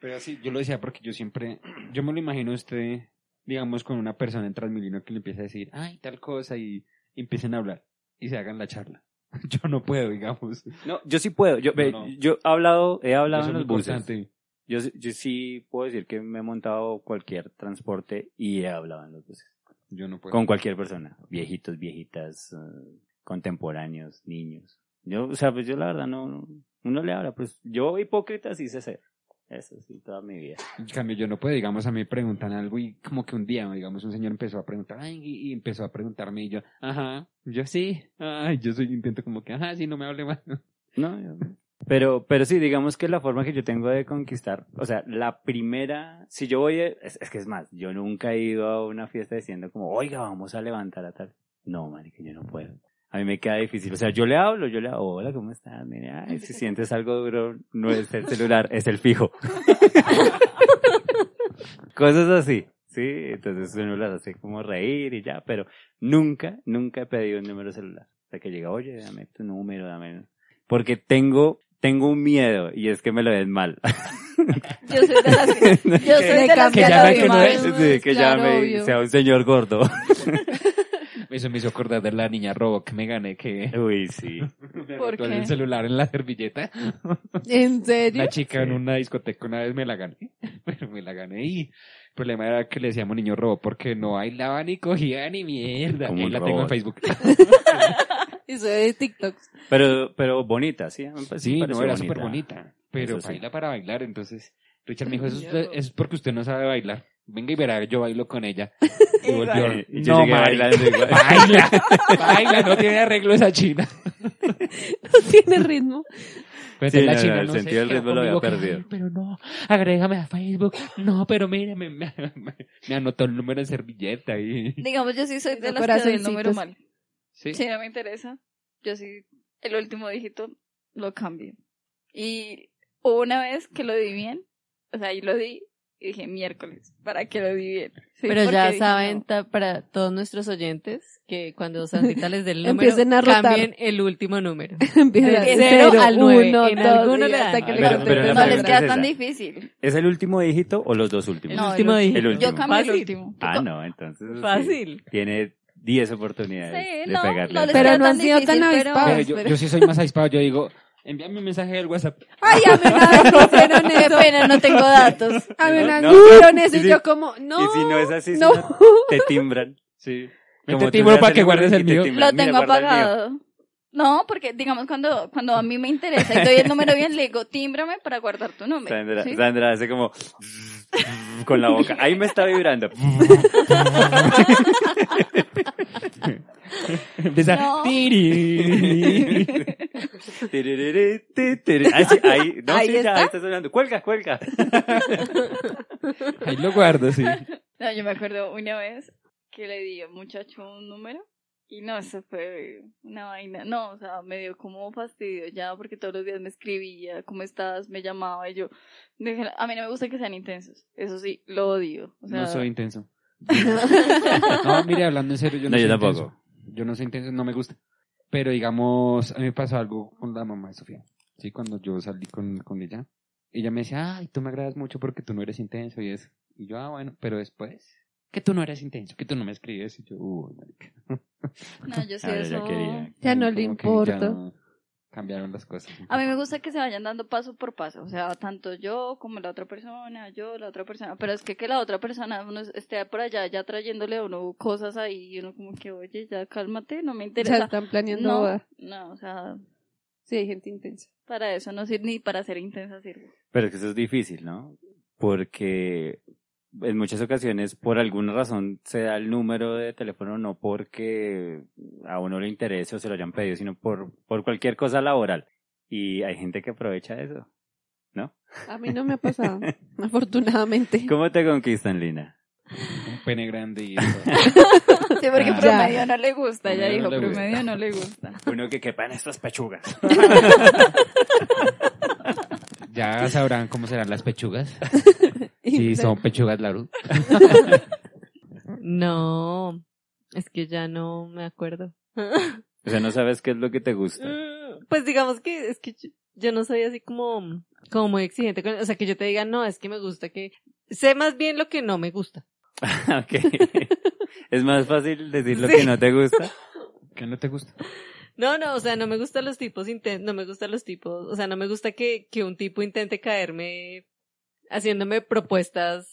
Speaker 3: Pero sí, yo lo decía porque yo siempre, yo me lo imagino a usted, digamos, con una persona en Transmilenio que le empieza a decir, ay, tal cosa, y empiecen a hablar y se hagan la charla. Yo no puedo, digamos.
Speaker 1: No, yo sí puedo, yo,
Speaker 3: No,
Speaker 1: ve,
Speaker 3: no.
Speaker 1: yo he hablado, he hablado
Speaker 3: Yo soy
Speaker 1: en los
Speaker 3: muy
Speaker 1: buses.
Speaker 3: constante.
Speaker 1: Yo, yo sí puedo decir que me he montado cualquier transporte y he hablado en los buses.
Speaker 3: Yo no puedo.
Speaker 1: Con cualquier persona. Viejitos, viejitas, eh, contemporáneos, niños. Yo, o sea, pues yo la verdad no, no- uno le habla, pues yo hipócrita sí sé ser. Eso sí, toda mi vida.
Speaker 3: En cambio, yo no puedo, digamos, a mí me preguntan algo y como que un día, digamos, un señor empezó a preguntar, ay, y, y empezó a preguntarme y yo, ajá, yo sí, ay, yo soy, intento como que, ajá, sí, no me hable más.
Speaker 1: No, yo- pero, pero sí, digamos que la forma que yo tengo de conquistar, o sea, la primera, si yo voy, a- es, es que es más, yo nunca he ido a una fiesta diciendo como, oiga, vamos a levantar a tal. No, marica, yo no puedo. A mí me queda difícil. O sea, yo le hablo, yo le hablo, hola, ¿cómo estás? Mire, ay, si sientes algo duro, no es el celular, es el fijo. Cosas así, ¿sí? Entonces uno las hace como reír y ya, pero nunca, nunca he pedido un número de celular. O sea, que llega, oye, dame tu número, dame porque tengo, tengo un miedo y es que me lo den mal.
Speaker 4: Yo soy de las que, yo soy
Speaker 5: Que-
Speaker 4: de las
Speaker 3: que
Speaker 4: que
Speaker 3: ya
Speaker 4: lo
Speaker 3: ve
Speaker 4: vi
Speaker 3: que no
Speaker 4: mal.
Speaker 3: es-
Speaker 1: Sí, que
Speaker 5: claro,
Speaker 1: ya me
Speaker 5: obvio.
Speaker 1: sea un señor gordo.
Speaker 3: Eso me hizo acordar de la niña robo que me gané que
Speaker 1: Uy, sí.
Speaker 3: me
Speaker 4: ¿Por
Speaker 3: metió
Speaker 4: qué?
Speaker 3: el celular en la servilleta.
Speaker 5: ¿En serio?
Speaker 3: Una chica en una discoteca una vez me la gané, pero me la gané y el problema era que le decíamos niño robo porque no bailaba ni cogía ni mierda.
Speaker 1: Como
Speaker 3: Y ahí
Speaker 1: un
Speaker 3: la tengo
Speaker 1: robot.
Speaker 3: en Facebook.
Speaker 5: Eso de TikTok.
Speaker 1: Pero, pero bonita, sí. a mí me parece-
Speaker 3: Sí,
Speaker 1: parece
Speaker 3: no, era súper bonita, pero
Speaker 1: Eso sí.
Speaker 3: baila para bailar, entonces Richard me dijo,
Speaker 4: Ay,
Speaker 3: eso es,
Speaker 4: Dios.
Speaker 3: es porque usted no sabe bailar. Venga y verá, yo bailo con ella. Y
Speaker 4: Igual.
Speaker 3: volvió,
Speaker 1: Eh, y yo
Speaker 3: "No,
Speaker 1: llegué
Speaker 3: Mari,
Speaker 1: bailando igual.
Speaker 3: Baila, baila, no tiene arreglo esa china.
Speaker 5: Tiene ritmo.
Speaker 3: Pues
Speaker 1: Sí,
Speaker 3: es la
Speaker 1: no, no,
Speaker 3: china,
Speaker 1: el
Speaker 3: no sé,
Speaker 1: sentido del
Speaker 3: quedó
Speaker 1: ritmo lo había
Speaker 3: conmigo, que,
Speaker 1: perdido.
Speaker 3: "Ay, Pero no, agrégame a Facebook. No, pero mira, me, me- me anotó el número en servilleta y...
Speaker 4: Digamos, yo sí soy de
Speaker 5: Los
Speaker 4: las que doy el
Speaker 5: corazoncitos.
Speaker 4: número mal.
Speaker 3: Sí,
Speaker 4: Si no me interesa, yo sí, el último dígito lo cambio. Y hubo una vez que lo di bien, o sea, y lo di y dije miércoles, para que lo di bien. Sí,
Speaker 2: Pero
Speaker 4: porque
Speaker 2: ya
Speaker 4: dije,
Speaker 2: saben,
Speaker 4: no.
Speaker 2: ta- para todos nuestros oyentes, que cuando Sandita les dé el número,
Speaker 5: Empiecen a rotar.
Speaker 2: cambien el último número.
Speaker 5: Empieza
Speaker 2: Del
Speaker 5: de
Speaker 2: cero
Speaker 5: cero,
Speaker 2: al nueve.
Speaker 5: uno,
Speaker 2: En
Speaker 5: dos,
Speaker 2: alguno
Speaker 5: y
Speaker 2: le
Speaker 5: hasta
Speaker 2: dan.
Speaker 5: que le
Speaker 1: Ah, Pero- pero
Speaker 5: contesten.
Speaker 1: la
Speaker 4: no les
Speaker 1: pregunta
Speaker 4: queda
Speaker 1: es
Speaker 4: tan
Speaker 1: esa.
Speaker 4: difícil.
Speaker 1: ¿Es el último dígito o los dos últimos?
Speaker 4: No,
Speaker 2: último
Speaker 4: el
Speaker 2: dije.
Speaker 1: El último.
Speaker 4: Yo cambio el
Speaker 2: Fácil.
Speaker 4: último.
Speaker 1: Ah, no, entonces sí,
Speaker 2: Fácil.
Speaker 1: tiene 10
Speaker 4: Sí,
Speaker 1: oportunidades de
Speaker 4: no,
Speaker 1: pegarle.
Speaker 4: no
Speaker 1: al
Speaker 4: les
Speaker 5: Pero
Speaker 4: queda
Speaker 5: no
Speaker 4: tan
Speaker 5: han sido
Speaker 4: difícil,
Speaker 5: tan
Speaker 4: pero-
Speaker 5: avispados.
Speaker 3: Pero yo, yo sí soy más avispado, yo digo, envíame un mensaje del WhatsApp.
Speaker 5: Ay, a mí una vez me hicieron
Speaker 4: Qué
Speaker 5: eso.
Speaker 4: pena, no tengo datos.
Speaker 5: A mí una vez
Speaker 1: No.
Speaker 5: me hicieron eso
Speaker 1: Y si-
Speaker 5: y yo como, no.
Speaker 1: Y si no es así, si
Speaker 5: no.
Speaker 1: no, te timbran. Sí.
Speaker 3: Yo
Speaker 1: Como
Speaker 3: te
Speaker 1: tú
Speaker 3: timbro
Speaker 1: le das
Speaker 3: para que guardes
Speaker 1: número y
Speaker 3: el
Speaker 1: te
Speaker 3: mío.
Speaker 1: timbran,
Speaker 4: Lo
Speaker 1: "Mira,
Speaker 4: tengo
Speaker 1: guarda el mío".
Speaker 4: apagado. No, porque digamos cuando, cuando a mí me interesa y doy el número bien, le digo, tímbrame para guardar tu número.
Speaker 1: Sandra,
Speaker 4: ¿sí?
Speaker 1: Sandra hace como con la boca. Ahí me está vibrando.
Speaker 3: Empieza,
Speaker 4: No.
Speaker 3: "Tiri".
Speaker 1: Tiririrí, ti, tiri. Ah, sí, ahí, no,
Speaker 5: Ahí
Speaker 1: sí, ya,
Speaker 5: está.
Speaker 1: ahí está sonando. Cuelga, cuelga.
Speaker 3: Ahí lo guardo, sí.
Speaker 4: No, yo me acuerdo una vez que le di a un muchacho un número y no, eso fue una vaina. No, o sea, me dio como fastidio ya porque todos los días me escribía, ¿cómo estás? Me llamaba y yo. dije, a mí no me gusta que sean intensos. Eso sí, lo odio. O sea,
Speaker 3: No soy intenso. No, mire, hablando en serio, yo no,
Speaker 1: No, yo
Speaker 3: soy
Speaker 1: tampoco.
Speaker 3: intenso. Yo no soy intenso, no me gusta. Pero digamos, a mí me pasó algo con la mamá de Sofía. Sí, cuando yo salí con, con ella, ella me decía, ay, tú me agradas mucho porque tú no eres intenso y eso. Y yo, ah, bueno, pero después, que tú no eres intenso, que tú no me escribes. Y yo, uy, marica.
Speaker 4: no, yo sí
Speaker 1: Ah, ya, ya
Speaker 4: eso.
Speaker 1: quería.
Speaker 5: Ya no
Speaker 3: Como
Speaker 5: le
Speaker 3: que ya
Speaker 5: importo.
Speaker 3: Cambiaron las cosas.
Speaker 4: A mí me gusta que se vayan dando paso por paso, o sea, tanto yo como la otra persona, yo, la otra persona, pero es que que la otra persona uno esté por allá ya trayéndole a uno cosas ahí y uno como que, oye, ya cálmate, no me
Speaker 5: Ya
Speaker 4: interesa.
Speaker 5: están planeando
Speaker 4: No,
Speaker 5: boda.
Speaker 4: no, o sea,
Speaker 5: Sí, hay gente intensa.
Speaker 4: para eso no sirve, ni para ser intensa sirve.
Speaker 1: Pero es que eso es difícil, ¿no? Porque en muchas ocasiones, por alguna razón, se da el número de teléfono no porque a uno le interese o se lo hayan pedido, sino por, por cualquier cosa laboral. Y hay gente que aprovecha eso.
Speaker 5: A mí no me ha pasado, afortunadamente.
Speaker 1: ¿Cómo te conquistan, Lina?
Speaker 3: Un pene grande y eso.
Speaker 4: Sí, porque
Speaker 3: Ah,
Speaker 4: promedio
Speaker 5: ya.
Speaker 4: no le gusta, ya
Speaker 3: Promedio
Speaker 4: dijo,
Speaker 3: no le gusta.
Speaker 4: promedio no le gusta.
Speaker 1: Uno que quepan estas pechugas.
Speaker 3: Ya sabrán cómo serán las pechugas. Sí, son pechugas Laru.
Speaker 2: No, es que ya no me acuerdo.
Speaker 1: O sea, no sabes qué es lo que te gusta.
Speaker 2: Mm, Pues digamos que es que yo, yo no soy así como, como muy exigente. con- o sea, que yo te diga, no, es que me gusta que... Sé más bien lo que no me gusta.
Speaker 1: Ok. Es más fácil decir lo
Speaker 2: Sí.
Speaker 1: que no te gusta.
Speaker 3: ¿Qué no te gusta?
Speaker 2: No, no, o sea, no me gustan los tipos, inten- no me gustan los tipos, o sea, no me gusta que, que un tipo intente caerme haciéndome propuestas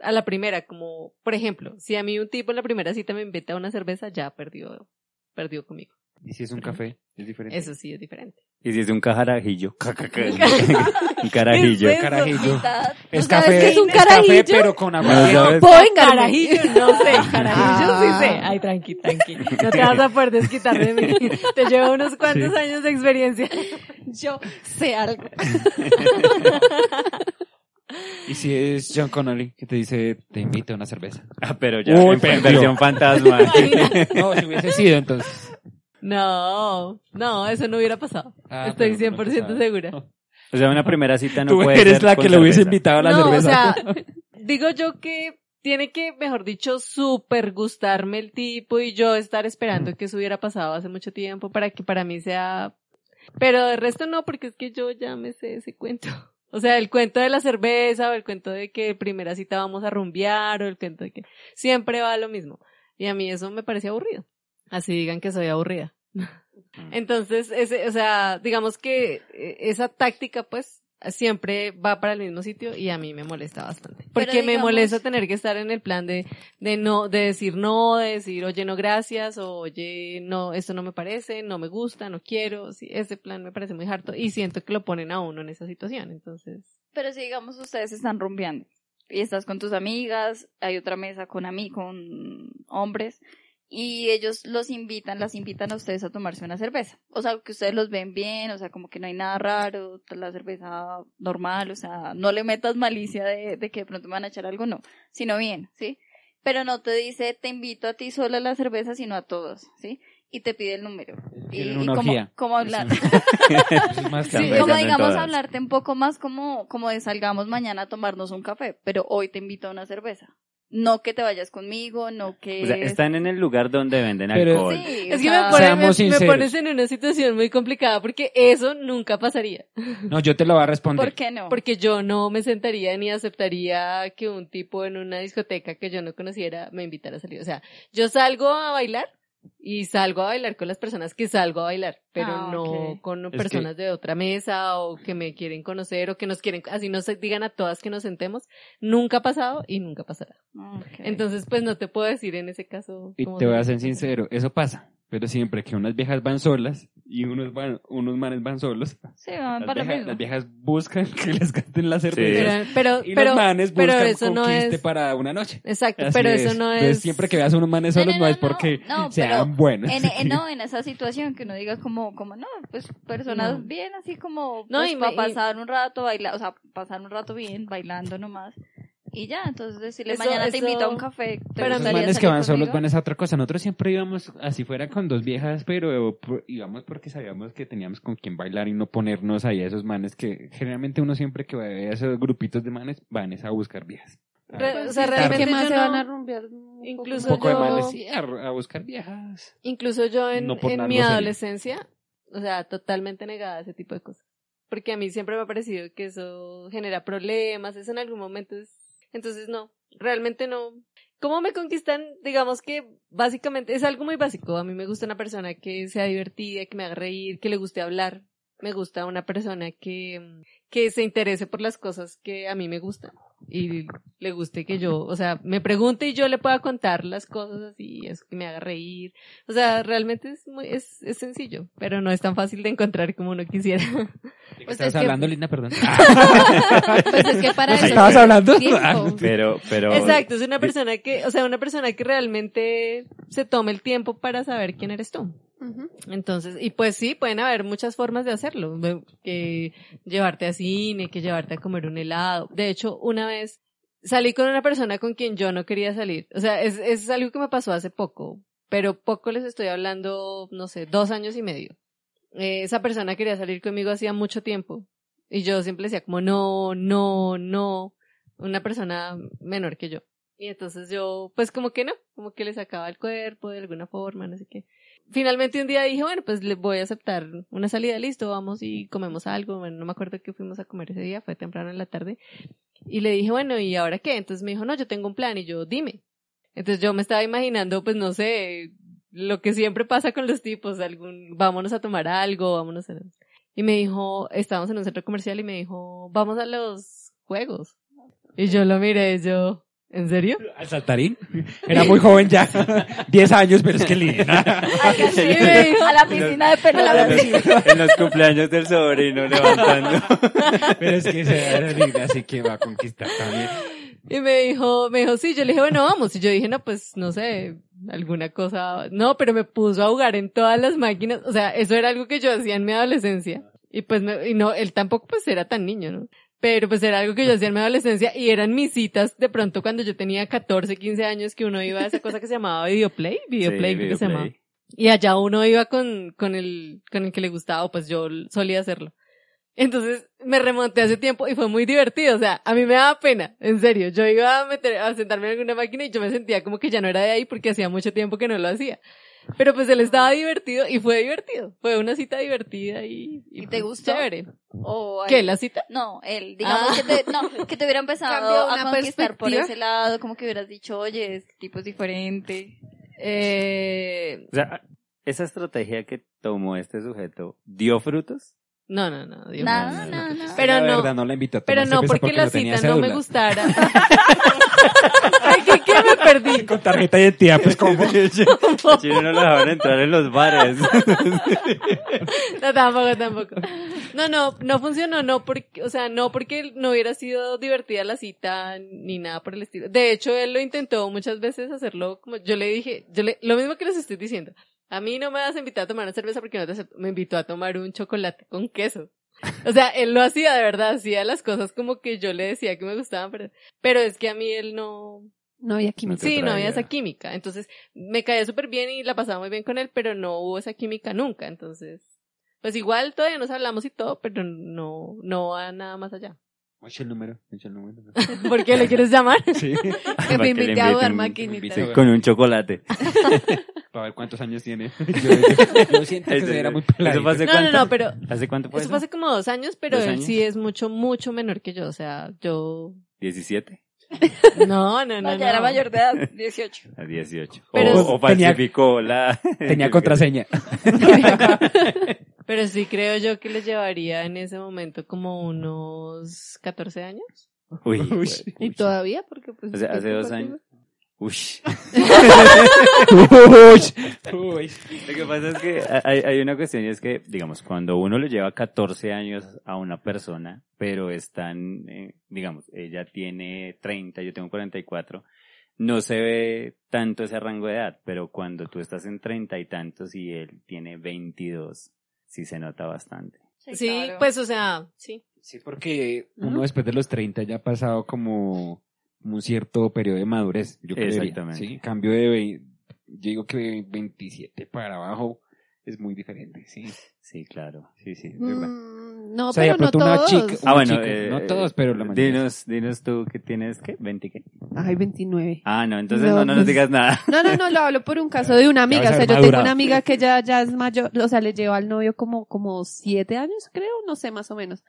Speaker 2: a la primera, como, por ejemplo, si a mí un tipo en la primera cita me invita a una cerveza, ya perdió, perdió conmigo.
Speaker 3: ¿Y si es un café? Es diferente.
Speaker 2: Eso sí es diferente.
Speaker 1: Y si es un cajarajillo. Un carajillo.
Speaker 2: Eso,
Speaker 3: Carajillo.
Speaker 4: Mitad,
Speaker 3: Es
Speaker 4: ¿tú sabes
Speaker 3: café,
Speaker 4: qué
Speaker 3: es un
Speaker 5: carajillo?
Speaker 3: café, pero con
Speaker 1: No,
Speaker 3: agua.
Speaker 1: ¿sabes?
Speaker 5: Póngale.
Speaker 2: Carajillo, no sé, carajillo sí sé.
Speaker 5: Ah.
Speaker 2: Ay, tranqui, tranqui. No te vas a poder desquitar de mí. Te llevo unos cuantos años de experiencia. Yo sé algo.
Speaker 3: ¿Y si es John Connolly que te dice, te invito a una cerveza?
Speaker 1: Ah, pero ya,
Speaker 3: Uy,
Speaker 1: en
Speaker 3: perdió.
Speaker 1: versión fantasma.
Speaker 3: No, si hubiese sido, entonces.
Speaker 2: No, no, eso no hubiera pasado.
Speaker 3: Ah,
Speaker 2: Estoy
Speaker 3: pero no
Speaker 2: 100%
Speaker 3: pasaba.
Speaker 2: segura.
Speaker 1: O sea, una primera cita no
Speaker 3: Tú
Speaker 1: puede
Speaker 3: eres
Speaker 1: ser
Speaker 3: la
Speaker 1: con
Speaker 3: que le hubiese
Speaker 1: cerveza.
Speaker 3: invitado a la
Speaker 2: no,
Speaker 3: cerveza.
Speaker 2: o sea, digo yo que tiene que, mejor dicho, súper gustarme el tipo y yo estar esperando que eso hubiera pasado hace mucho tiempo para que para mí sea Pero de resto no, porque es que yo ya me sé ese cuento. O sea, el cuento de la cerveza, o el cuento de que primera cita vamos a rumbear, o el cuento de que siempre va lo mismo. Y a mí eso me parece aburrido. Así digan que soy aburrida. Entonces, ese, o sea, digamos que eh, esa táctica, pues, siempre va para el mismo sitio y a mí me molesta bastante. Porque me
Speaker 4: digamos-
Speaker 2: molesta tener que estar en el plan de, de no, de decir no, de decir, oye, no gracias, o oye, no, esto no me parece, no me gusta, no quiero, sí, ese plan me parece muy harto y siento que lo ponen a uno en esa situación, entonces.
Speaker 4: Pero si digamos ustedes están rumbeando y estás con tus amigas, hay otra mesa con ami con hombres y ellos los invitan, las invitan a ustedes a tomarse una cerveza. O sea, que ustedes los ven bien, o sea, como que no hay nada raro, la cerveza normal, o sea, no le metas malicia de, de que de pronto me van a echar algo, no, sino bien, ¿sí? Pero no te dice, te invito a ti sola a la cerveza, sino a todos, ¿sí? Y te pide el número. Y,
Speaker 3: Quieren
Speaker 4: y
Speaker 3: una
Speaker 4: como,
Speaker 3: orgía.
Speaker 4: como hablar.
Speaker 3: Es más
Speaker 4: Sí,
Speaker 1: Están
Speaker 4: como
Speaker 3: cambio.
Speaker 1: pensando en
Speaker 4: digamos
Speaker 1: todas.
Speaker 4: hablarte un poco más como, como de salgamos mañana a tomarnos un café, pero hoy te invito a una cerveza. No que te vayas conmigo, no que...
Speaker 1: O sea, están en el lugar donde venden
Speaker 3: Pero-
Speaker 1: alcohol.
Speaker 4: Sí,
Speaker 2: Es
Speaker 4: o
Speaker 2: que me,
Speaker 4: sea,
Speaker 3: pone-
Speaker 2: ponen- me-
Speaker 3: Seamos
Speaker 2: me
Speaker 3: sinceros.
Speaker 2: pones en una situación muy complicada porque eso nunca pasaría.
Speaker 3: No, yo te lo voy a responder.
Speaker 4: ¿Por qué no?
Speaker 2: Porque yo no me sentaría ni aceptaría que un tipo en una discoteca que yo no conociera me invitara a salir. O sea, yo salgo a bailar y salgo a bailar con las personas que salgo a bailar, pero
Speaker 4: Ah,
Speaker 2: no
Speaker 4: ok.
Speaker 2: con
Speaker 3: que-
Speaker 2: personas de otra mesa o que me quieren conocer o que nos quieren, así no se digan a todas que nos sentemos. Nunca ha pasado y nunca pasará.
Speaker 4: Ah, Ok.
Speaker 2: Entonces, pues no te puedo decir en ese caso.
Speaker 3: Y
Speaker 2: cómo
Speaker 3: te voy a
Speaker 2: sería.
Speaker 3: ser sincero, eso pasa. Pero siempre que unas viejas van solas y unos, van, unos manes van solos,
Speaker 4: Sí, van para
Speaker 3: las,
Speaker 4: lo
Speaker 3: vieja-
Speaker 4: mismo.
Speaker 3: las viejas buscan que les canten la cerveza.
Speaker 2: Pero, pero,
Speaker 3: Y
Speaker 2: pero-
Speaker 3: los manes
Speaker 2: pero
Speaker 3: buscan
Speaker 2: eso no
Speaker 3: conquiste
Speaker 2: es-
Speaker 3: para una noche.
Speaker 2: Exacto,
Speaker 3: Así
Speaker 2: pero eso no
Speaker 3: Entonces,
Speaker 2: es.
Speaker 3: siempre que veas unos manes
Speaker 4: No,
Speaker 3: solos
Speaker 4: no,
Speaker 3: no,
Speaker 4: no,
Speaker 3: es porque
Speaker 4: no, no,
Speaker 3: sean
Speaker 4: pero
Speaker 3: buenos.
Speaker 4: En, e- en- no, en esa situación que uno diga como, como no, pues personas
Speaker 2: No.
Speaker 4: bien así como
Speaker 2: No,
Speaker 4: pues,
Speaker 2: y me-
Speaker 4: para
Speaker 2: y-
Speaker 4: pasar un rato baila o sea, pasar un rato bien, bailando nomás. Y ya, entonces decirle
Speaker 2: Eso-
Speaker 4: mañana te
Speaker 2: eso-
Speaker 4: invito a un café. ¿te
Speaker 2: Pero
Speaker 3: Pero esos
Speaker 4: gustaría
Speaker 3: manes que
Speaker 4: salir
Speaker 3: van solos
Speaker 4: conmigo?
Speaker 3: van es a otra cosa. Nosotros siempre íbamos así fuera con dos viejas, pero por- íbamos porque sabíamos que teníamos con quién bailar y no ponernos ahí a esos manes que generalmente uno siempre que va a esos grupitos de manes van es a buscar viejas. A-
Speaker 2: Re-
Speaker 5: Pues
Speaker 2: o sea,
Speaker 5: sí,
Speaker 2: realmente
Speaker 5: ¿qué más
Speaker 2: yo
Speaker 5: se
Speaker 2: no-
Speaker 5: van a rumbear? Un
Speaker 2: Incluso
Speaker 3: un poco
Speaker 2: yo-
Speaker 3: de manes, sí, a, a buscar viejas.
Speaker 2: Incluso yo en,
Speaker 3: No por
Speaker 2: en
Speaker 3: nada,
Speaker 2: mi
Speaker 3: no sería.
Speaker 2: adolescencia, o sea, totalmente negada a ese tipo de cosas. Porque a mí siempre me ha parecido que eso genera problemas, eso en algún momento es... Entonces no, realmente no. ¿Cómo me conquistan? Digamos que básicamente es algo muy básico. A mí me gusta una persona que sea divertida, que me haga reír, que le guste hablar. Me gusta una persona que, que se interese por las cosas que a mí me gustan y le guste que yo, o sea, me pregunte y yo le pueda contar las cosas y es que me haga reír. O sea, realmente es muy, es, es sencillo, pero no es tan fácil de encontrar como uno quisiera.
Speaker 3: ¿De qué
Speaker 4: Pues
Speaker 3: estabas
Speaker 4: es que-
Speaker 3: hablando, Linda? Perdón. Ah,
Speaker 4: Pues es que para
Speaker 1: ¿Nos
Speaker 4: eso
Speaker 1: estabas
Speaker 4: lleva
Speaker 3: hablando? Ah,
Speaker 4: tiempo.
Speaker 1: Pero, pero.
Speaker 2: Exacto, es una persona que, o sea, una persona que realmente se tome el tiempo para saber quién eres tú.
Speaker 5: Ujú.
Speaker 2: Entonces, y pues sí, pueden haber muchas formas de hacerlo, de- que llevarte a cine, que llevarte a comer un helado. De hecho, una vez salí con una persona con quien yo no quería salir. O sea, es, es algo que me pasó hace poco, pero poco les estoy hablando, no sé, dos años y medio. Eh, esa persona quería salir conmigo hacía mucho tiempo y yo siempre decía como no, no, no, una persona menor que yo. Y entonces yo, pues como que no, como que le sacaba el cuerpo de alguna forma, no sé qué finalmente un día dije, bueno, pues le voy a aceptar una salida, listo, vamos y comemos algo. Bueno, no me acuerdo qué fuimos a comer ese día, fue temprano en la tarde. Y le dije, bueno, ¿y ahora qué? Entonces me dijo, no, yo tengo un plan y yo, dime. Entonces yo me estaba imaginando, pues no sé, lo que siempre pasa con los tipos, algún, vámonos a tomar algo, vámonos a... Y me dijo, estábamos en un centro comercial y me dijo, vamos a los juegos. Y yo lo miré, yo, ¿en serio?
Speaker 3: ¿Al saltarín? Era muy joven ya. Diez años, pero es que Linda.
Speaker 4: Algo así, a la piscina de
Speaker 1: En los,
Speaker 4: pelotas.
Speaker 1: en los cumpleaños del sobrino levantando.
Speaker 3: Pero es que se era Linda, así que va a conquistar también.
Speaker 2: Y me dijo, me dijo, sí, yo le dije, bueno, vamos. Y yo dije, no, pues, no sé, alguna cosa. No, pero me puso a jugar en todas las máquinas. O sea, eso era algo que yo hacía en mi adolescencia. Y pues, me- y no, él tampoco pues era tan niño, ¿no? Pero pues era algo que yo hacía en mi adolescencia y eran mis citas de pronto cuando yo tenía 14, 15 años que uno iba a esa cosa que se llamaba Videoplay, Videoplay
Speaker 1: Sí,
Speaker 2: creo que se
Speaker 1: videoplay.
Speaker 2: llamaba. Y allá uno iba con, con el, con el que le gustaba, o pues yo solía hacerlo. Entonces me remonté hace tiempo y fue muy divertido, o sea, a mí me daba pena, en serio, yo iba a, meter, a sentarme en alguna máquina y yo me sentía como que ya no era de ahí porque hacía mucho tiempo que no lo hacía. Pero pues él estaba divertido y fue divertido. Fue una cita divertida y...
Speaker 4: ¿Y te
Speaker 2: pues,
Speaker 4: gustó?
Speaker 2: Chévere.
Speaker 4: O
Speaker 2: ¿Qué?
Speaker 4: al-
Speaker 2: ¿La cita?
Speaker 4: No, él, digamos
Speaker 2: Ah.
Speaker 4: que, te, no, que te hubiera empezado
Speaker 5: Cambió
Speaker 4: a
Speaker 5: una
Speaker 4: conquistar por
Speaker 5: perspectiva.
Speaker 4: ese lado, como que hubieras dicho, oye, este tipo es diferente.
Speaker 2: Eh,
Speaker 1: O sea, esa estrategia que tomó este sujeto, ¿dio frutos?
Speaker 2: no, no, no. Dios mío.
Speaker 4: Nada,
Speaker 1: no,
Speaker 4: nada, nada.
Speaker 2: Pero
Speaker 3: la
Speaker 2: no.
Speaker 3: verdad, no la invitó a
Speaker 2: Pero
Speaker 3: tomar
Speaker 2: no,
Speaker 3: cerveza
Speaker 2: porque, la
Speaker 3: tenía
Speaker 2: cita no me
Speaker 3: cédula.
Speaker 2: gustara. Ay, ¿qué, qué me perdí?
Speaker 3: Con tarjeta de identidad, pues como...
Speaker 1: El chino no lo dejaban entrar en los bares.
Speaker 2: No, tampoco, tampoco. No, no, no funcionó, no porque, o sea, no porque no hubiera sido divertida la cita ni nada por el estilo. De hecho, él lo intentó muchas veces hacerlo como yo le dije, yo le, lo mismo que les estoy diciendo. A mí no me vas a invitar a tomar una cerveza porque no te acepto. Me invitó a tomar un chocolate con queso. O sea, él lo hacía de verdad, hacía las cosas como que yo le decía que me gustaban, pero, pero es que a mí él no,
Speaker 5: No había
Speaker 1: química.
Speaker 5: química.
Speaker 1: te
Speaker 2: Sí, no había
Speaker 1: atraía.
Speaker 2: esa química. Entonces, me caía súper bien y la pasaba muy bien con él, pero no hubo esa química nunca. Entonces, pues igual todavía nos hablamos y todo, pero no, no va nada más allá.
Speaker 3: Echa el número, echa el número.
Speaker 2: ¿Por qué le quieres llamar?
Speaker 3: Sí,
Speaker 1: Para
Speaker 5: me
Speaker 1: le
Speaker 5: invite a
Speaker 1: invite
Speaker 5: jugar
Speaker 1: un-
Speaker 5: maquinita.
Speaker 1: sí, Con un chocolate.
Speaker 3: para ver cuántos años tiene. Yo, yo- yo siento que
Speaker 1: Eso-
Speaker 3: se era muy
Speaker 1: eso
Speaker 3: peladito.
Speaker 1: fue hace-
Speaker 2: No, no, no,
Speaker 1: cuánto?
Speaker 2: pero
Speaker 1: ¿Hace cuánto fue
Speaker 2: eso
Speaker 1: eso?
Speaker 2: fue hace como dos años, pero
Speaker 1: ¿Dos
Speaker 2: él
Speaker 1: años?
Speaker 2: sí es mucho, mucho menor que yo. O sea, yo.
Speaker 1: 17
Speaker 2: No, no, no.
Speaker 4: No, ya
Speaker 2: no.
Speaker 4: era mayor de edad, 18.
Speaker 1: a 18.
Speaker 2: Pero-
Speaker 1: o, o falsificó la...
Speaker 3: Tenía contraseña.
Speaker 2: Pero sí creo yo que les llevaría en ese momento como unos 14 años.
Speaker 1: Uy,
Speaker 3: Uy.
Speaker 2: Y todavía, porque pues.
Speaker 1: hace, hace
Speaker 2: ¿qué
Speaker 1: dos
Speaker 2: culpa
Speaker 1: años. Uy.
Speaker 3: Uy.
Speaker 1: Lo que pasa es que hay, hay una cuestión y es que, digamos, cuando uno le lleva 14 años a una persona, pero están, eh, digamos, ella tiene 30, yo tengo 44, no se ve tanto ese rango de edad, pero cuando tú estás en 30 y tantos y él tiene 22, sí se nota bastante.
Speaker 2: tengo? Sí, pues, o sea, sí.
Speaker 3: Sí, porque
Speaker 5: Ujú.
Speaker 3: uno después de los 30 ya ha pasado como un cierto periodo de madurez, yo creo.
Speaker 1: Exactamente.
Speaker 3: Sí, cambio de, vei- yo digo que de 27 para abajo es muy diferente, sí.
Speaker 1: Sí, claro.
Speaker 3: Sí, sí, es verdad.
Speaker 5: Mm, no,
Speaker 3: O sea, de
Speaker 5: pero no
Speaker 3: pronto una
Speaker 5: todos.
Speaker 3: chica-
Speaker 1: Ah, bueno,
Speaker 3: chicos,
Speaker 1: eh,
Speaker 3: no todos, pero la mayoría.
Speaker 1: Dinos, dinos tú que tienes, ¿qué? ¿20 qué?
Speaker 5: Ay, 29.
Speaker 1: Ah, no, entonces
Speaker 5: No,
Speaker 1: no, no nos
Speaker 5: pues-
Speaker 1: digas nada.
Speaker 5: No, no, no, lo hablo por un caso de una amiga.
Speaker 3: Ya
Speaker 5: O
Speaker 3: vas a
Speaker 5: sea,
Speaker 3: ser
Speaker 5: yo tengo
Speaker 3: madura.
Speaker 5: una amiga que ya, ya es mayor, o sea, le llevó al novio como, como siete años, creo, no sé, más o menos.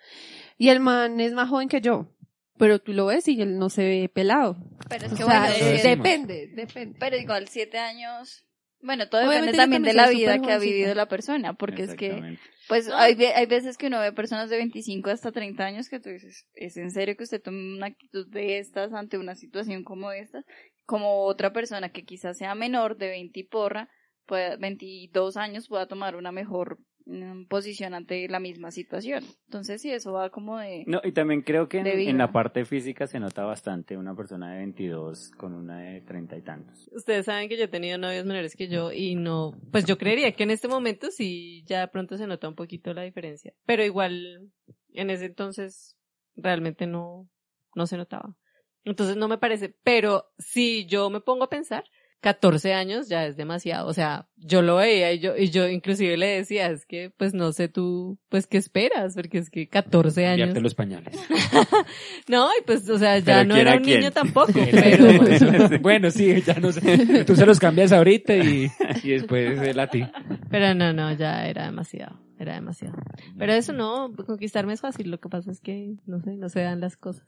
Speaker 5: Y el man es más joven que yo. Pero tú lo ves y él no se ve pelado.
Speaker 4: Pero es
Speaker 3: O
Speaker 4: que
Speaker 5: o
Speaker 3: sea,
Speaker 4: bueno,
Speaker 5: sea,
Speaker 4: es
Speaker 3: eso
Speaker 4: que-
Speaker 3: es-
Speaker 5: depende, depende.
Speaker 4: pero igual 7 años... Bueno, todo
Speaker 5: Obviamente
Speaker 4: depende
Speaker 5: yo
Speaker 4: también de
Speaker 5: también
Speaker 4: la
Speaker 5: soy
Speaker 4: vida
Speaker 5: súper
Speaker 4: que ha
Speaker 5: jovencita.
Speaker 4: vivido la persona, porque es que...
Speaker 1: Exactamente.
Speaker 4: Pues
Speaker 2: No.
Speaker 4: hay, ve- hay veces que uno ve personas de 25 hasta 30 años que tú dices, ¿es en serio que usted tome una actitud de estas ante una situación como esta? Como otra persona que quizás sea menor de 20 y porra, pueda, 22 años pueda tomar una mejor mm, posición ante la misma situación. Entonces, sí, eso va como de...
Speaker 1: No, y también creo que en,
Speaker 4: de vida.
Speaker 1: en la parte física se nota bastante una persona de 22 con una de 30 y tantos.
Speaker 2: Ustedes saben que yo he tenido novios menores que yo y no, pues yo creería que en este momento sí ya de pronto se nota un poquito la diferencia, pero igual en ese entonces realmente no, no se notaba. Entonces no me parece, pero si yo me pongo a pensar, 14 años ya es demasiado, o sea, yo lo veía y yo, y yo inclusive le decía, es que pues no sé tú, pues qué esperas, porque es que 14 años.
Speaker 3: Cambiarte los pañales.
Speaker 2: No, y pues, o sea, ya
Speaker 1: Pero
Speaker 2: no
Speaker 1: ¿quién
Speaker 2: era
Speaker 1: a
Speaker 2: un
Speaker 1: quién?
Speaker 2: niño tampoco, pero...
Speaker 3: bueno, sí, ya no sé. Tú se los cambias ahorita y, y después el a ti.
Speaker 2: Pero no, no, ya era demasiado, era demasiado. Pero eso no, conquistarme es fácil, lo que pasa es que, no sé, no se dan las cosas.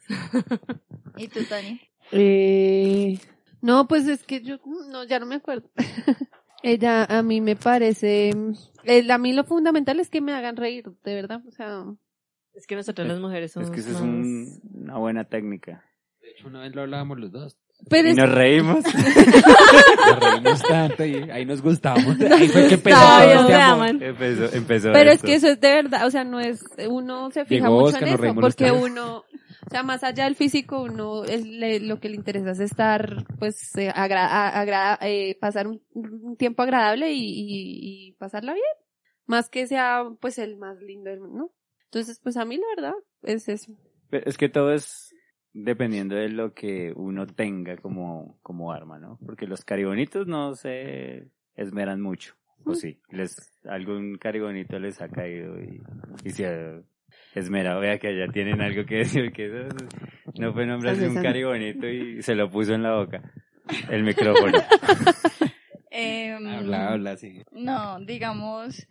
Speaker 4: ¿Y tú, Tania?
Speaker 5: Eh, no, pues es que yo no, ya no me acuerdo. Ella a mí me parece, el- a mí lo fundamental es que me hagan reír, de verdad. O sea,
Speaker 2: Es que nosotras las mujeres somos
Speaker 1: Es que eso es
Speaker 2: más...
Speaker 1: un- una buena técnica.
Speaker 3: De hecho, una vez lo hablábamos los dos.
Speaker 5: pero
Speaker 1: Y
Speaker 5: es-
Speaker 1: nos reímos.
Speaker 3: Nos reímos tanto y ahí nos gustamos. Ahí fue que empezó
Speaker 2: No,
Speaker 3: todo
Speaker 2: ellos
Speaker 3: este
Speaker 2: se
Speaker 3: amor.
Speaker 2: aman.
Speaker 1: empezó, empezó
Speaker 5: Pero es
Speaker 1: esto.
Speaker 5: que eso es de verdad, o sea, no es, uno se fija
Speaker 3: Llegó
Speaker 5: mucho
Speaker 3: Oscar,
Speaker 5: en
Speaker 3: nos
Speaker 5: eso,
Speaker 3: reímos los
Speaker 5: porque
Speaker 3: tres.
Speaker 5: uno, o sea, más allá del físico, uno, es, le- lo que le interesa es estar, pues, eh, agra- a- agra- eh, pasar un, un tiempo agradable y, y- y pasarla bien, más que sea, pues, el más lindo del mundo, ¿no? Entonces, pues, a mí la verdad es eso.
Speaker 1: Pero es que todo es dependiendo de lo que uno tenga como, como arma, ¿no? Porque los caribonitos no se esmeran mucho. O sí, les, algún caribonito les ha caído y, y se ha esmerado. Vea que allá tienen algo que decir, que eso es- no fue nombrarse un caribonito y se lo puso en la boca. El micrófono.
Speaker 4: Em,
Speaker 3: Habla, habla, sí.
Speaker 4: No, digamos,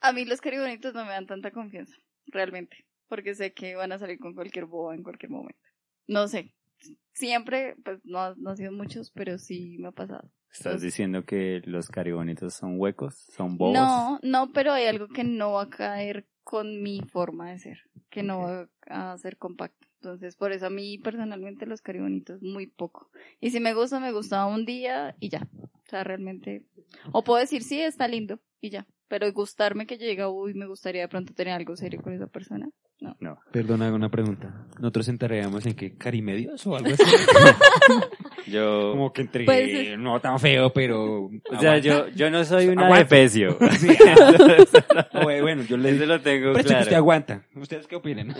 Speaker 4: a mí los caribonitos no me dan tanta confianza, realmente, porque sé que van a salir con cualquier boba en cualquier momento. No sé, siempre, pues no, ha- no han sido muchos, pero sí me ha pasado.
Speaker 1: ¿Estás diciendo que los caribonitos son huecos? ¿Son bobos?
Speaker 4: No, no, pero hay algo que no va a caer con mi forma de ser, que no va a ser compacto. Entonces, por eso a mí personalmente los caribonitos muy poco. Y si me gusta, me gusta un día y ya. O sea, realmente. O puedo decir, sí, está lindo y ya. Pero gustarme que llega, uy, me gustaría de pronto tener algo serio con esa persona.
Speaker 3: Perdona, hago una pregunta. ¿Nosotros entraríamos en qué? ¿Carimedios o algo así?
Speaker 1: Yo...
Speaker 3: Como que entre...
Speaker 4: Pues-
Speaker 3: no tan feo, pero...
Speaker 1: O sea, yo, yo no soy una
Speaker 3: Aguanta.
Speaker 1: defecio.
Speaker 3: Sí. Oye, bueno, yo les...
Speaker 1: Eso lo tengo
Speaker 3: Pero usted
Speaker 1: claro.
Speaker 3: aguanta. ¿Ustedes qué opinan?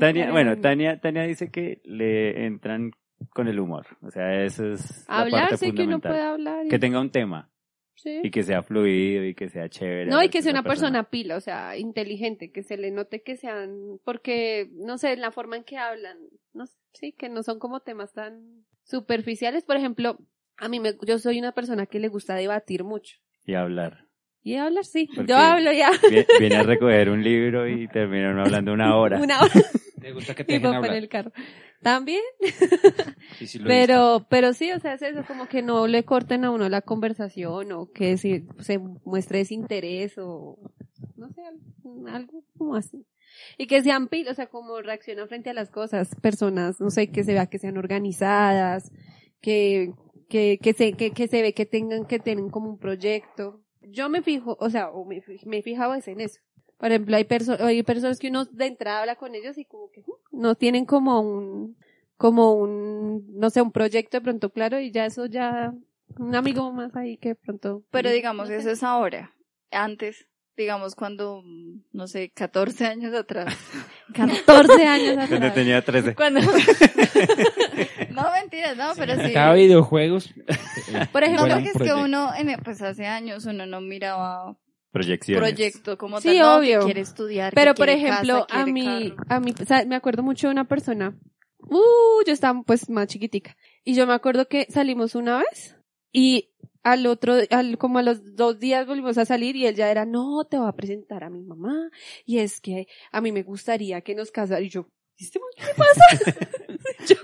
Speaker 1: Tania, bueno, Tania, Tania dice que le entran con el humor. O sea, eso es la
Speaker 5: Hablar,
Speaker 1: parte
Speaker 5: sí, que uno
Speaker 1: fundamental.
Speaker 5: puede hablar. y-
Speaker 1: Que tenga un tema
Speaker 5: sí.
Speaker 1: y que sea fluido y que sea chévere.
Speaker 5: No, y
Speaker 1: hablar
Speaker 5: que
Speaker 1: con
Speaker 5: sea
Speaker 1: esa
Speaker 5: una persona pila, o sea, inteligente, que se le note que sean, porque, no sé, la forma en que hablan, no sé, sí, que no son como temas tan superficiales. Por ejemplo, a mí me, yo soy una persona que le gusta debatir mucho.
Speaker 1: Y hablar.
Speaker 5: Y hablar, sí.
Speaker 1: ¿Por qué?
Speaker 5: Yo hablo ya
Speaker 1: Vie- Viene a recoger un libro y terminan hablando una hora.
Speaker 5: una hora
Speaker 3: Me gusta que te
Speaker 5: mi
Speaker 3: dejen
Speaker 5: papá en
Speaker 3: hablar.
Speaker 5: el carro. También,
Speaker 3: Sí, sí, lo he
Speaker 5: pero, pero sí, o sea, es eso, como que no le corten a uno la conversación o que si- se muestre desinterés o, no sé, al- algo como así. Y que sean pil, o sea, como reaccionan frente a las cosas, personas, no sé, que se vea que sean organizadas, que, que, que se, que, que se ve que tengan, que tienen como un proyecto. Yo me fijo, o sea, o me, fi- me he fijado es en eso. Por ejemplo, hay, perso- hay personas que uno de entrada habla con ellos y como que uh, no tienen como un, como un, no sé, un proyecto de pronto claro y ya eso ya, un amigo más ahí que de pronto.
Speaker 4: Pero
Speaker 5: no
Speaker 4: digamos,
Speaker 5: sé.
Speaker 4: eso es ahora. Antes, digamos, cuando, mm, no sé, 14 años atrás.
Speaker 5: 14 años
Speaker 1: Cuando
Speaker 5: atrás.
Speaker 1: tenía 13.
Speaker 2: Cuando
Speaker 4: No, mentiras, no, pero sí.
Speaker 3: Cada videojuegos. eh,
Speaker 5: Por
Speaker 4: No,
Speaker 5: ejemplo,
Speaker 4: porque es que uno, en, pues hace años uno no miraba
Speaker 1: Proyecciones.
Speaker 4: proyecto como
Speaker 5: Sí,
Speaker 4: tal, no, que
Speaker 5: obvio.
Speaker 4: quiere estudiar. que
Speaker 5: Pero por
Speaker 4: quiere casa,
Speaker 5: ejemplo, a
Speaker 4: quiere
Speaker 5: mí,
Speaker 4: carro.
Speaker 5: a mí, o sea, me acuerdo mucho de una persona. Uh, yo estaba pues más chiquitica. Y yo me acuerdo que salimos una vez y al otro, al, como a los dos días volvimos a salir y él ya era, no, te voy a presentar a mi mamá. Y es que a mí me gustaría que nos casar. Y yo, ¿este man qué le pasa? yo,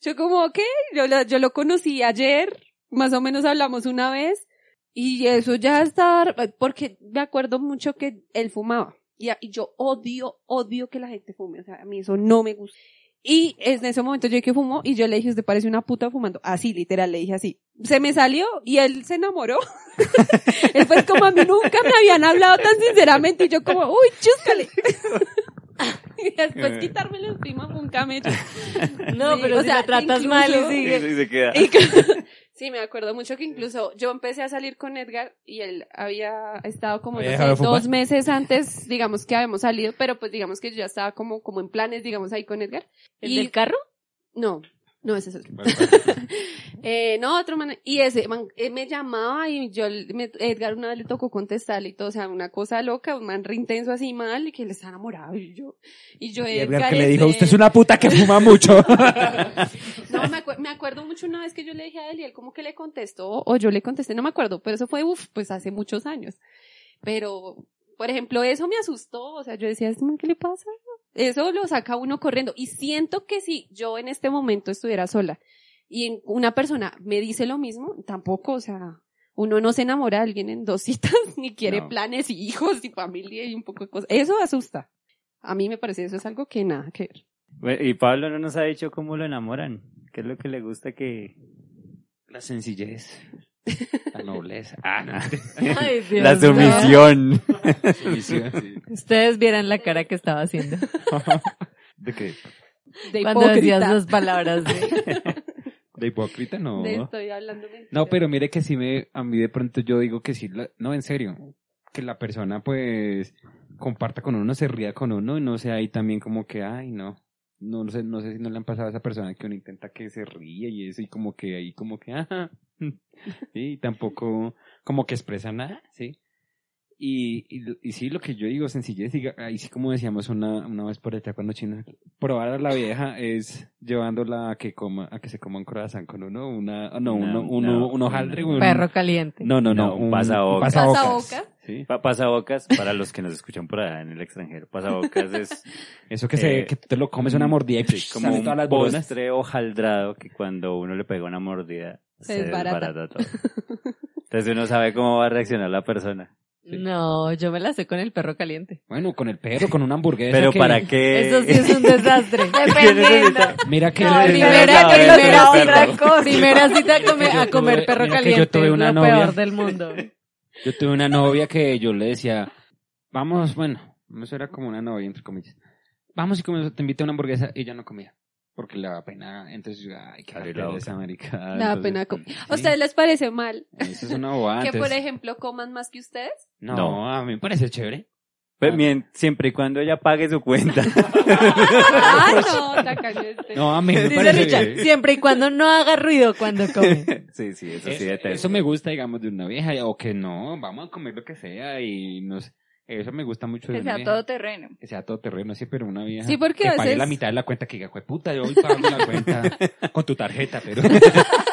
Speaker 5: yo como, ok, yo, lo- yo lo conocí ayer, más o menos hablamos una vez. Y eso ya está, porque me acuerdo mucho que él fumaba. Y, a- y yo odio, odio que la gente fume. O sea, a mí eso no me gusta. Y es- en ese momento yo que fumo y yo le dije, usted parece una puta fumando. Así, literal, le dije así. Se me salió y él se enamoró. él fue como a mí nunca me habían hablado tan sinceramente y yo como, uy, chúscale. y después quitármelo encima fue un camello.
Speaker 2: No,
Speaker 5: Sí,
Speaker 2: pero
Speaker 5: o
Speaker 2: si
Speaker 5: sea,
Speaker 2: la tratas mal y
Speaker 5: incluso-
Speaker 1: Y
Speaker 2: sigue.
Speaker 1: se- y se queda.
Speaker 5: Y que- sí, me acuerdo mucho que incluso yo empecé a salir con Edgar y él había estado como no
Speaker 3: Había
Speaker 5: sé,
Speaker 3: dejado de fumar.
Speaker 5: dos meses antes, digamos que habíamos salido, pero pues digamos que yo ya estaba como, como en planes, digamos, ahí con Edgar.
Speaker 2: ¿El
Speaker 5: Y-
Speaker 2: del carro?
Speaker 5: No, no, ese es otro.
Speaker 3: Bueno,
Speaker 5: Eh, no, otro man. Y ese man eh, me llamaba y yo, me- Edgar una vez le tocó contestarle y todo, o sea, una cosa loca, un man re intenso así mal y que él está enamorado y yo, y yo,
Speaker 3: y Edgar que le dijo,
Speaker 5: ese-
Speaker 3: usted es una puta que fuma mucho.
Speaker 5: No, me, acuer- me acuerdo mucho una vez que yo le dije a él y él como que le contestó, o yo le contesté, no me acuerdo, pero eso fue, uff, pues hace muchos años. Pero, por ejemplo, eso me asustó, o sea, yo decía, "Este man, ¿qué le pasa? Eso lo saca uno corriendo. Y siento que si yo en este momento estuviera sola y en- una persona me dice lo mismo, tampoco, o sea, uno no se enamora de alguien en dos citas, ni quiere
Speaker 1: No.
Speaker 5: planes y hijos y familia y un poco de cosas. Eso asusta. A mí me parece eso es algo que nada que ver.
Speaker 1: Bueno, Y Pablo no nos ha dicho cómo lo enamoran. ¿Qué es lo que le gusta que...
Speaker 3: La sencillez. La nobleza. Ah, no.
Speaker 2: Ay, Dios
Speaker 1: La
Speaker 2: mío.
Speaker 1: sumisión.
Speaker 3: Sumisión, sí.
Speaker 2: Ustedes vieran la cara que estaba haciendo
Speaker 3: ¿De qué?
Speaker 5: De
Speaker 2: cuando
Speaker 5: hipócrita.
Speaker 2: decías las palabras de...
Speaker 3: ¿De hipócrita? No.
Speaker 5: De estoy hablando mentira.
Speaker 3: No, pero mire que sí me, a mí de pronto yo digo que sí, la- no, en serio, que la persona pues comparta con uno, se ría con uno y no sea ahí también como que, ay, no, no, no sé, no sé si no le han pasado a esa persona que uno intenta que se ríe y eso y como que ahí como que, ajá, sí, y tampoco como que expresa nada, sí. Y, y, y sí, lo que yo digo, sencillez, diga, ahí sí como decíamos una, una vez por allá cuando China, probar a la vieja es llevándola a que coma, a que se coma un croissant con uno, una, ah, no, uno,
Speaker 1: No,
Speaker 3: uno,
Speaker 1: no,
Speaker 3: un hojaldre,
Speaker 1: no.
Speaker 3: un-
Speaker 2: Perro caliente.
Speaker 3: No, no, no,
Speaker 1: No, un pasabocas.
Speaker 2: Pasabocas.
Speaker 3: Sí.
Speaker 1: Pa- pasabocas, para los que nos escuchan por allá en el extranjero, pasabocas es
Speaker 3: Eso que se,
Speaker 1: Eh,
Speaker 3: que te lo comes una mordida y
Speaker 1: sí,
Speaker 3: psh,
Speaker 1: como
Speaker 3: salen
Speaker 1: un
Speaker 3: todas las bolonas.
Speaker 1: postre hojaldrado que cuando uno le pega una mordida se,
Speaker 2: desbarata.
Speaker 1: desbarata. todo. Entonces uno sabe cómo va a reaccionar la persona.
Speaker 3: Sí.
Speaker 2: No, yo me la sé con el perro caliente.
Speaker 3: Bueno, con el perro, con una hamburguesa.
Speaker 1: Pero
Speaker 3: que-
Speaker 1: para qué...
Speaker 2: Eso sí es un desastre.
Speaker 4: Dependiendo.
Speaker 3: Mira que
Speaker 4: No,
Speaker 3: el-
Speaker 4: el
Speaker 3: el-
Speaker 4: libro
Speaker 1: primera-
Speaker 2: primera,
Speaker 1: la
Speaker 4: primera
Speaker 2: primera,
Speaker 4: otra
Speaker 2: cita-
Speaker 4: cosa.
Speaker 2: primera cita a comer, a
Speaker 3: Yo tuve-
Speaker 2: comer perro
Speaker 3: mira que yo
Speaker 2: caliente.
Speaker 3: tuve
Speaker 2: es
Speaker 3: una
Speaker 2: lo
Speaker 3: novia.
Speaker 2: peor del mundo.
Speaker 3: Yo tuve una novia que yo le decía, vamos, bueno, eso era como una novia, entre comillas. Vamos y comemos, te invito a una hamburguesa y ella no comía. Porque le daba pena, entonces yo, ay, qué
Speaker 1: Abre la
Speaker 3: cartel
Speaker 1: boca.
Speaker 3: esa americana.
Speaker 5: Le da pena comer. ¿A ustedes les parece mal
Speaker 3: Eso es una bobada.
Speaker 5: que, por
Speaker 3: entonces,
Speaker 5: ejemplo, coman más que ustedes?
Speaker 3: no,
Speaker 1: No.
Speaker 3: a mí me parece chévere. Ah.
Speaker 1: Pues bien, siempre y cuando ella pague su cuenta.
Speaker 5: Ah, no, tacaño este.
Speaker 3: No, a mí me
Speaker 2: Dice
Speaker 3: parece
Speaker 2: Richard,
Speaker 3: bien.
Speaker 2: siempre y cuando no haga ruido cuando come.
Speaker 1: sí, sí, eso sí
Speaker 3: Eso,
Speaker 1: detesto.
Speaker 3: Eh, eso me gusta, digamos, de una vieja, o que no, vamos a comer lo que sea y no sé. Eso me gusta mucho de
Speaker 4: Que
Speaker 3: una
Speaker 4: sea
Speaker 3: vieja.
Speaker 4: todo terreno.
Speaker 3: que sea todo terreno, sí, pero una vieja
Speaker 5: Sí, porque
Speaker 3: que
Speaker 5: a
Speaker 3: pague
Speaker 5: veces-
Speaker 3: la mitad de la cuenta, que diga, puta, yo voy pagando la cuenta con tu tarjeta, pero,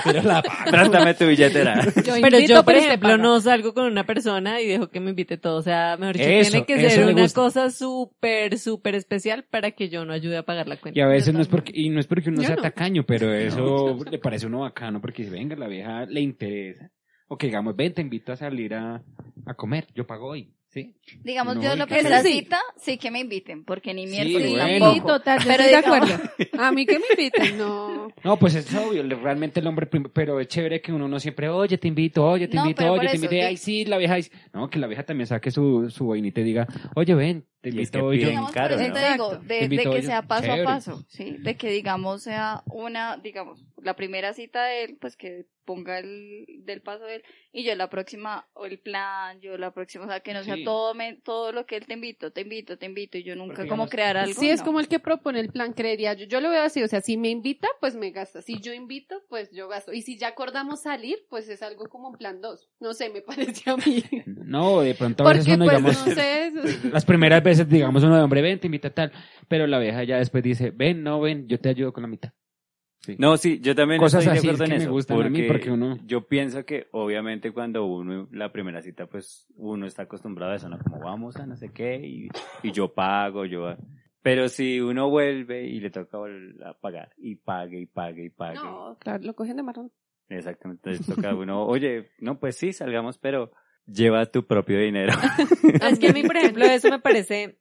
Speaker 3: pero la pago.
Speaker 1: Trástame tu billetera.
Speaker 2: pero
Speaker 5: invito, este
Speaker 2: yo, por
Speaker 5: pero usted
Speaker 2: ejemplo,
Speaker 5: paga.
Speaker 2: no salgo con una persona y dejo que me invite todo. O sea, mejor dicho,
Speaker 3: Eso,
Speaker 2: tiene que
Speaker 3: eso
Speaker 2: ser
Speaker 3: me
Speaker 2: una
Speaker 3: gusta.
Speaker 2: cosa súper, súper especial para que yo no ayude a pagar la cuenta.
Speaker 3: Y a veces no es porque, y no es porque uno
Speaker 5: Yo
Speaker 3: sea
Speaker 5: no.
Speaker 3: tacaño, pero eso le parece a uno bacano, porque si venga, la vieja le interesa. O que digamos, ven, te invito a salir a, a comer, yo pago hoy, ¿sí?
Speaker 4: Digamos,
Speaker 3: No,
Speaker 4: yo
Speaker 3: y
Speaker 4: lo que
Speaker 3: que
Speaker 4: es la
Speaker 5: sí.
Speaker 4: cita, sí que me inviten, porque ni
Speaker 3: Sí,
Speaker 4: miércoles
Speaker 3: bueno.
Speaker 5: Sí,
Speaker 4: tampoco.
Speaker 5: total, yo
Speaker 4: Pero
Speaker 5: estoy de
Speaker 4: digamos-
Speaker 5: acuerdo. A mí que me inviten, no.
Speaker 3: No, pues es obvio, le- realmente el hombre, prim- pero es chévere que uno no siempre, oye, te invito, oye, te
Speaker 4: No,
Speaker 3: invito,
Speaker 4: pero por
Speaker 3: oye, te
Speaker 4: eso, di-
Speaker 3: invito, ay, sí, la vieja, ay, sí. no, que la vieja también saque su, su boinita y diga, oye, ven, te
Speaker 1: Y
Speaker 3: invito
Speaker 1: es que
Speaker 3: hoy, yo-
Speaker 1: piden
Speaker 4: Digamos,
Speaker 1: caro,
Speaker 4: por eso
Speaker 1: ¿no?
Speaker 4: te digo,
Speaker 5: Exacto.
Speaker 4: de,
Speaker 3: Te invito
Speaker 4: de que
Speaker 3: yo.
Speaker 4: sea paso
Speaker 3: Chévere.
Speaker 4: a paso, ¿sí? De que, digamos, sea una, digamos, la primera cita de él, pues que ponga el del paso de él, y yo la próxima, o el plan, yo la próxima, o sea, que no sea
Speaker 3: Sí.
Speaker 4: todo, me- todo lo que él te invito, te invito, te invito, y yo nunca
Speaker 3: Porque,
Speaker 4: como
Speaker 3: digamos,
Speaker 4: crear algo.
Speaker 5: Sí, es
Speaker 4: no.
Speaker 5: como el que propone el plan, creería yo. Yo lo veo así, o sea, si me invita, pues me gasta. Si yo invito, pues yo gasto. Y si ya acordamos salir, pues es algo como un plan dos. No sé, me parece a mí.
Speaker 3: no, de pronto a
Speaker 5: Porque
Speaker 3: veces
Speaker 5: pues
Speaker 3: uno, digamos,
Speaker 5: no sé, eso-
Speaker 3: las primeras veces, digamos, uno de hombre, ven, te invita tal, pero la vieja ya después dice, ven, no, ven, yo te ayudo con la mitad.
Speaker 1: No, sí, yo también
Speaker 3: Cosas
Speaker 1: estoy de
Speaker 3: así es
Speaker 1: acuerdo
Speaker 3: que
Speaker 1: en
Speaker 3: me
Speaker 1: eso.
Speaker 3: gustan a mí porque uno-
Speaker 1: Yo pienso que obviamente cuando uno, la primera cita, pues uno está acostumbrado a eso, ¿no? Como vamos a no sé qué y, y yo pago, yo... Pero si uno vuelve y le toca vol- a pagar y pague y pague y pague.
Speaker 5: No, claro, lo cogen de marrón.
Speaker 1: Exactamente, entonces toca a uno, oye, no, pues sí, salgamos, pero lleva tu propio dinero.
Speaker 2: Es que a mí, por ejemplo, eso me parece,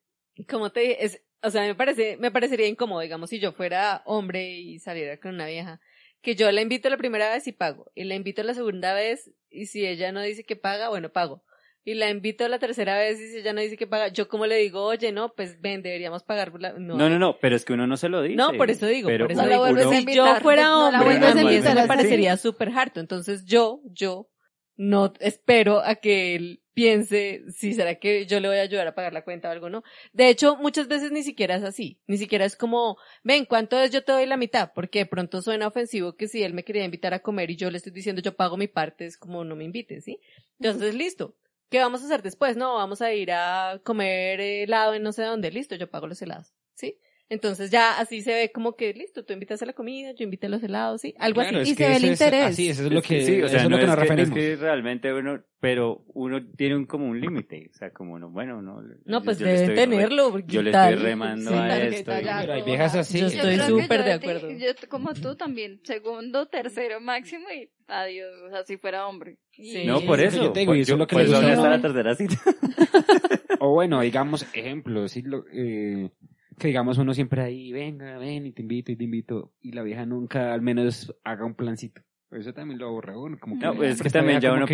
Speaker 2: como te dije, es, o sea, me parece, me parecería incómodo, digamos, si yo fuera hombre y saliera con una vieja, que yo la invito la primera vez y pago, y la invito la segunda vez, y si ella no dice que paga, bueno, pago. Y la invito la tercera vez y si ella no dice que paga, yo como le digo, oye, no, pues ven, deberíamos pagar. por la-". No,
Speaker 1: No, no, no, pero es que uno no se lo dice.
Speaker 2: No, por eso digo,
Speaker 1: Pero
Speaker 2: por eso
Speaker 1: uno-
Speaker 4: No la vuelves
Speaker 1: uno-
Speaker 4: a
Speaker 2: si yo
Speaker 4: invitar,
Speaker 2: fuera
Speaker 4: no
Speaker 2: hombre,
Speaker 4: la
Speaker 1: vuelves a
Speaker 2: a mí eso
Speaker 1: invitar,
Speaker 2: me
Speaker 1: sí.
Speaker 2: parecería súper harto. Entonces yo, yo, no espero a que él piense si será que yo le voy a ayudar a pagar la cuenta o algo, ¿no? De hecho, muchas veces ni siquiera es así. Ni siquiera es como, ven, ¿cuánto es? Yo te doy la mitad. Porque de pronto suena ofensivo que si él me quería invitar a comer y yo le estoy diciendo yo pago mi parte, es como no me invites, ¿sí? Entonces, listo. ¿Qué vamos a hacer después? No, vamos a ir a comer helado en no sé dónde. Listo, yo pago los helados, ¿sí? Entonces ya así se ve como que listo, tú invitas a la comida, yo invito a los helados, sí, algo
Speaker 3: Claro,
Speaker 2: así.
Speaker 3: es
Speaker 5: y
Speaker 3: que
Speaker 5: se ve el
Speaker 3: eso es-
Speaker 5: interés.
Speaker 3: Así, eso es lo que,
Speaker 1: sí, o sea,
Speaker 3: eso es lo
Speaker 1: no
Speaker 3: que
Speaker 1: es que,
Speaker 3: nos
Speaker 1: no es
Speaker 3: referimos.
Speaker 1: que realmente uno, pero uno tiene un, como un límite, o sea, como no, bueno, no.
Speaker 2: No,
Speaker 1: yo-
Speaker 2: pues
Speaker 1: yo le
Speaker 2: deben
Speaker 1: estoy re-
Speaker 2: tenerlo. porque
Speaker 1: yo le
Speaker 2: tal-
Speaker 1: estoy remando
Speaker 2: sí.
Speaker 1: a
Speaker 5: Tarjeta
Speaker 1: esto. y-
Speaker 5: ya.
Speaker 3: Pero hay viejas así.
Speaker 4: Yo
Speaker 2: Yo estoy
Speaker 4: creo que
Speaker 2: súper
Speaker 4: yo
Speaker 2: de
Speaker 4: te-
Speaker 2: acuerdo.
Speaker 4: Yo, t- como tú también, segundo, tercero máximo y adiós, o sea, si fuera hombre.
Speaker 2: Sí.
Speaker 1: No, por
Speaker 3: Eso es
Speaker 1: eso.
Speaker 3: lo que yo te digo,
Speaker 1: por-
Speaker 3: y eso es
Speaker 1: yo-
Speaker 3: lo que
Speaker 1: por
Speaker 3: le
Speaker 1: eso
Speaker 3: gusta
Speaker 1: no
Speaker 3: a
Speaker 1: está la tercera
Speaker 3: uno.
Speaker 1: cita.
Speaker 3: O bueno, digamos, ejemplos, sí, lo- eh, que digamos uno siempre ahí, venga, ven y te invito y te invito, y la vieja nunca al menos haga un plancito. Eso también lo aburre a uno. Como que,
Speaker 1: No, pues es que
Speaker 3: esta
Speaker 1: también
Speaker 3: vieja
Speaker 1: ya
Speaker 3: como
Speaker 1: uno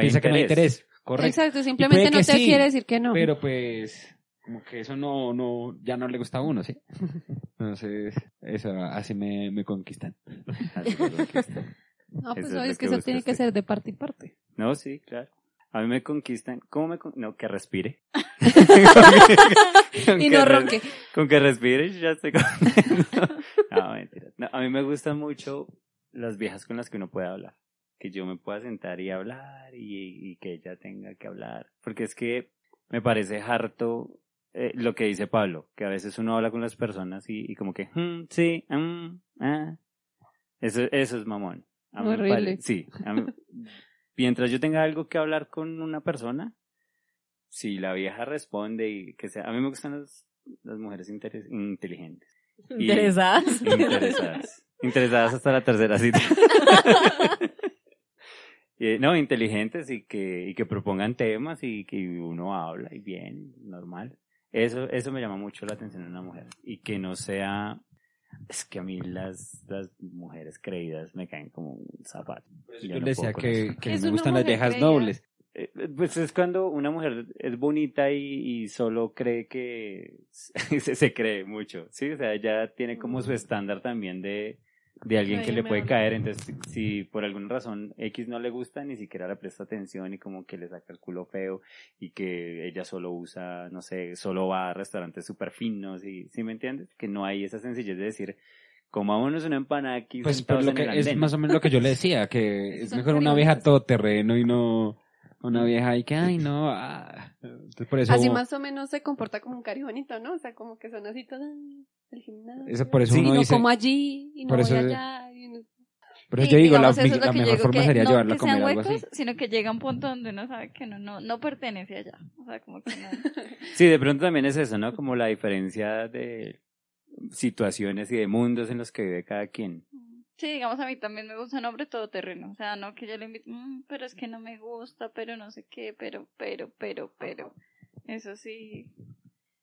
Speaker 1: piensa que no hay interés.
Speaker 3: Correcto.
Speaker 5: Exacto, simplemente
Speaker 3: que
Speaker 5: no te
Speaker 3: sí,
Speaker 5: quiere decir que no.
Speaker 3: Pero pues, como que eso no, no, ya no le gusta a uno, ¿sí? Entonces, eso, así me, me conquistan.
Speaker 1: Así es lo que está.
Speaker 5: no,
Speaker 1: eso
Speaker 5: pues
Speaker 1: es lo
Speaker 5: oye, es que
Speaker 1: que
Speaker 5: eso
Speaker 1: busca
Speaker 5: tiene que
Speaker 1: usted.
Speaker 5: ser de parte y parte.
Speaker 1: No, sí, claro. A mí me conquistan. ¿Cómo me con- No, que respire.
Speaker 2: Y no ronque.
Speaker 1: Con que respire yo ya estoy con... No, mentira. No, a mí me gustan mucho las viejas con las que uno puede hablar. Que yo me pueda sentar y hablar y, y que ella tenga que hablar. Porque es que me parece harto eh, lo que dice Pablo, que a veces uno habla con las personas y, y como que, "Mm, sí, mm, ah". Eso, eso es mamón. A mí me
Speaker 5: Horrible.
Speaker 1: pare- sí. a mí- mientras yo tenga algo que hablar con una persona, si la vieja responde y que sea, a mí me gustan las, las mujeres interes- inteligentes. Y-
Speaker 2: Interesadas.
Speaker 1: Interesadas. Interesadas hasta la tercera cita. Eh, no, inteligentes y que, y que propongan temas y que uno habla y bien, normal. Eso, eso me llama mucho la atención en una mujer. Y que no sea, es que a mí las, las mujeres creídas me caen como un zapato.
Speaker 3: Yo
Speaker 1: Pues, Yo
Speaker 3: le
Speaker 1: no
Speaker 3: decía
Speaker 1: puedo con eso.
Speaker 3: que, que
Speaker 4: Es
Speaker 3: me
Speaker 4: una
Speaker 3: gustan las
Speaker 4: mujer
Speaker 3: viejas
Speaker 4: creída.
Speaker 3: dobles.
Speaker 1: Eh, Pues es cuando una mujer es bonita y, y solo cree que se, se cree mucho, ¿sí? O sea, ella tiene como
Speaker 3: Mm.
Speaker 1: su estándar también de, de alguien
Speaker 4: Ay,
Speaker 1: que
Speaker 4: yo
Speaker 1: le
Speaker 4: me
Speaker 1: puede
Speaker 4: hablo.
Speaker 1: caer. Entonces, si por alguna razón X no le gusta, ni siquiera le presta atención y como que le saca el culo feo y que ella solo usa, no sé, solo va a restaurantes súper finos y, ¿sí me entiendes? Que no hay esa sencillez de decir, comámonos una empanada aquí
Speaker 3: Pues por
Speaker 1: sentados
Speaker 3: lo
Speaker 1: en
Speaker 3: que
Speaker 1: el
Speaker 3: es
Speaker 1: andén".
Speaker 3: más o menos lo que yo le decía, que es
Speaker 4: Son
Speaker 3: mejor una
Speaker 4: cariñosas.
Speaker 3: vieja todoterreno y no una vieja y que, ay, no. ah". Entonces, por eso,
Speaker 5: Así más o menos se comporta como un carijonito, ¿no? O sea, como que son así todas el gimnasio.
Speaker 3: eso- por eso
Speaker 1: Sí,
Speaker 5: y
Speaker 3: uno
Speaker 5: no
Speaker 3: dice,
Speaker 5: como allí, y no
Speaker 3: por
Speaker 5: voy
Speaker 3: eso-
Speaker 5: allá. y no-
Speaker 3: por eso
Speaker 4: Y
Speaker 3: yo digo, la,
Speaker 4: digamos, eso es lo que
Speaker 3: la
Speaker 4: yo
Speaker 3: mejor
Speaker 4: digo,
Speaker 3: forma
Speaker 4: que
Speaker 3: sería
Speaker 4: no
Speaker 3: llevarla a
Speaker 4: que sean
Speaker 3: comer algo así.
Speaker 4: huecos, Sino que llega un punto donde uno sabe que no, no, no pertenece allá. O sea, como que no.
Speaker 1: Sí, de pronto también es eso, ¿no? Como la diferencia de situaciones y de mundos en los que vive cada quien.
Speaker 4: Sí, digamos, a mí también me gusta un hombre todoterreno. O sea, no que yo le invito, "Mm, pero es que no me gusta, pero no sé qué, pero, pero, pero, pero. Eso sí.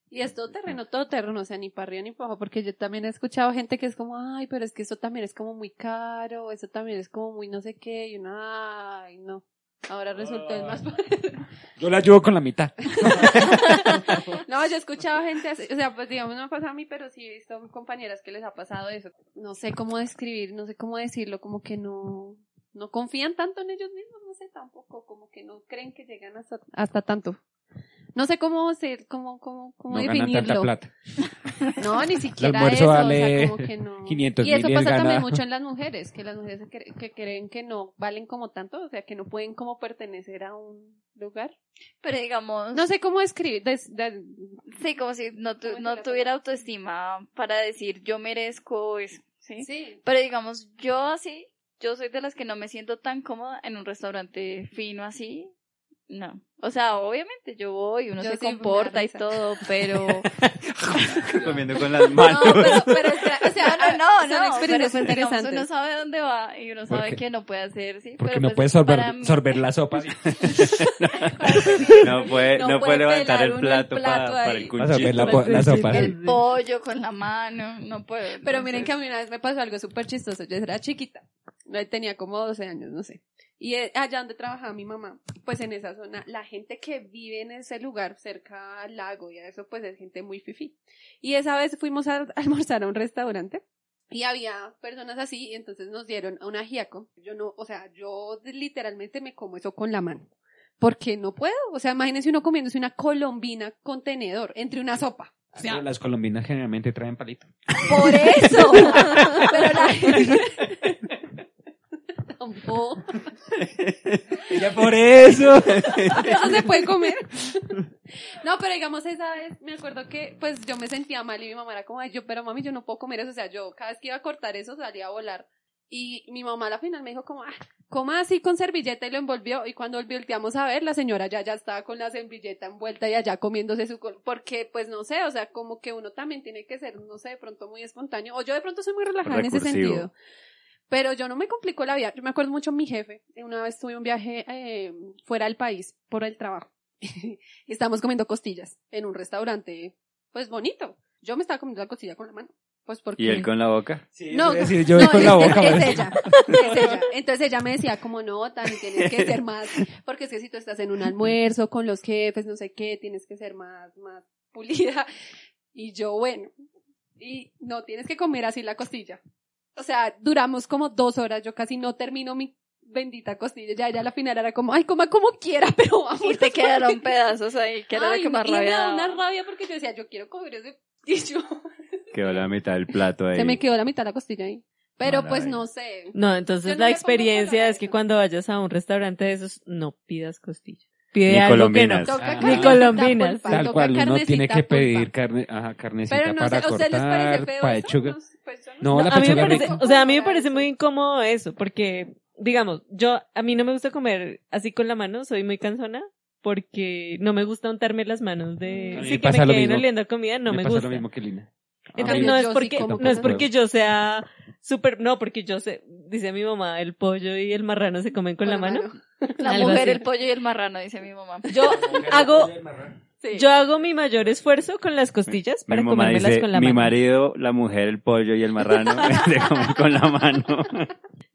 Speaker 5: Y es todo terreno, todo terreno, o sea, ni para arriba ni para abajo, porque yo también he escuchado gente que es como, ay, pero es que eso también es como muy caro, eso también es como muy no sé qué, y uno, ay, no. Ahora resulta el más
Speaker 3: Yo la ayudo con la mitad.
Speaker 5: No, yo he escuchado gente así, o sea, pues digamos, no me ha pasado a mí, pero sí he visto compañeras que les ha pasado eso. No sé cómo describir, no sé cómo decirlo, como que no, no confían tanto en ellos mismos, no sé tampoco, como que no creen que llegan hasta, hasta tanto. No sé cómo ser, cómo, cómo, cómo
Speaker 3: No ganan tanta
Speaker 5: definirlo.
Speaker 3: plata.
Speaker 5: No, ni siquiera
Speaker 3: almuerzo
Speaker 5: eso, o
Speaker 3: vale
Speaker 5: sea, como que no.
Speaker 3: 500
Speaker 5: y eso
Speaker 3: mil y él
Speaker 5: pasa también
Speaker 3: gana-
Speaker 5: mucho en las mujeres, que las mujeres cre- que creen que no valen como tanto, o sea, que no pueden como pertenecer a un lugar.
Speaker 4: Pero digamos,
Speaker 5: No sé cómo escribir, des- de-
Speaker 4: sí, como si no, tu-
Speaker 5: ¿Cómo se
Speaker 4: no
Speaker 5: la
Speaker 4: tuviera autoestima para decir yo merezco eso. Sí.
Speaker 5: sí.
Speaker 4: Pero digamos, yo así, yo soy de las que no me siento tan cómoda en un restaurante fino así. No. O sea, obviamente yo voy, uno
Speaker 5: Yo
Speaker 4: se
Speaker 5: sí, me da
Speaker 4: comporta y
Speaker 5: risa.
Speaker 4: todo, pero.
Speaker 1: Comiendo con las manos.
Speaker 5: No, pero, pero espera, o sea,
Speaker 4: Ah, no,
Speaker 5: no,
Speaker 4: no,
Speaker 5: son experiencias
Speaker 4: pero, digamos,
Speaker 5: interesantes.
Speaker 4: uno sabe dónde va y uno sabe
Speaker 3: Porque-
Speaker 4: que no puede hacer, sí.
Speaker 3: Porque
Speaker 4: pero
Speaker 3: no
Speaker 4: pues,
Speaker 3: puedes
Speaker 4: para mí-
Speaker 3: sorber, sorber la sopa.
Speaker 1: No puede, no puede
Speaker 5: No puede
Speaker 1: levantar
Speaker 5: pelar
Speaker 1: el
Speaker 5: uno el
Speaker 1: plato, pa-
Speaker 5: plato
Speaker 1: para
Speaker 5: ahí.
Speaker 1: el
Speaker 3: Vas a ver
Speaker 1: cuchillo.
Speaker 3: la, po- la sopa.
Speaker 4: El pollo con la mano, no pues. puedo.
Speaker 5: Pero miren que a
Speaker 4: entonces-
Speaker 5: mí una vez me pasó algo súper chistoso. Yo era chiquita, no, tenía como 12 años, no sé. Y eh, allá donde trabajaba mi mamá, pues en esa zona, la gente que vive en ese lugar cerca al lago y a eso, pues es gente muy fifí. Y esa vez fuimos a almorzar a un restaurante y había personas así y entonces nos dieron un ajiaco. Yo no, o sea, yo literalmente me como eso con la mano. Porque no puedo, o sea, imagínense uno comiéndose una colombina con tenedor entre una sopa. O sea,
Speaker 3: Pero Las colombinas generalmente traen palito.
Speaker 5: por eso. Pero la gente... Tampoco.
Speaker 3: ¡Ya por eso!
Speaker 5: No se puede comer. No, pero digamos esa vez, me acuerdo que pues yo me sentía mal y mi mamá era como, "Ay, yo, pero mami, yo no puedo comer eso. O sea, yo cada vez que iba a cortar eso salía a volar. Y mi mamá a la final me dijo como, ah, coma así con servilleta y lo envolvió. Y cuando volteamos a ver, la señora ya, ya estaba con la servilleta envuelta y allá comiéndose su... col- Porque, pues no sé, o sea, como que uno también tiene que ser, no sé, de pronto muy espontáneo. O yo de pronto soy muy relajada en ese
Speaker 1: Recursivo.
Speaker 5: sentido. Pero yo no me complicó la vida. Yo me acuerdo mucho de mi jefe. Una vez tuve un viaje eh, fuera del país por el trabajo. y estábamos comiendo costillas en un restaurante, pues bonito. Yo me estaba comiendo la costilla con la mano. Pues porque...
Speaker 1: Y él con la boca.
Speaker 5: No,
Speaker 3: es decir, yo voy
Speaker 5: no,
Speaker 3: con
Speaker 5: es,
Speaker 3: la
Speaker 5: es-
Speaker 3: boca.
Speaker 5: es
Speaker 3: ¿verdad?
Speaker 5: ella, es ella. Entonces ella me decía, como no, Tani, tienes que ser más, porque es que si tú estás en un almuerzo con los jefes, no sé qué, tienes que ser más, más pulida. Y yo, bueno, y no tienes que comer así la costilla. O sea, duramos como dos horas, yo casi no termino mi bendita costilla, ya ella a la final era como, ay, coma como quiera, pero vamos.
Speaker 4: Y te quedaron pedazos ahí, que era
Speaker 5: Ay,
Speaker 4: lo que más
Speaker 5: y me
Speaker 4: rabia
Speaker 5: da una
Speaker 4: daba.
Speaker 5: rabia porque yo decía, yo quiero comer ese, y yo,
Speaker 1: Quedó la mitad del plato ahí.
Speaker 5: se me quedó la mitad de la costilla ahí. Pero pues
Speaker 1: Maravilla.
Speaker 5: no sé,
Speaker 2: No,
Speaker 5: Yo
Speaker 3: Ah.
Speaker 2: entonces
Speaker 5: no
Speaker 2: la
Speaker 5: le pongo color a
Speaker 2: experiencia es que
Speaker 5: eso.
Speaker 2: cuando vayas a un restaurante de esos, no pidas costillas. pide
Speaker 1: Ni
Speaker 2: algo que no.
Speaker 1: colombinas.
Speaker 3: Ah.
Speaker 2: Ni colombinas.
Speaker 5: pulpa,
Speaker 3: Tal
Speaker 5: toca
Speaker 3: cual, uno
Speaker 5: carnecita
Speaker 3: tiene que
Speaker 5: pulpa.
Speaker 3: pedir carne, ajá, carnecita
Speaker 5: Pero no sé,
Speaker 3: para
Speaker 5: ¿a ustedes les parece
Speaker 3: cortar,
Speaker 5: feo
Speaker 3: pachuga.
Speaker 5: eso? No, pues yo no.
Speaker 3: No, la
Speaker 2: a mí me
Speaker 3: pechuga
Speaker 2: parece,
Speaker 3: rica.
Speaker 2: o sea, a mí me parece muy incómodo eso, porque, digamos, yo, a mí no me gusta comer así con la mano, soy muy cansona, porque no me gusta untarme las manos
Speaker 3: A
Speaker 2: de,
Speaker 3: mí me
Speaker 2: sí que me
Speaker 3: pasa lo
Speaker 2: queden
Speaker 3: mismo.
Speaker 2: oliendo comida, no me,
Speaker 3: pasa
Speaker 2: gusta.
Speaker 3: lo mismo que Lina.
Speaker 2: Entonces,
Speaker 3: Ah,
Speaker 2: no
Speaker 3: bueno.
Speaker 2: es
Speaker 5: yo sí
Speaker 2: porque,
Speaker 5: como
Speaker 2: no es
Speaker 3: cosas.
Speaker 2: porque yo sea súper, no, porque yo sé, dice mi mamá, el pollo y el marrano se comen con la mano.
Speaker 4: La
Speaker 2: Algo
Speaker 4: mujer,
Speaker 2: así.
Speaker 4: el pollo y el marrano, dice mi mamá.
Speaker 2: Yo hago,
Speaker 4: Sí.
Speaker 2: yo hago mi mayor esfuerzo con las costillas para
Speaker 1: Mi mamá
Speaker 2: comérmelas
Speaker 1: dice,
Speaker 2: con la
Speaker 1: mi
Speaker 2: mano.
Speaker 1: marido, la mujer, el pollo y el marrano se comen con la mano.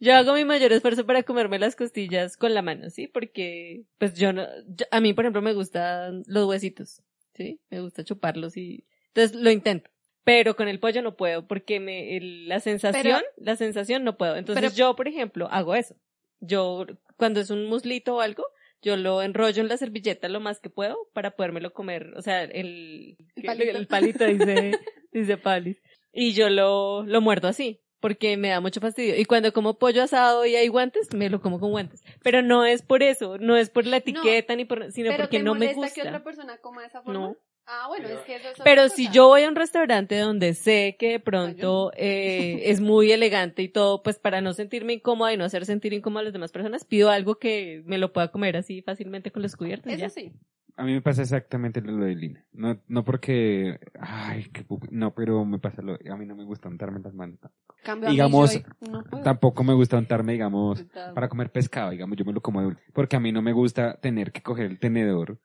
Speaker 2: Yo hago mi mayor esfuerzo para comerme las costillas con la mano, ¿sí? Porque, pues yo no, yo- a mí, por ejemplo, me gustan los huesitos, ¿sí? Me gusta chuparlos y, entonces lo intento. Pero con el pollo no puedo porque me, el- la sensación, la sensación no puedo. Entonces
Speaker 4: Pero-
Speaker 2: yo, por ejemplo, hago eso. Yo, cuando es un muslito o algo, yo lo enrollo en la servilleta lo más que puedo para podérmelo comer. O sea, el,
Speaker 4: El palito.
Speaker 2: el palito dice, dice Palis. Y yo lo, lo muerdo así, porque me da mucho fastidio. Y cuando como pollo asado y hay guantes, me lo como con guantes. Pero no es por eso, no es por la etiqueta, ni por, sino
Speaker 5: Pero
Speaker 2: porque
Speaker 5: te
Speaker 2: no me
Speaker 5: molesta que otra
Speaker 2: gusta.
Speaker 5: persona coma de esa forma.
Speaker 2: No.
Speaker 5: Ah, bueno, es que eso es
Speaker 2: Pero
Speaker 5: otra
Speaker 2: si
Speaker 5: cosa.
Speaker 2: yo voy a un restaurante donde sé que de pronto eh, es muy elegante y todo, pues para no sentirme incómoda y no hacer sentir incómoda a las demás personas, pido algo que me lo pueda comer así fácilmente con los cubiertos. y
Speaker 5: Eso
Speaker 2: ya.
Speaker 5: sí.
Speaker 3: A mí me pasa exactamente lo de Lina. No, no porque, ay, qué pupi- no, pero me pasa lo, a mí no me gusta untarme las manos.
Speaker 5: Cambio
Speaker 3: Digamos,
Speaker 5: a mí, yo, no puedo.
Speaker 3: Tampoco me gusta untarme, digamos,
Speaker 5: Está-
Speaker 3: para comer pescado, digamos, yo me lo como de último, porque a mí no me gusta tener que coger el tenedor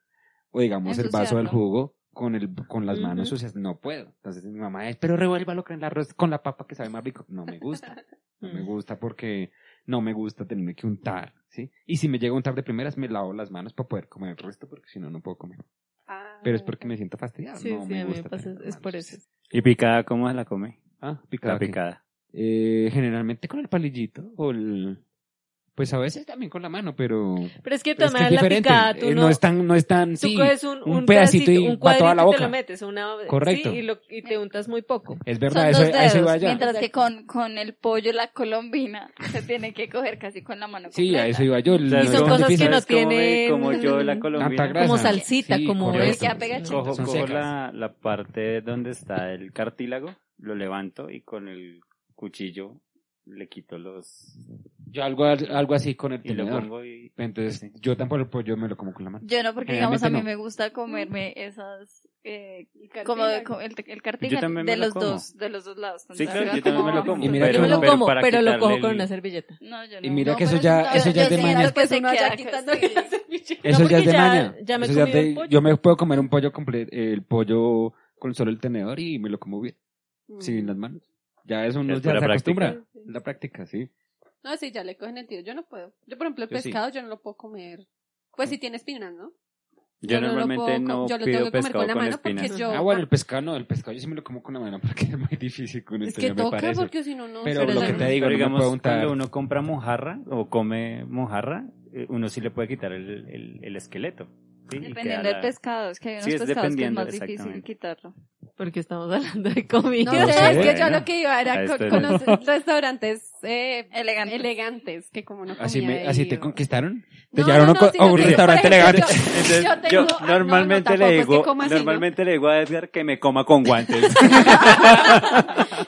Speaker 3: o digamos el vaso del
Speaker 4: Ensuciarlo.
Speaker 3: jugo con el con las manos
Speaker 2: Ujú.
Speaker 3: sucias, no puedo. Entonces mi mamá es, pero revuélvalo con el arroz con la papa que sabe más rico. No me gusta. No me
Speaker 2: Mm.
Speaker 3: gusta porque no me gusta tenerme que untar, ¿sí? Y si me llega a untar de primeras me lavo las manos para poder comer el resto porque si no no puedo comer.
Speaker 5: Ah,
Speaker 3: Pero es porque me siento fastidiado,
Speaker 2: Sí,
Speaker 3: no
Speaker 2: sí,
Speaker 3: me
Speaker 2: a mí me
Speaker 3: gusta.
Speaker 2: pasa,
Speaker 3: tener las
Speaker 2: es por
Speaker 3: manos
Speaker 2: eso.
Speaker 3: sucias.
Speaker 1: ¿Y picada cómo la come?
Speaker 3: Ah,
Speaker 1: La
Speaker 3: picada. ¿qué?
Speaker 1: picada.
Speaker 3: Eh, generalmente con el palillito o el pues a veces también con la mano, pero
Speaker 2: Pero es que
Speaker 3: Pero es que es
Speaker 2: tomar la
Speaker 3: diferente.
Speaker 2: picada, tú
Speaker 3: Eh,
Speaker 2: no,
Speaker 3: no es tan, no es tan,
Speaker 2: tú
Speaker 3: sí.
Speaker 2: coges un,
Speaker 3: un
Speaker 2: un,
Speaker 3: pedacito
Speaker 2: pedacito,
Speaker 3: y
Speaker 2: un
Speaker 3: va toda
Speaker 2: cuadrito
Speaker 3: la
Speaker 2: y
Speaker 3: boca.
Speaker 2: te lo metes, una,
Speaker 3: Correcto.
Speaker 2: sí, y, lo- y te untas muy poco.
Speaker 3: Es
Speaker 4: Son
Speaker 3: verdad,
Speaker 4: dos
Speaker 3: eso, a eso
Speaker 4: dedos,
Speaker 3: iba allá.
Speaker 4: mientras que con, con el pollo, la colombina, se tiene que coger casi con la mano
Speaker 3: Sí,
Speaker 4: completa.
Speaker 3: a eso iba yo.
Speaker 1: O sea,
Speaker 2: Y
Speaker 1: yo-
Speaker 2: son
Speaker 3: es
Speaker 2: cosas que
Speaker 3: difícil.
Speaker 2: no
Speaker 1: ¿sabes cómo ve?
Speaker 2: tienen
Speaker 1: Como yo la
Speaker 2: tanta
Speaker 1: colombiana.
Speaker 3: grasa.
Speaker 2: Como salsita, como
Speaker 3: correcto.
Speaker 4: eso. Que pega
Speaker 1: Cojo,
Speaker 3: Son
Speaker 1: cojo
Speaker 3: secas.
Speaker 1: la, la parte donde está el cartílago, lo levanto y con el cuchillo le quito los...
Speaker 3: Yo algo, algo así con el
Speaker 1: Y lo
Speaker 3: tenedor.
Speaker 1: pongo y...
Speaker 3: Entonces, yo tampoco el pollo me lo como con la mano.
Speaker 4: Yo no, porque digamos, a mí
Speaker 3: Generalmente
Speaker 4: me gusta comerme esas, eh,
Speaker 5: y cartílago.
Speaker 4: como de- co- el, el
Speaker 1: Yo
Speaker 4: cartílago
Speaker 1: también me
Speaker 4: de
Speaker 1: lo
Speaker 4: los
Speaker 1: como.
Speaker 4: dos, de los dos lados.
Speaker 1: Sí,
Speaker 4: Entonces,
Speaker 1: claro,
Speaker 4: era
Speaker 1: yo también me lo
Speaker 4: como-
Speaker 1: como.
Speaker 3: Y mira
Speaker 2: yo me lo
Speaker 1: pero
Speaker 2: como,
Speaker 1: para
Speaker 2: pero lo
Speaker 1: quitarle
Speaker 2: cojo
Speaker 1: el-
Speaker 2: con una servilleta.
Speaker 4: No, yo no.
Speaker 3: Y mira
Speaker 5: No,
Speaker 3: que eso
Speaker 5: pero
Speaker 3: ya,
Speaker 5: está-
Speaker 3: eso ya es
Speaker 4: yo
Speaker 3: de
Speaker 4: sí
Speaker 3: maña.
Speaker 4: era-
Speaker 5: que
Speaker 4: que
Speaker 5: es
Speaker 4: se
Speaker 5: uno
Speaker 4: queda
Speaker 5: allá quitándole
Speaker 4: casi.
Speaker 5: la servilleta.
Speaker 3: Eso
Speaker 2: No,
Speaker 3: ya es de
Speaker 2: porque ya-
Speaker 3: maña.
Speaker 2: ya me
Speaker 3: Eso ya
Speaker 2: comí
Speaker 3: es de-
Speaker 2: el pollo.
Speaker 3: yo me puedo comer un pollo completo, el pollo con solo el tenedor y me lo como bien,
Speaker 2: Mm.
Speaker 5: Mm.
Speaker 3: sin las manos. Ya eso uno
Speaker 1: Es
Speaker 3: ya
Speaker 1: pura
Speaker 3: se acostumbra.
Speaker 1: práctica.
Speaker 5: Sí, sí.
Speaker 3: La práctica, sí.
Speaker 5: No, sí, ya le cogen el tiro. Yo no puedo. Yo, por ejemplo, el
Speaker 3: Yo sí.
Speaker 5: pescado yo no lo puedo comer. Pues si tiene espinas, ¿no?
Speaker 1: Yo
Speaker 5: no lo
Speaker 1: normalmente
Speaker 5: puedo com-
Speaker 1: no
Speaker 5: yo lo tengo
Speaker 1: pido
Speaker 5: que comer
Speaker 1: pescado
Speaker 5: con la
Speaker 1: con
Speaker 5: mano porque
Speaker 1: espinas.
Speaker 5: yo-
Speaker 3: Ah, bueno, el pescado no, el pescado yo sí me lo como con la mano porque es muy difícil con el
Speaker 5: Ah, Es que
Speaker 3: tenedor, me
Speaker 5: toca
Speaker 3: parece.
Speaker 5: porque si no, no.
Speaker 3: Pero
Speaker 2: Pero
Speaker 3: lo
Speaker 2: la-
Speaker 3: que te
Speaker 1: Pero
Speaker 3: digo, no me
Speaker 1: digamos,
Speaker 3: puedo untar.
Speaker 1: cuando uno compra mojarra o come mojarra, eh, uno sí le puede quitar el, el, el esqueleto. ¿sí? Y queda
Speaker 4: Dependiendo del
Speaker 1: la-
Speaker 4: pescado, es que hay unos
Speaker 1: Sí, es
Speaker 4: pescados que es
Speaker 1: dependiendo,
Speaker 4: más difícil
Speaker 1: exactamente.
Speaker 4: quitarlo.
Speaker 2: Porque estamos hablando de comida.
Speaker 5: No sé, es que yo
Speaker 1: Bueno.
Speaker 5: lo que iba
Speaker 1: A
Speaker 5: era
Speaker 1: esto
Speaker 5: con, con
Speaker 1: le-
Speaker 5: los restaurantes eh,
Speaker 4: Elegante.
Speaker 5: elegantes, que como no comía
Speaker 3: Así, me,
Speaker 5: ahí,
Speaker 3: así te
Speaker 5: o-
Speaker 3: conquistaron. Te
Speaker 5: No,
Speaker 3: llevaron
Speaker 5: no,
Speaker 3: a
Speaker 5: no,
Speaker 3: co-
Speaker 5: sí,
Speaker 3: a un
Speaker 5: yo-
Speaker 3: restaurante
Speaker 5: por
Speaker 3: elegante.
Speaker 5: ejemplo,
Speaker 1: Entonces,
Speaker 5: Yo tengo-
Speaker 1: yo
Speaker 5: ah, no, no,
Speaker 1: normalmente
Speaker 5: tampoco
Speaker 1: le
Speaker 5: es que
Speaker 1: digo,
Speaker 5: coma así, ¿no?
Speaker 1: normalmente le digo a Edgar que me coma con guantes.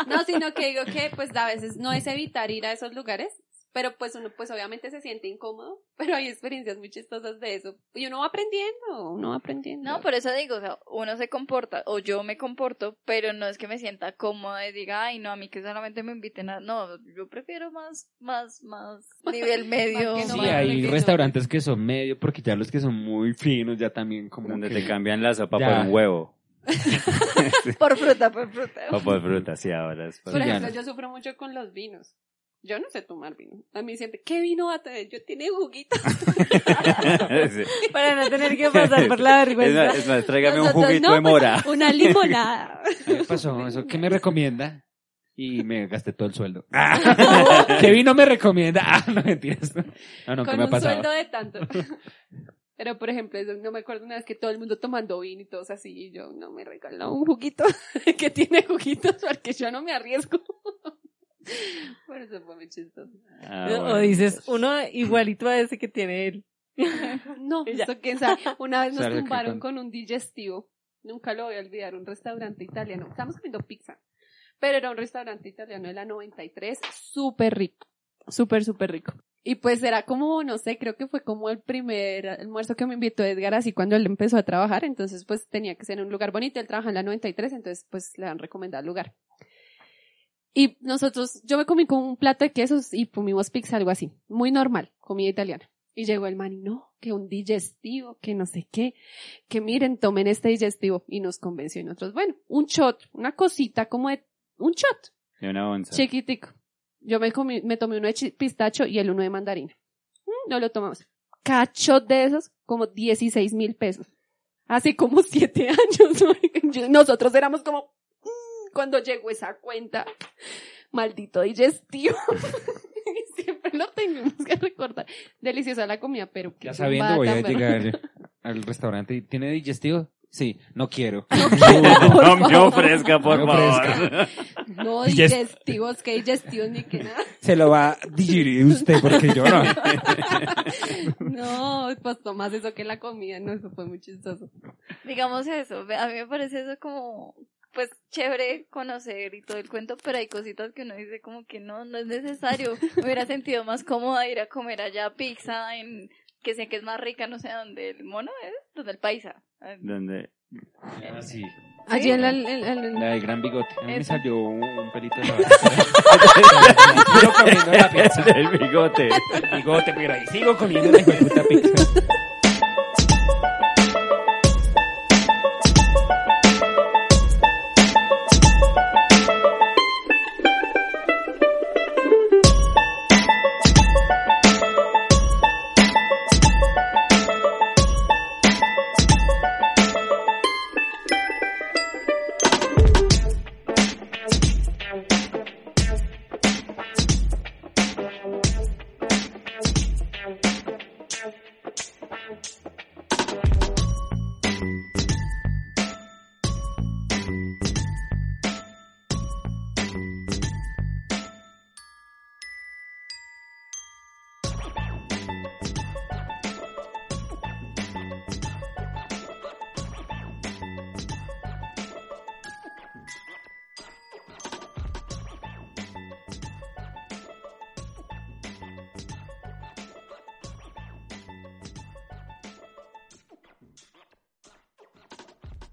Speaker 5: No, sino que digo que pues a veces no es evitar ir a esos lugares, pero pues uno pues obviamente se siente incómodo, pero hay experiencias muy chistosas de eso. Y uno va aprendiendo, uno va aprendiendo.
Speaker 4: No, por eso digo, o sea, uno se comporta, o yo me comporto, pero no es que me sienta cómoda y diga, ay, no, a mí que solamente me inviten a... No, yo prefiero más, más, más nivel medio.
Speaker 5: Más que no
Speaker 3: Sí,
Speaker 5: van a
Speaker 3: hay
Speaker 5: repetir, ¿no?
Speaker 3: restaurantes que son medio, porque ya los que son muy finos ya también como
Speaker 1: donde
Speaker 3: que-
Speaker 1: te cambian la sopa
Speaker 3: Ya.
Speaker 1: por un huevo.
Speaker 4: Por fruta, por fruta.
Speaker 1: O por fruta, sí, ahora es por-
Speaker 5: Por
Speaker 3: ya
Speaker 5: ejemplo,
Speaker 3: no.
Speaker 5: yo sufro mucho con los vinos. Yo no sé tomar vino. A mí siempre, ¿qué vino va a tener? Yo tiene juguito.
Speaker 1: Sí.
Speaker 2: Para no tener que pasar por la
Speaker 1: Es
Speaker 2: vergüenza.
Speaker 1: más, es más, tráigame un
Speaker 5: Nosotros,
Speaker 1: juguito
Speaker 5: no,
Speaker 1: de mora.
Speaker 5: pues, una limonada.
Speaker 3: A mí me pasó eso. ¿Qué me recomienda? Y me gasté todo el sueldo. ¿Qué vino me recomienda? Ah, no mentiras. No, no, ¿qué
Speaker 5: con
Speaker 3: me ha
Speaker 5: un
Speaker 3: pasado?
Speaker 5: sueldo de tanto. Pero, por ejemplo, eso, no me acuerdo una vez que todo el mundo tomando vino y todos así, y yo, no, me regaló un juguito que tiene juguitos porque yo no me arriesgo. Por eso fue muy chistoso.
Speaker 1: Ah,
Speaker 2: O
Speaker 1: bueno. pues.
Speaker 2: dices, uno igualito a ese que tiene él.
Speaker 5: No,
Speaker 2: Y ya.
Speaker 5: eso quién sabe. Una vez nos
Speaker 3: Sale
Speaker 5: tumbaron
Speaker 3: cantando.
Speaker 5: con un digestivo. Nunca lo voy a olvidar. Un restaurante italiano. Estábamos comiendo pizza. Pero era un restaurante italiano de la 93. Súper rico. Súper, súper rico. Y pues era como, no sé, creo que fue como el primer almuerzo que me invitó Edgar así cuando él empezó a trabajar. Entonces pues tenía que ser en un lugar bonito. Él trabaja en la 93, entonces pues le han recomendado el lugar. Y nosotros, yo me comí con un plato de quesos y comimos pizza, algo así. Muy normal, comida italiana. Y llegó el man y no, que un digestivo, que no sé qué, que miren, tomen este digestivo. Y nos convenció y nosotros, bueno, un shot, una cosita como de, un shot,
Speaker 1: De una onza.
Speaker 5: chiquitico. Yo me comí, me tomé uno de chi- pistacho y el uno de mandarina. Mm, No lo tomamos. Cacho de esos, como 16 mil pesos. Hace como siete años. marica. Yo- Nosotros éramos como, mm, cuando llegó esa cuenta, maldito digestivo. Siempre lo tenemos que recordar. Deliciosa la comida, pero qué
Speaker 3: Ya sabiendo voy
Speaker 5: chumbada
Speaker 3: a
Speaker 5: tan buena.
Speaker 3: llegar al restaurante. y, ¿Tiene digestivo? Sí, no quiero.
Speaker 1: No me ofrezca, por
Speaker 3: No me
Speaker 1: favor.
Speaker 5: No
Speaker 3: Digest-
Speaker 5: digestivos, que digestivos ni que nada.
Speaker 3: Se lo va a digerir usted porque yo no.
Speaker 5: No, pues tomás eso que la comida, no, eso fue muy chistoso.
Speaker 4: digamos eso, ve- a mí me parece eso como, pues chévere conocer y todo el cuento, pero hay cositas que uno dice como que no, no es necesario. Me hubiera sentido más cómoda ir a comer allá pizza en, que sé que es más rica, no sé dónde el mono es, donde el paisa.
Speaker 1: Donde
Speaker 3: Ah, sí.
Speaker 5: Allí en la, en- en- en-
Speaker 3: La del gran bigote. A mí me
Speaker 4: Esa.
Speaker 3: salió un, un pelito de la Sigo comiendo la pizza.
Speaker 1: el bigote.
Speaker 3: El bigote, pero ahí sigo comiendo la hijueputa pizza.